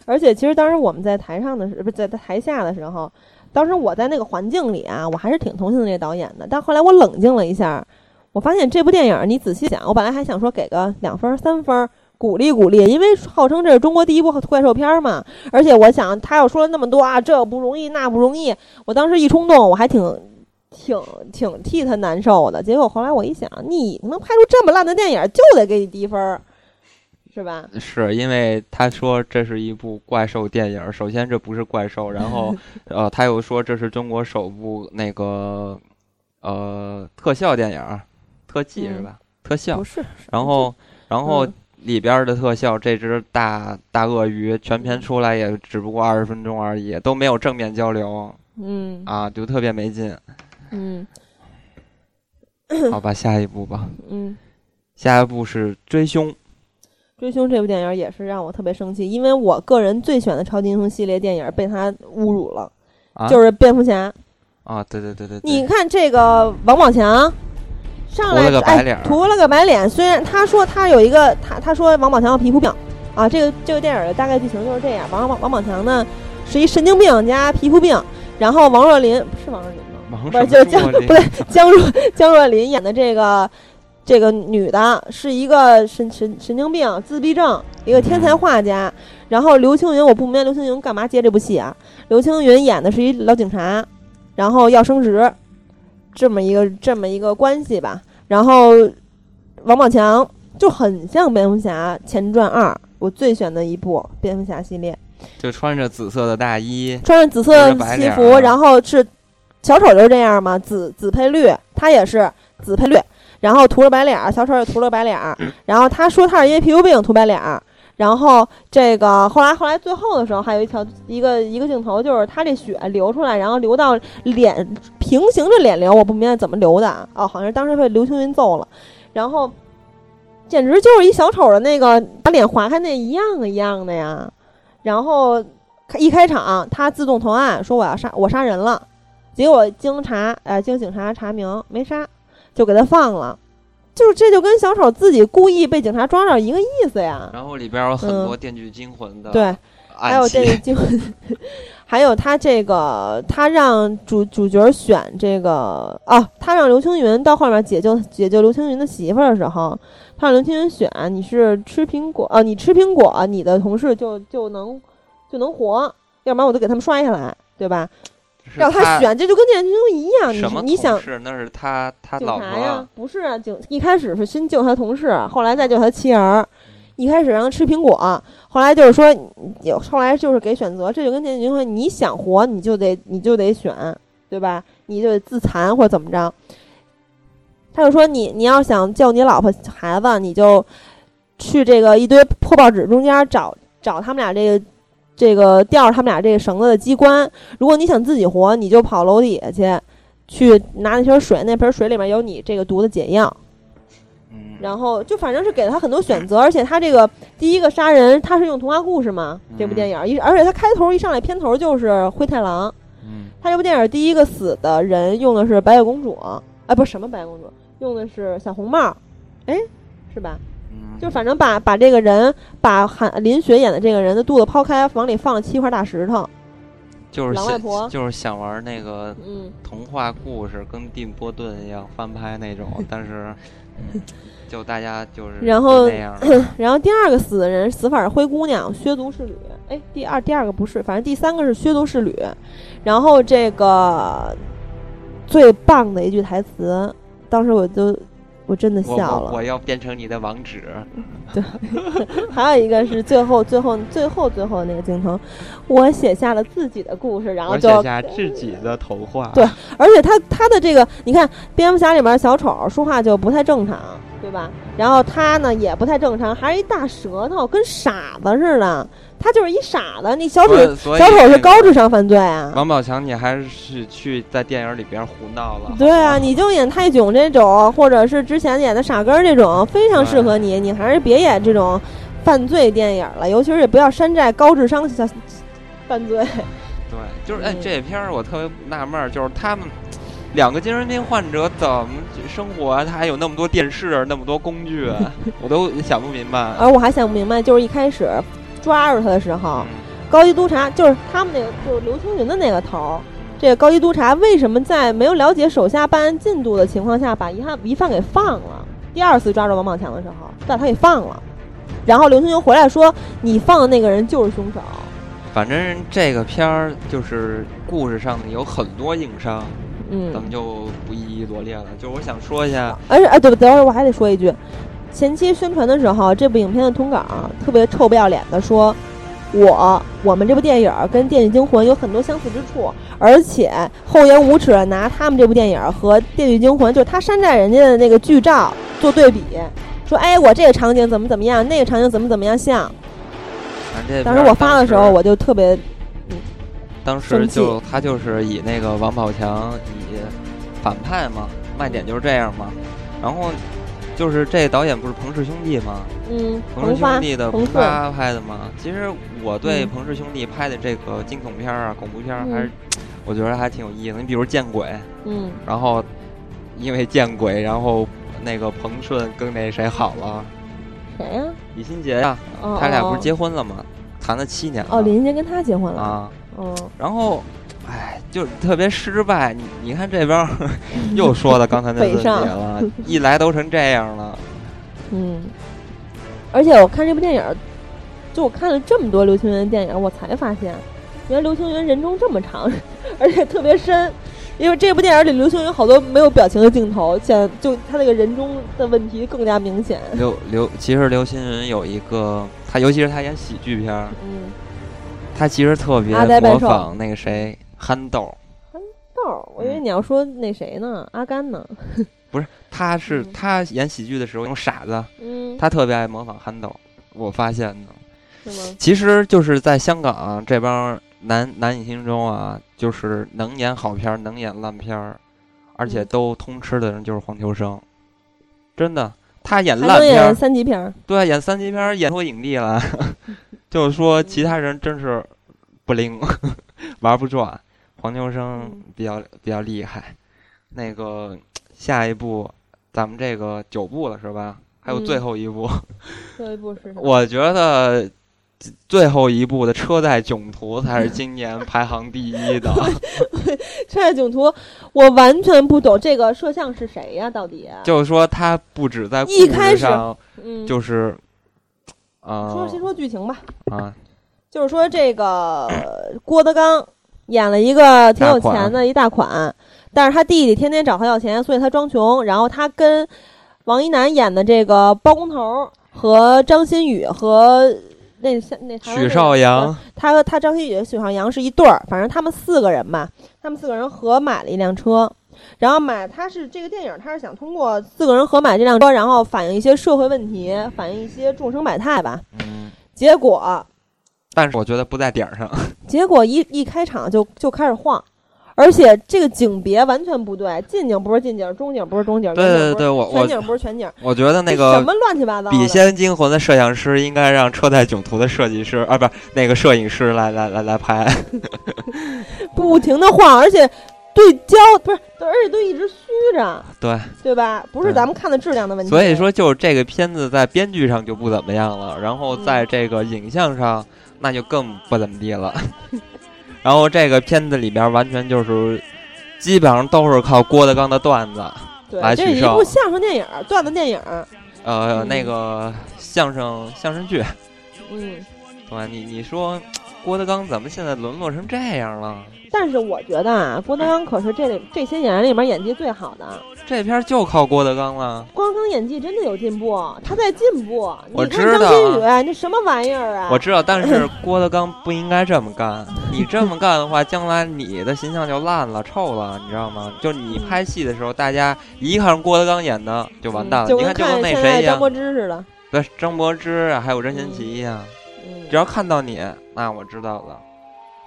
D: 而且其实当时我们在台上的时，不是在在台下的时候，当时我在那个环境里啊，我还是挺同情这个导演的。但后来我冷静了一下，我发现这部电影，你仔细想，我本来还想说给个两分儿、三分儿。鼓励鼓励，因为号称这是中国第一部怪兽片儿嘛，而且我想他又说了那么多啊，这不容易那不容易，我当时一冲动，我还挺挺挺替他难受的。结果后来我一想，你能拍出这么烂的电影，就得给你低分儿，是吧？
C: 是因为他说这是一部怪兽电影儿，首先这不是怪兽，然
D: (laughs)
C: 后呃他又说这是中国首部那个呃特效电影儿，特技是
D: 嗯
C: 吧？特效
D: 不，是，
C: 然后然后
D: 嗯
C: 里边儿的特效，这只大大鳄鱼全片出来也只不过二十分钟而已，都没有正面交流
D: 嗯
C: 啊，就特别没
D: (clears throat)
C: 劲。
D: 嗯
C: 好吧，下一部吧，
D: 嗯，
C: 下一部是追凶，
D: 《追凶》这部电影也是让我特别生气，因为我个人最喜欢的超级英雄系列电影被他侮辱了，
C: 啊
D: 就是蝙蝠侠。
C: 啊，对对对对对，
D: 你 (laughs) 看这个王宝强，上
C: 涂
D: 来
C: 了个白脸
D: 哎
C: 儿，
D: 涂了个白脸。虽然他说他有一个他他说王宝强有皮肤病啊，这个这个电影的大概剧情就是这样：王王王宝强呢是一神经病加皮肤病，然后王若琳是王若琳吗？
C: 忙
D: 不
C: 什
D: 是
C: 么中
D: 就是江
C: 国
D: 不
C: 这
D: 对江若 (laughs) 江若琳演的这个这个女的是一个神神神经病、自闭症，一个
C: 嗯
D: 天才画家。然后刘青云，我不明白刘青云干嘛接这部戏啊？刘青云演的是一老警察，然后要升职，这么一个这么一个关系吧。然后王宝强就很像蝙蝠侠前传二，我最喜欢的一部蝙蝠侠系列。
C: 就穿着紫色的大衣，
D: 穿着紫色
C: 有着白
D: 西
C: 脸
D: 服，
C: 儿啊
D: 然后是小丑就是这样嘛，紫紫配绿，他也是紫
C: 嗯
D: 配绿，然后涂了白脸儿，小丑也涂了白脸儿，然后他说他是因为皮肤病涂白脸儿，然后这个后来后来最后的时候还有一条一个一个镜头，就是他这血流出来，然后流到脸平行着脸流，我不明白怎么流的啊，哦，好像是当时被刘青云揍了，然后简直就是一小丑的那个把脸划开那一样的一样的呀，然后一开场他自动投案说我要杀我杀人了，结果经查呃经警察查明没杀，就给他放了。就是这就跟小丑自己故意被警察抓着一个意思呀。
C: 然后里边有很多《电锯惊魂》的
D: 嗯对，还有
C: 暗
D: 这个
C: 器，
D: 就，还有他这个，他让主主角选这个啊，他让刘青云到后面解救解救刘青云的媳妇儿的时候，他让刘青云选你是吃苹果啊，你吃苹果，你的同事就就能就能活，要不然我就给他们摔下来，对吧？
C: 是
D: 让他选，这就跟电视剧一样，
C: 什么
D: 你你想
C: 同事那是他他
D: 警
C: 老
D: 察
C: 婆
D: 呀
C: 啊，，
D: 不是啊，警一开始是先救他同事，后来再救他妻
C: 嗯
D: 儿。一开始让他吃苹果，后来就是说有，后来就是给选择，这就跟电锯惊魂，你想活你就得你就得选，对吧？你就得自残或者怎么着。他就说你你要想救你老婆孩子，你就去这个一堆破报纸中间找找他们俩这个这个吊着他们俩这个绳子的机关。如果你想自己活，你就跑楼底下去。去拿那瓶水，那瓶水里面有你这个毒的解药，
C: 嗯，
D: 然后就反正是给了他很多选择，而且他这个第一个杀人，他是用童话故事嘛，这部电影，一而且他开头一上来片头就是灰太狼，
C: 嗯
D: 他这部电影第一个死的人用的是白雪公主，哎，不是什么白雪公主，用的是小红帽，哎，是吧？
C: 嗯，
D: 就反正把把这个人，把韩林雪演的这个人的肚子剖开，往里放了七块大石头，
C: 就是
D: 老外婆
C: 想就是想玩那个
D: 嗯，
C: 童话故事，跟蒂姆波顿一样翻拍那种，但
D: (laughs)
C: 是嗯就大家就是
D: 然后
C: 就那样了
D: (laughs) 然后第二个死的人死法是灰姑娘，削足适履。哎，第二第二个不是，反正第三个是削足适履。然后这个最棒的一句台词，当时我就我真的
C: 我
D: 笑
C: 我
D: 了
C: 我。要变成你的网址，
D: 还有一个是最后最后最后最后那个镜头，我写下了自己的故事，然后
C: 我
D: 就
C: 写下自己的童话。
D: 对而且他他的这个，你看蝙蝠侠里面小丑说话就不太正常，对吧？然后他呢也不太正常，还是一大舌头，跟傻子似的。他就是一傻子，你小丑
C: 所以所以哦
D: 小丑
C: 那
D: 是
C: 个
D: 高智商犯罪啊。
C: 王宝强，你还是去在电影里边胡闹了。
D: 对啊，你就演泰囧这种，或者是之前演的傻根儿这种，非常适合
C: 哎
D: 你。你还是别演这种犯罪电影了，尤其是也不要山寨高智商小犯
C: (laughs)
D: 罪。
C: 对，就是哎
D: 嗯，
C: 这片儿我特别纳闷儿，就是他们两个精神病患者怎么生活啊？他还有那么多电视，那么多工具
D: (laughs)
C: 啊，我都想不明白。啊
D: 而我还想不明白，就是一开始抓住他的时候
C: 嗯，，
D: 高级督察就是他们那个，就是刘青云的那个头儿。这个高级督察为什么在没有了解手下办案进度的情况下，把疑犯疑犯给放了？第二次抓住王宝强的时候，把他给放了。然后刘青云回来说：“你放的那个人就是凶手。
C: 反正这个片儿就是故事上面有很多硬伤，”
D: 嗯
C: 咱，们就不一一罗列了。就是我想说一下，
D: 而且哎，对，等会儿我还得说一句，前期宣传的时候，这部影片的通稿特别臭不要脸的说，我我们这部电影跟《电锯惊魂》有很多相似之处，而且厚颜无耻的拿他们这部电影和《电锯惊魂》，就是他山寨人家的那个剧照做对比，说哎，我这个场景怎么怎么样，那个场景怎么怎么样像。
C: 反正这
D: 当
C: 片
D: 时
C: 儿
D: 我发的时候，
C: 当
D: 我就特别
C: 当时就他就是以那个王宝强以反派嘛，卖点就是这样嘛。然后就是这导演不是彭氏兄弟吗？
D: 嗯，
C: 彭氏
D: 发
C: 兄弟的
D: 彭
C: 彭
D: 顺
C: 发拍的嘛。其实我对
D: 嗯
C: 彭氏兄弟拍的这个惊悚片儿啊、恐怖片儿
D: 嗯
C: 还是我觉得还挺有意思。你比如《见鬼》，
D: 嗯
C: 然后因为《见鬼》，然后那个彭顺跟那谁好了，
D: 谁呀、
C: 李心洁呀、
D: 哦
C: 他俩不是
D: 哦
C: 结婚了吗？谈了七年了。
D: 哦，林俊杰跟他结婚了，
C: 啊。
D: 嗯。
C: 然后，哎，就特别失败。你你看这边儿 (laughs) 又说到刚才那
D: 北
C: 问题
D: 上
C: 了，一来都成这样了。
D: 嗯，而且我看这部电影儿，就我看了这么多刘青云的电影儿，我才发现，原来刘青云人中这么长，而且特别深。因为这部电影儿里刘青云好多没有表情的镜头，显就他那个人中的问题更加明显。
C: 刘刘，其实刘青云有一个，他尤其是他演喜剧片儿，
D: 嗯，
C: 他其实特别
D: 阿呆拜
C: 模
D: 寿
C: 仿那个谁憨豆儿，
D: 豆儿，我以
C: 嗯
D: 为你要说那谁呢，阿甘呢？
C: 不是，他是
D: 嗯
C: 他演喜剧的时候用傻子，
D: 嗯，
C: 他特别爱模仿憨豆儿，我发现的。
D: 是吗？
C: 其实就是在香港、这帮男男影星中啊，就是能演好片儿，能演烂片儿，而且
D: 嗯
C: 都通吃的人就是黄秋生，真的，他演
D: 还
C: 烂
D: 能
C: 片
D: 演
C: 儿，
D: 三级片儿，
C: 对，演三级片儿演出影帝
D: (laughs)
C: 来，就是说其他人真是不灵， (laughs) 玩不转。黄秋生
D: 嗯
C: 比较比较厉害。那个下一部，咱们这个九部了是吧？还有
D: 嗯
C: 最后一部，
D: 最后一部是啥？
C: 我觉得最后一部的《车载囧途》才是今
D: (laughs)
C: 年排行第一的。
D: 车载囧途，我完全不懂这个摄像是谁呀、到底？
C: 就是说，它不止在故
D: 一开
C: 事
D: 始
C: 上，
D: 嗯，
C: 就是
D: 说
C: 啊
D: 先说剧情吧，
C: 啊，
D: 就是说这个呃郭德纲演了一个挺有
C: 大款
D: 钱的一大款，但是他弟弟天天找他要钱，所以他装穷。然后他跟王一楠演的这个包工头和张馨予和那那台湾那
C: 许
D: 个呃
C: 绍洋
D: 他和他张馨予、许绍洋是一对儿，反正他们四个人吧，他们四个人合买了一辆车，然后买他是这个电影，他是想通过四个人合买这辆车，然后反映一些社会问题，反映一些众生百态吧。
C: 嗯，
D: 结果
C: 但是我觉得不在点儿上。
D: 结果一一开场就就开始晃，而且这个景别完全不对，近景不是近景，中景不是中景，
C: 对
D: 远
C: 对
D: 景不是
C: 对，我
D: 全
C: 我
D: 景不是全景，
C: 我觉得那
D: 这什
C: 个
D: 么乱七八糟
C: 《笔
D: 的。
C: 仙惊魂》的摄像师应该让《车载囧途》的设计师啊，不是那个摄影师来来来来拍。
D: 不停的晃，而且对焦不是，而且都一直虚着，
C: 对
D: 对吧？不是
C: 对
D: 咱们看的质量的问题。
C: 所以说，就是这个片子在编剧上就不怎么样了，然后
D: 嗯
C: 在这个影像上，那就更不怎么地了。 (laughs) 然后这个片子里边完全就是，基本上都是靠郭德纲的段子，
D: 对，
C: 来
D: 这
C: 取
D: 是一
C: 胜
D: 部相声电影，段子电影。
C: 呃，
D: 嗯
C: 那个相声相声剧，
D: 嗯，
C: 对吧？你你说郭德纲怎么现在沦落成这样了？
D: 但是我觉得啊，郭德纲可是这里这些演员里面演技最好的。
C: 这片儿就靠郭德纲了。
D: 郭德纲演技真的有进步，他在进步。
C: 我
D: 你看
C: 知道
D: 张馨予那什么玩意儿啊？
C: 我知道，但是郭德纲不应该这么
D: (laughs)
C: 干。你这么干的话，将来你的形象就烂了、臭了，你知道吗？就你拍戏的时候，大家一看郭德纲演的就完蛋了。
D: 嗯就
C: 你
D: 跟
C: 看，就跟那
D: 现
C: 谁
D: 在
C: 一
D: 张
C: 样
D: 柏，芝似的。
C: 对，张柏芝啊，还有任贤齐一样，
D: 嗯，
C: 只要看到你，那我知道了，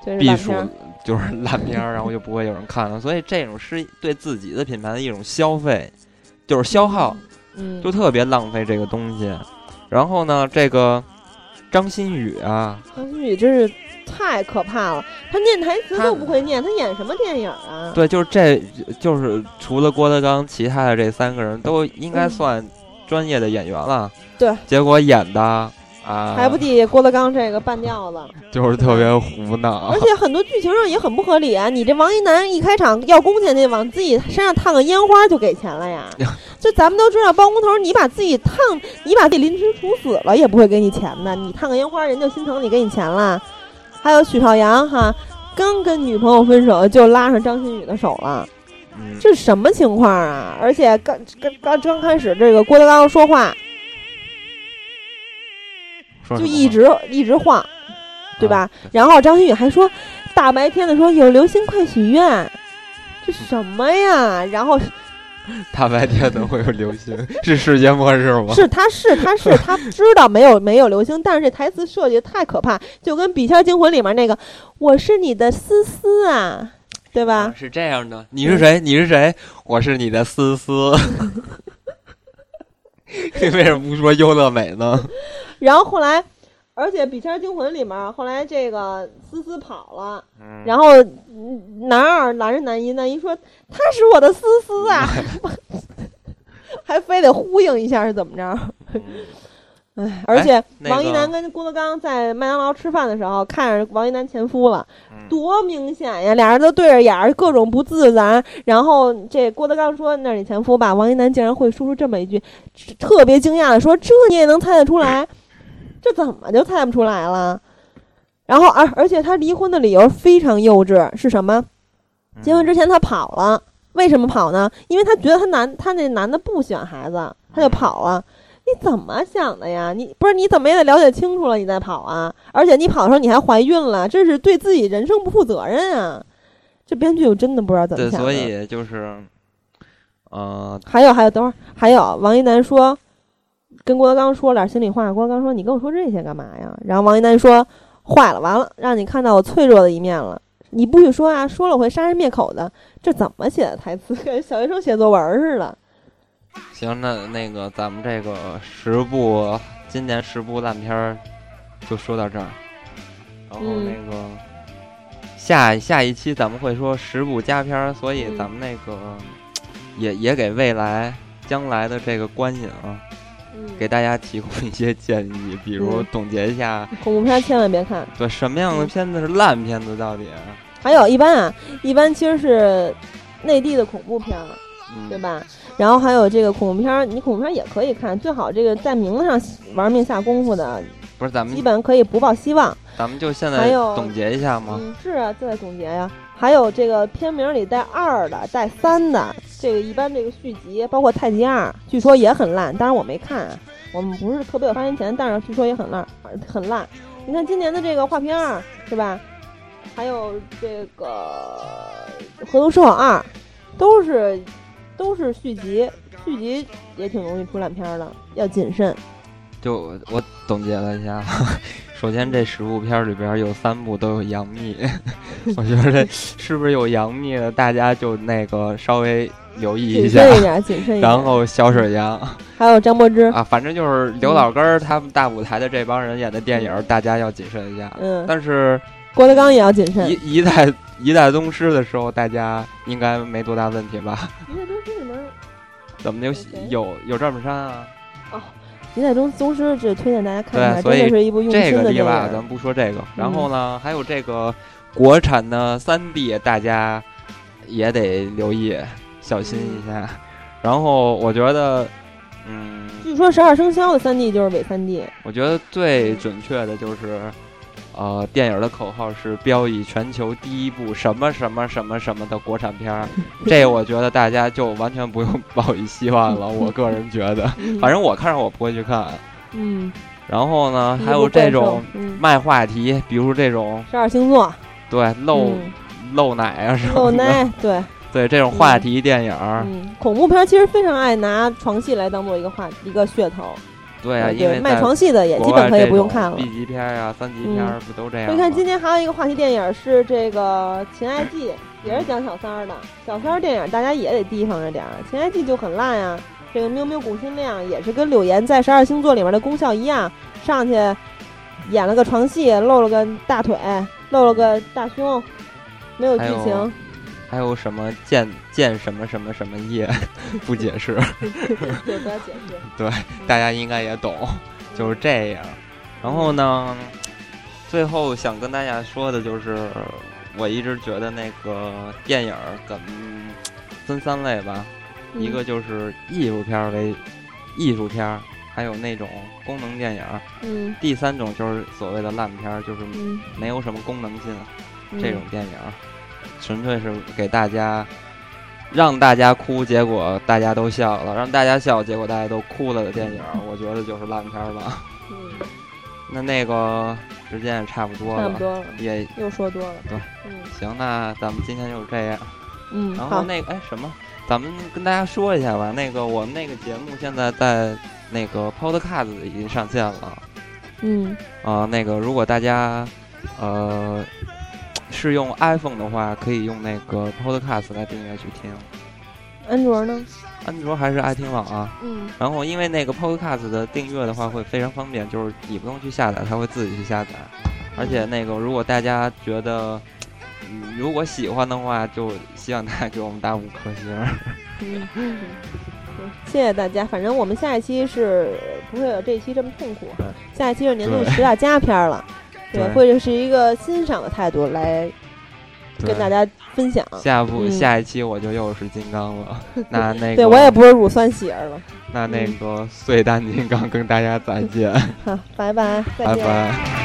D: 真是
C: 必
D: 烂
C: 属
D: 片儿
C: 就是烂片儿，然后就不会有人看了。所以这种是对自己的品牌的一种消费，就是消耗。
D: 嗯，
C: 就特别浪费这个东西。然后呢，这个张馨予啊，
D: 张馨予真是太可怕了，他念台词
C: 他
D: 都不会念，他演什么电影 (laughs) 啊？
C: 对，就是这就是除了郭德纲，其他的这三个人都应该
D: 嗯
C: 算专业的演员了。
D: 对，
C: 结果演的啊，
D: 还不抵郭德纲这个半吊子。
C: 就是特别胡闹？
D: (laughs) 而。且很多剧情上也很不合理啊！你这王一楠一开场要工钱去，往自己身上烫个烟花就给钱了呀就咱们都知道，包工头你把自己烫，你把自己临时处死了也不会给你钱的。你烫个烟花，人就心疼你，给你钱了。还有许绍洋哈，刚跟女朋友分手就拉上张馨予的手了，
C: 嗯，
D: 这是什么情况啊？而且刚刚刚刚开始，这个郭德纲说话
C: 说什
D: 就
C: 么啊
D: 一
C: 呢
D: 直一直晃，对吧？然后张馨予还说，大白天的说有流星快许愿，
C: 嗯
D: 这什么呀？然后是
C: 大白天的会有流星，是世界末日吗？
D: 是他是他
C: (laughs)
D: 是他知道没有没有流星，但是这台词设计的太可怕，就跟《笔仙惊魂》里面那个“我是你的思思啊”，对吧
C: 啊？是这样的，你是谁？你是谁？我是你的思
D: (laughs)
C: 思。你为什么不说优乐美呢？
D: 然后后来，而且《笔仙惊魂》里面后来这个思思跑了，
C: 嗯
D: 然后嗯男二拦着男一，男一说他是我的思
C: (laughs)
D: 思啊，还非得呼应一下是怎么着？ (laughs) 唉，而且
C: 嗯哎那
D: 王一
C: 个
D: 楠跟郭德纲在麦当劳吃饭的时候，看着王一楠前夫了，
C: 嗯
D: 多明显呀！俩人都对着眼儿，各种不自然。然后这郭德纲说：“那是你前夫吧？”王一楠竟然会说出这么一句，是特别惊讶的说：“这你也能猜得出来？这怎么就猜不出来了？”然后而而且他离婚的理由非常幼稚，是什么？结
C: 嗯
D: 婚之前他跑了，为什么跑呢？因为他觉得他男他那男的不喜欢孩子，他就跑了。你怎么想的呀？你不是你怎么也得了解清楚了，你再跑啊！而且你跑的时候你还怀孕了，这是对自己人生不负责任啊！这编剧我真的不知道怎么
C: 对，
D: 想的。
C: 所以就是，呃，
D: 还有还有，等会儿还有王一楠说，跟郭德纲说了点心里话，郭德纲说：“你跟我说这些干嘛呀？”然后王一楠说：“坏了，完了，让你看到我脆弱的一面了。你不许说啊，说了我会杀人灭口的。这怎么写的台词？ (laughs) 跟小学生写作文似的。
C: 行，那那个咱们这个十部今年十部烂片儿就说到这儿，然后
D: 嗯
C: 那个、下下一期咱们会说十部佳片儿，所
D: 嗯
C: 以咱们那个、也也给未来将来的这个观影啊，给大家提供一些建议，比如
D: 嗯
C: 总结一下，
D: 恐怖片千万别看。
C: 对什么样的片子是烂片子，到底，
D: 还有一般啊，一般其实是内地的恐怖片儿，
C: 嗯，
D: 对吧？然后还有这个恐怖片儿，你恐怖片儿也可以看，最好这个在名字上玩命下功夫的，
C: 不是咱
D: 基
C: 们
D: 本可以不抱希望。
C: 咱们就现
D: 还
C: 在
D: 有
C: 总结一下吗？
D: 嗯，是啊，就在总结呀、还有这个片名里带二的、带三的，这个一般这个续集，包括《太极二》，据说也很烂，当然我没看啊，我们不是特别有发言权，但是据说也很烂，很烂。你看今年的这个《画皮二》是吧？还有这个《合同说好二》，都是都是续集，续集也挺容易出烂片儿的，要谨慎。
C: 就我我总结了一下， (laughs) 首先这十部片儿里边儿有三部都有杨幂， (laughs) 我觉得这是不是有杨幂的，大家就那个稍微留意一
D: 谨
C: 下。
D: 慎一点，谨慎一点。
C: 然后小沈阳
D: 还有张柏芝，
C: 啊，反正就是刘老根儿他们大舞台的这帮人演的电影儿，大家要谨慎一下。
D: 嗯，
C: 但是
D: 郭德纲也要谨慎。
C: 一一代一代宗师的时候，大家应该没多大问题吧？
D: 一代宗师里面，
C: 怎么有
D: 谁
C: 有有赵本山啊？
D: 一代宗宗师只推荐大家看一
C: 对
D: 下，
C: 所
D: 真
C: 以
D: 的是一部用
C: 这
D: 心
C: 个
D: 的电嗯
C: 例外啊，咱
D: 影。
C: 们不说这个。然后呢，还有这个国产的三 D，大家也得留意小心一
D: 嗯
C: 下。 (laughs) 然后我觉得，嗯，
D: 据说十二生肖的三 D 就是伪三 D，
C: 我觉得最准确的就是，呃，电影的口号是标以全球第一部什么什么什么什么的国产片
D: (laughs)
C: 儿。这我觉得大家就完全不用 (laughs) 抱以希望了。我个人觉得，反正我看上我不会去看。
D: 嗯，
C: 然后呢，
D: 第一
C: 还
D: 部
C: 有这
D: 怪兽
C: 种。
D: 嗯，
C: 卖话题，比如这种
D: 十二星座，
C: 对，漏、
D: 嗯
C: 漏奶啊什么的，
D: 露奶，对，
C: (laughs) 对这种话题电影儿，
D: 嗯，恐怖片其实非常爱拿床戏来当做一个话一个噱头，
C: 对啊，因
D: 对，
C: 为
D: 卖
C: 在
D: 床戏的也
C: 国
D: 基
C: 外
D: 本可以
C: 这
D: 不用
C: 种
D: 看了。嗯
C: B 级片儿啊、三级片儿不都这样吗？
D: 你看今年还有一个话题电影是这个《秦爱记》，也是讲小三儿的。小三儿电影大家也得提防着点儿，《秦爱记》就很烂呀、这个喵喵古新亮也是跟柳岩在《十二星座》里面的功效一样，上去演了个床戏，露了个大腿，露了个大胸，没有剧
C: 还有
D: 情。
C: 还有什么见见什么什么什么夜， (laughs) 不解释， (laughs) 哎
D: (laughs) 对，不要解释。
C: 大家应该也
D: (laughs)
C: 懂， (laughs) 就是这样。然后呢，最后想跟大家说的就是，我一直觉得那个电影儿怎么分三类吧，
D: 嗯
C: 一个就是艺术片儿为艺术片儿，还有那种功能电影儿。
D: 嗯
C: 第三种就是所谓的烂片儿，就是
D: 嗯，
C: 没有什么功能性啊
D: 嗯
C: 这种电影儿，纯粹是给大家让大家哭，结果大家都笑了；让大家笑，结果大家都哭了的电影儿，我觉得就是烂片儿了。
D: 嗯
C: (laughs) 那那个时间也差不多
D: 差
C: 了，
D: 不多了，
C: 也
D: 又说多了。
C: 对，
D: 嗯
C: 行，那咱们今天就是这样。
D: 嗯，
C: 然后
D: 好，
C: 那个哎什么，咱们跟大家说一下吧。那个我们那个节目现在在那个 Podcast 已经上线了
D: 嗯
C: 啊、那个如果大家呃是用 iPhone 的话，可以用那个 Podcast 来订阅去听。
D: 安卓呢？
C: 安卓还是爱听网啊。
D: 嗯
C: 然后因为那个 Podcast 的订阅的话会非常方便，就是你不用去下载，它会自己去下载。而且那个如果大家觉得嗯如果喜欢的话，就希望大家给我们打五颗星。
D: 嗯，嗯， (laughs) 谢谢大家。反正我们下一期是不会有这一期这么痛苦哈，下一期是年度十大佳片了，对，
C: 对
D: 或者是一个欣赏的态度来跟大家分享。
C: (laughs) 下部、
D: 嗯
C: 下一期我就又是金刚
D: (laughs)
C: 了，那那个
D: 对我也不是嗯乳酸喜儿了，
C: 那那个碎丹金刚跟大家再见，
D: 好，拜拜，再
C: 拜
D: 见。
C: 拜。